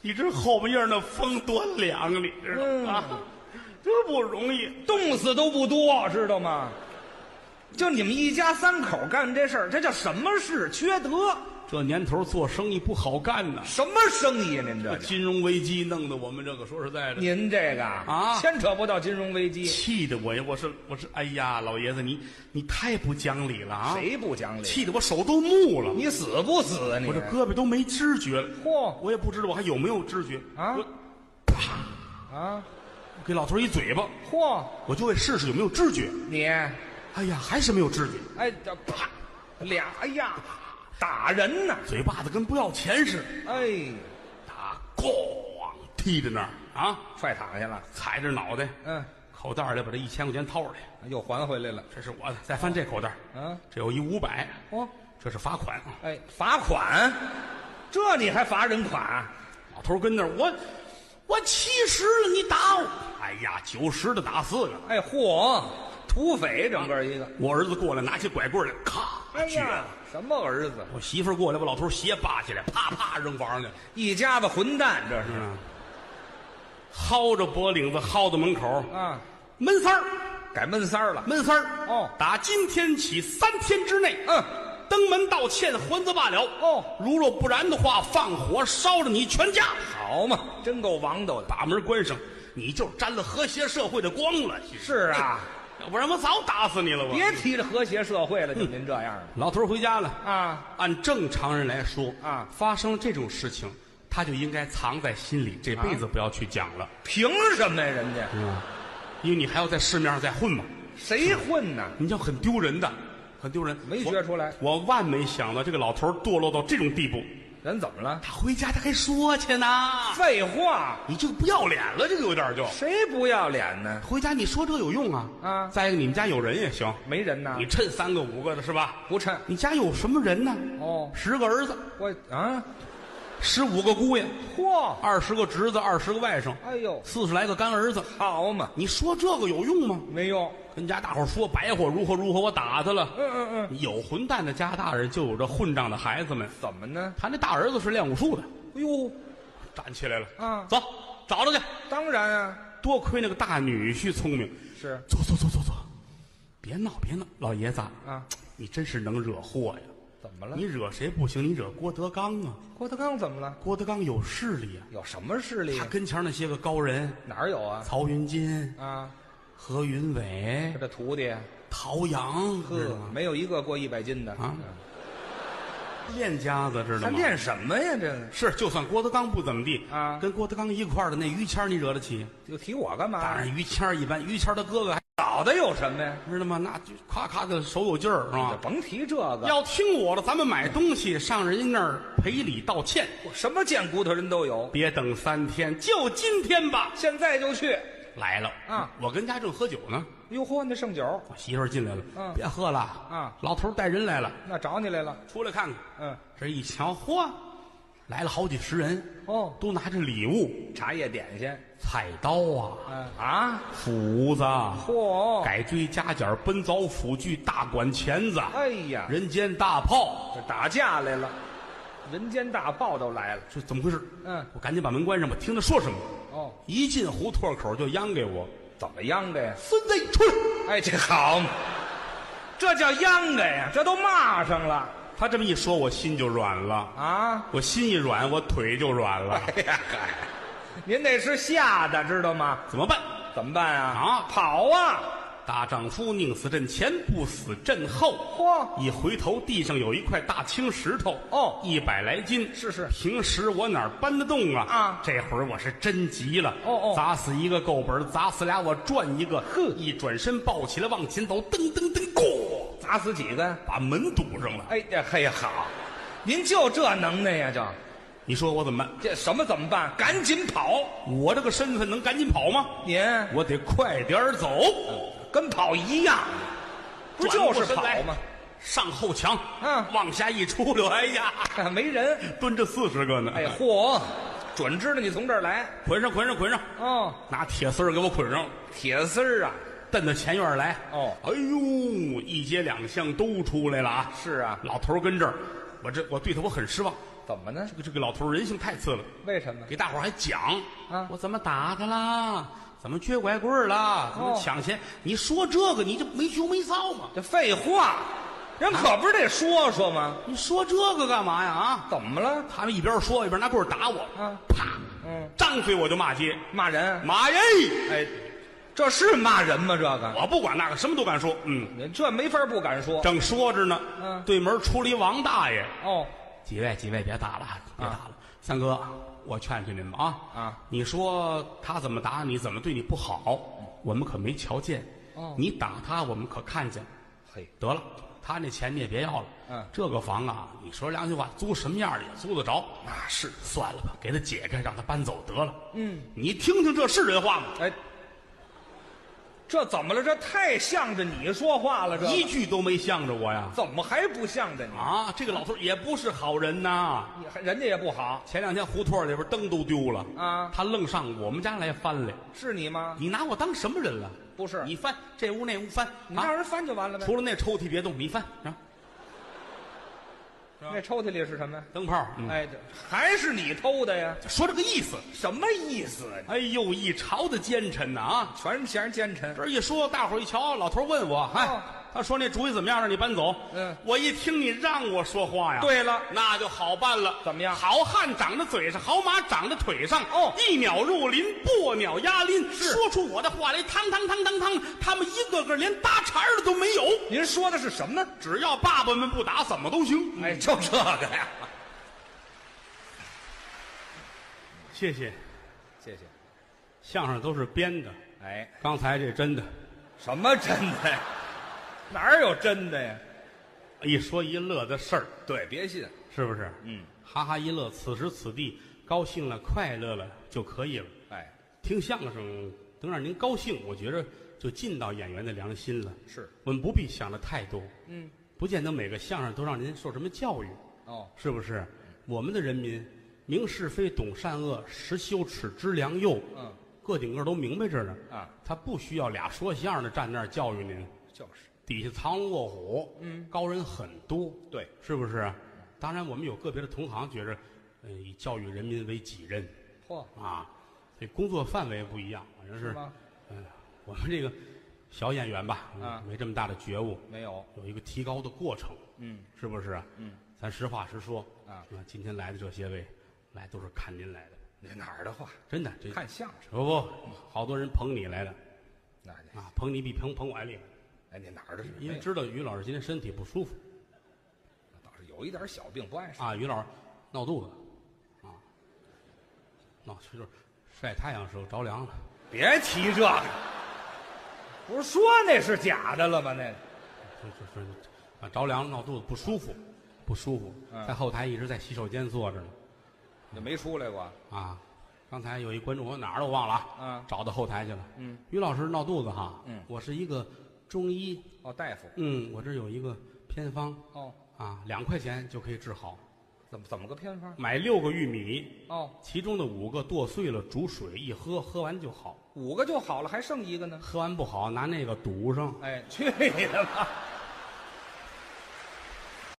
Speaker 1: 你这后半夜那风多凉，你知道
Speaker 4: 嗯
Speaker 1: 吗？真不容易。
Speaker 4: 冻死都不多，知道吗？就你们一家三口干这事儿，这叫什么事？缺德！
Speaker 1: 这年头做生意不好干呐，
Speaker 4: 什么生意呀、您这是
Speaker 1: 金融危机弄得我们这个，说实在的，
Speaker 4: 您这个
Speaker 1: 啊
Speaker 4: 牵扯不到金融危机，
Speaker 1: 气得我呀，我是我是，哎呀，老爷子你你太不讲理了啊！
Speaker 4: 谁不讲理？
Speaker 1: 气得我手都木了，
Speaker 4: 你死不死啊你？
Speaker 1: 我这胳膊都没知觉了，
Speaker 4: 嚯
Speaker 1: 我也不知道我还有没有知觉
Speaker 4: 啊
Speaker 1: 我
Speaker 4: 啊
Speaker 1: 给老头一嘴巴，
Speaker 4: 嚯！
Speaker 1: 我就为试试有没有知觉。
Speaker 4: 你
Speaker 1: 哎呀，还是没有知觉，
Speaker 4: 哎，这啪俩，哎呀，打人呢！
Speaker 1: 嘴巴子跟不要钱似的，
Speaker 4: 哎，
Speaker 1: 他咣踢在那儿啊，
Speaker 4: 踹躺下了。
Speaker 1: 踩着脑袋，
Speaker 4: 嗯，
Speaker 1: 口袋里把这一千块钱掏出来，
Speaker 4: 又还回来了。
Speaker 1: 这是我的，再翻这口袋，
Speaker 4: 嗯，
Speaker 1: 这有一五百，
Speaker 4: 哦，
Speaker 1: 这是罚款。啊
Speaker 4: 哎，罚款，这你还罚人款？啊
Speaker 1: 老头跟那儿，我我七十了，你打我？哎呀，九十的打四个。
Speaker 4: 哎，嚯，土匪整个一个。
Speaker 1: 我儿子过来拿起拐棍来，咔
Speaker 4: 哎
Speaker 1: 撅
Speaker 4: 呀
Speaker 1: 了。，
Speaker 4: 什么儿子？
Speaker 1: 我媳妇儿过来，把老头鞋扒起来，啪啪扔房上去了。
Speaker 4: 一家子混蛋，这是
Speaker 1: 嗯，薅着脖领子，薅到门口，
Speaker 4: 啊！
Speaker 1: 闷三儿，
Speaker 4: 改闷三儿了。
Speaker 1: 闷三儿。
Speaker 4: 哦
Speaker 1: 打今天起三天之内，
Speaker 4: 嗯，
Speaker 1: 登门道歉，还则罢了。
Speaker 4: 哦，
Speaker 1: 如若不然的话，放火烧了你全家。
Speaker 4: 好嘛，真够王道的。
Speaker 1: 把门关上，你就沾了和谐社会的光了。
Speaker 4: 是啊，
Speaker 1: 要不然我早打死你了。我
Speaker 4: 哎别提这和谐社会了，就您这样的
Speaker 1: 老头儿回家了。
Speaker 4: 啊！
Speaker 1: 按正常人来说
Speaker 4: 啊
Speaker 1: 发生了这种事情，他就应该藏在心里，
Speaker 4: 啊
Speaker 1: 这辈子不要去讲了，
Speaker 4: 凭什么呀？人家
Speaker 1: 因为你还要在市面上再混嘛，
Speaker 4: 谁混呢？
Speaker 1: 你要很丢人的，很丢人。
Speaker 4: 没觉出来
Speaker 1: 我，我万没想到这个老头儿堕落到这种地步。
Speaker 4: 人怎么了？
Speaker 1: 他回家他还说去呢，
Speaker 4: 废话，
Speaker 1: 你这个不要脸了，这个有点儿就。
Speaker 4: 谁不要脸呢？
Speaker 1: 回家你说这个有用啊？
Speaker 4: 啊
Speaker 1: 再一个你们家有人也行，
Speaker 4: 没人呐
Speaker 1: 你，趁三个五个的是吧？
Speaker 4: 不趁
Speaker 1: 你家有什么人呢？
Speaker 4: 哦
Speaker 1: 十个儿子，
Speaker 4: 我啊，
Speaker 1: 十五个姑爷，
Speaker 4: 嚯，
Speaker 1: 二十个侄子，二十个外甥，
Speaker 4: 哎呦，
Speaker 1: 四十来个干儿子，
Speaker 4: 好嘛，
Speaker 1: 你说这个有用吗？
Speaker 4: 没用，
Speaker 1: 跟家大伙儿说白话，如何如何，我打他了。
Speaker 4: 嗯嗯嗯，
Speaker 1: 有混蛋的家大人，就有这混账的孩子们。
Speaker 4: 怎么呢？
Speaker 1: 他那大儿子是练武术的，
Speaker 4: 哎呦，
Speaker 1: 站起来了，
Speaker 4: 啊
Speaker 1: 走，找他去。
Speaker 4: 当然啊，
Speaker 1: 多亏那个大女婿聪明，
Speaker 4: 是
Speaker 1: 坐坐坐坐坐，别闹别闹，老爷子啊，
Speaker 4: 啊，
Speaker 1: 你真是能惹祸呀！
Speaker 4: 怎么了
Speaker 1: 你？惹谁不行，你惹郭德纲啊！
Speaker 4: 郭德纲怎么了？
Speaker 1: 郭德纲有势力啊，
Speaker 4: 有什么势力
Speaker 1: 他？跟前那些个高人，
Speaker 4: 哪儿有啊？
Speaker 1: 曹云金、
Speaker 4: 啊，
Speaker 1: 何云伟
Speaker 4: 他、这徒弟，
Speaker 1: 陶阳，知道
Speaker 4: 呵，
Speaker 1: 吗？
Speaker 4: 没有一个过一百斤的
Speaker 1: 啊练家子知道
Speaker 4: 他
Speaker 1: 吗？
Speaker 4: 练什么呀？这个
Speaker 1: 是，就算郭德纲不怎么地
Speaker 4: 啊
Speaker 1: 跟郭德纲一块儿的那于谦儿，你惹得起？
Speaker 4: 就提我干
Speaker 1: 当
Speaker 4: 嘛？
Speaker 1: 然，于谦儿一般，于谦儿他哥哥还
Speaker 4: 脑袋有什么呀？
Speaker 1: 知道吗？那就咔咔的手有劲儿，是
Speaker 4: 就
Speaker 1: 吧？
Speaker 4: 甭提这个，
Speaker 1: 要听我的，咱们买东西上人家那儿赔礼道歉，
Speaker 4: 什么贱骨头人都有。
Speaker 1: 别等三天，就今天吧。
Speaker 4: 现在就去，
Speaker 1: 来了
Speaker 4: 啊！
Speaker 1: 我跟家正喝酒呢，
Speaker 4: 哟呵，那剩酒，
Speaker 1: 我媳妇儿进来了，
Speaker 4: 嗯
Speaker 1: 别喝了
Speaker 4: 啊！
Speaker 1: 老头儿带人来了，
Speaker 4: 那找你来了。
Speaker 1: 出来看看。
Speaker 4: 嗯，
Speaker 1: 这一瞧，嚯，来了好几十人，
Speaker 4: 哦，
Speaker 1: 都拿着礼物，
Speaker 4: 茶叶点心，
Speaker 1: 菜刀啊，
Speaker 4: 嗯啊，
Speaker 1: 斧子啊，
Speaker 4: 嚯，
Speaker 1: 改锥夹角、奔凿斧锯、大管钳子，
Speaker 4: 哎呀，
Speaker 1: 人间大炮，
Speaker 4: 这打架来了，人间大炮都来了。
Speaker 1: 这怎么回事？
Speaker 4: 嗯，
Speaker 1: 我赶紧把门关上吧，听他说什么。
Speaker 4: 哦，
Speaker 1: 一进胡同口就央给我，
Speaker 4: 怎么秧歌呀？
Speaker 1: 孙子你出来！
Speaker 4: 哎，这好嘛，这叫秧歌呀，这都骂上了
Speaker 1: 他这么一说，我心就软了，
Speaker 4: 啊！
Speaker 1: 我心一软，我腿就软了，
Speaker 4: 哎呀，嗨，您那是吓的，知道吗？
Speaker 1: 怎么办？
Speaker 4: 怎么办啊？
Speaker 1: 啊
Speaker 4: 跑啊！
Speaker 1: 大丈夫宁死阵前，不死阵后。
Speaker 4: 嚯，
Speaker 1: 一回头，地上有一块大青石头，
Speaker 4: 哦
Speaker 1: 一百来斤。
Speaker 4: 是是
Speaker 1: 平时我哪儿搬得动啊？
Speaker 4: 啊
Speaker 1: 这会儿我是真急了。
Speaker 4: 哦哦
Speaker 1: 砸死一个够本儿，砸死俩我转一个。
Speaker 4: 呵
Speaker 1: 一转身抱起来往前走，噔噔噔，过，
Speaker 4: 砸死几个？
Speaker 1: 把门堵上了。
Speaker 4: 哎呀，嘿好，您就这能耐呀，就
Speaker 1: 你说我怎么办？
Speaker 4: 这什么怎么办？赶紧跑！
Speaker 1: 我这个身份能赶紧跑吗？
Speaker 4: 您
Speaker 1: 我得快点儿走，
Speaker 4: 跟跑一样，不就是跑
Speaker 1: 转过身
Speaker 4: 吗
Speaker 1: 来？上后墙，
Speaker 4: 嗯
Speaker 1: 往下一出溜，哎呀，
Speaker 4: 没人。
Speaker 1: 蹲着四十个呢。
Speaker 4: 哎，嚯，准知道你从这儿来
Speaker 1: 捆上，捆上，捆上。
Speaker 4: 哦，
Speaker 1: 拿铁丝儿给我捆上，
Speaker 4: 铁丝儿啊，
Speaker 1: 蹬到前院来。
Speaker 4: 哦
Speaker 1: 哎呦，一街两巷都出来了啊！
Speaker 4: 是啊
Speaker 1: 老头儿跟这儿，我这我对他我很失望。
Speaker 4: 怎么呢
Speaker 1: 这？个这个老头儿人性太次了，
Speaker 4: 为什么？
Speaker 1: 给大伙儿还讲
Speaker 4: 啊
Speaker 1: 我怎么打他啦，怎么撅拐棍儿啦，怎么
Speaker 4: 哦
Speaker 1: 抢钱？你说这个你就没羞没臊吗？
Speaker 4: 这废话，人可不是得说说吗？
Speaker 1: 你说这个干嘛呀？啊，
Speaker 4: 怎么了？
Speaker 1: 他们一边说一边拿棍儿打我，
Speaker 4: 啊
Speaker 1: 啪，
Speaker 4: 嗯，
Speaker 1: 张嘴我就骂街，
Speaker 4: 骂人？
Speaker 1: 骂人！
Speaker 4: 哎，这是骂人吗？这个
Speaker 1: 我不管那个，什么都敢说。嗯，
Speaker 4: 你这没法不敢说。
Speaker 1: 正说着呢，
Speaker 4: 嗯
Speaker 1: 对门出了一王大爷，
Speaker 4: 哦，
Speaker 1: 几位几位别打了，别打了，三哥，我劝劝您吧啊
Speaker 4: 啊！
Speaker 1: 你说他怎么打你，怎么对你不好，我们可没瞧见。
Speaker 4: 哦
Speaker 1: 你打他，我们可看见。
Speaker 4: 嘿，
Speaker 1: 得了，他那钱你也别要了。
Speaker 4: 嗯
Speaker 1: 这个房啊，你说良心话，租什么样的也租得着。
Speaker 4: 那是。
Speaker 1: 算了吧，给他解开，让他搬走得了。
Speaker 4: 嗯，
Speaker 1: 你听听这是人话吗？
Speaker 4: 哎，这怎么了？这太向着你说话了，这
Speaker 1: 一句都没向着我呀！
Speaker 4: 怎么还不向着你？
Speaker 1: 啊，这个老头儿也不是好人呐。
Speaker 4: 你还人家也不好，
Speaker 1: 前两天胡同里边灯都丢了
Speaker 4: 啊
Speaker 1: 他愣上我们家来翻来。
Speaker 4: 是你吗？
Speaker 1: 你拿我当什么人了？
Speaker 4: 不是
Speaker 1: 你翻这屋那屋翻
Speaker 4: 你让
Speaker 1: 啊！
Speaker 4: 人翻就完了呗。
Speaker 1: 除了那抽屉别动，你翻啊！
Speaker 4: 那抽屉里是什么呀？
Speaker 1: 灯泡，嗯，
Speaker 4: 哎，这还是你偷的呀？
Speaker 1: 说这个意思。
Speaker 4: 什么意思啊？
Speaker 1: 哎呦，一朝的奸臣呐啊！
Speaker 4: 全嫌人奸臣。
Speaker 1: 这一说，大伙儿一瞧，老头问我，哎，
Speaker 4: 哦
Speaker 1: 他说那主意怎么样？让你搬走。
Speaker 4: 嗯
Speaker 1: 我一听你让我说话呀，，
Speaker 4: 对了，
Speaker 1: 那就好办了。
Speaker 4: 怎么样
Speaker 1: 好汉长在嘴上，好马长在腿上。
Speaker 4: 哦
Speaker 1: 一鸟入林，破鸟压林。说出我的话来，汤汤汤汤汤，他们一个个连搭茬儿的都没有。
Speaker 4: 您说的是什么呢？
Speaker 1: 只要爸爸们不打，怎么都行。
Speaker 4: 哎，就这个呀。
Speaker 1: 谢谢，
Speaker 4: 谢谢。
Speaker 1: 相声都是编的，
Speaker 4: 哎，
Speaker 1: 刚才这真的，
Speaker 4: 什么真的呀？哪儿有真的呀？
Speaker 1: 一说一乐的事儿，
Speaker 4: 对，别信。
Speaker 1: 是不是？
Speaker 4: 嗯，
Speaker 1: 哈哈一乐，此时此地高兴了、快乐了就可以了。
Speaker 4: 哎，
Speaker 1: 听相声能让您高兴，我觉着就尽到演员的良心了。
Speaker 4: 是，
Speaker 1: 我们不必想的太多，
Speaker 4: 嗯，
Speaker 1: 不见得每个相声都让您受什么教育，
Speaker 4: 哦，
Speaker 1: 是不是？我们的人民明是非、懂善恶、识羞耻、知良莠，
Speaker 4: 嗯，
Speaker 1: 个顶个都明白着呢。
Speaker 4: 啊，
Speaker 1: 他不需要俩说相声的站那儿教育您，
Speaker 4: 就是
Speaker 1: 底下藏龙卧虎，嗯，高人很多，
Speaker 4: 对，
Speaker 1: 是不是？当然，我们有个别的同行觉着，呃，以教育人民为己任
Speaker 4: 嚯，
Speaker 1: 啊，这工作范围不一样，反正是
Speaker 4: 是吗？
Speaker 1: 我们这个小演员吧，嗯
Speaker 4: 啊
Speaker 1: 没这么大的觉悟，
Speaker 4: 没有，
Speaker 1: 有一个提高的过程，
Speaker 4: 嗯，
Speaker 1: 是不是？
Speaker 4: 嗯，
Speaker 1: 咱实话实说
Speaker 4: 啊，
Speaker 1: 今天来的这些位，来都是看您来的，
Speaker 4: 那哪儿的话？
Speaker 1: 真的，这
Speaker 4: 看相声，
Speaker 1: 不不，好多人捧你来的
Speaker 4: 那你
Speaker 1: 啊，捧你比捧捧我还厉害，
Speaker 4: 哎，你哪儿的是？
Speaker 1: 因为
Speaker 4: 哎
Speaker 1: 知道于老师今天身体不舒服
Speaker 4: 倒是有一点小病，不碍事。
Speaker 1: 啊，于老师闹肚子，啊，闹就是晒太阳的时候着凉了。
Speaker 4: 别提这个，不是说那是假的了吗？那
Speaker 1: 就是啊，着凉了闹肚子不舒服，不舒服，
Speaker 4: 嗯
Speaker 1: 在后台一直在洗手间坐着呢
Speaker 4: 你没出来过？
Speaker 1: 啊。刚才有一观众我哪儿都忘了啊
Speaker 4: 嗯，
Speaker 1: 找到后台去了。
Speaker 4: 嗯，
Speaker 1: 于老师闹肚子哈，
Speaker 4: 嗯
Speaker 1: 我是一个中医，
Speaker 4: 哦，大夫，
Speaker 1: 嗯，我这有一个偏方
Speaker 4: 哦，
Speaker 1: 啊，两块钱就可以治好。
Speaker 4: 怎么怎么个偏方？
Speaker 1: 买六个玉米，
Speaker 4: 哦，
Speaker 1: 其中的五个剁碎了煮水一喝，喝完就好；
Speaker 4: 五个就好了，还剩一个呢。
Speaker 1: 喝完不好拿那个堵上。
Speaker 4: 哎，去你的吧！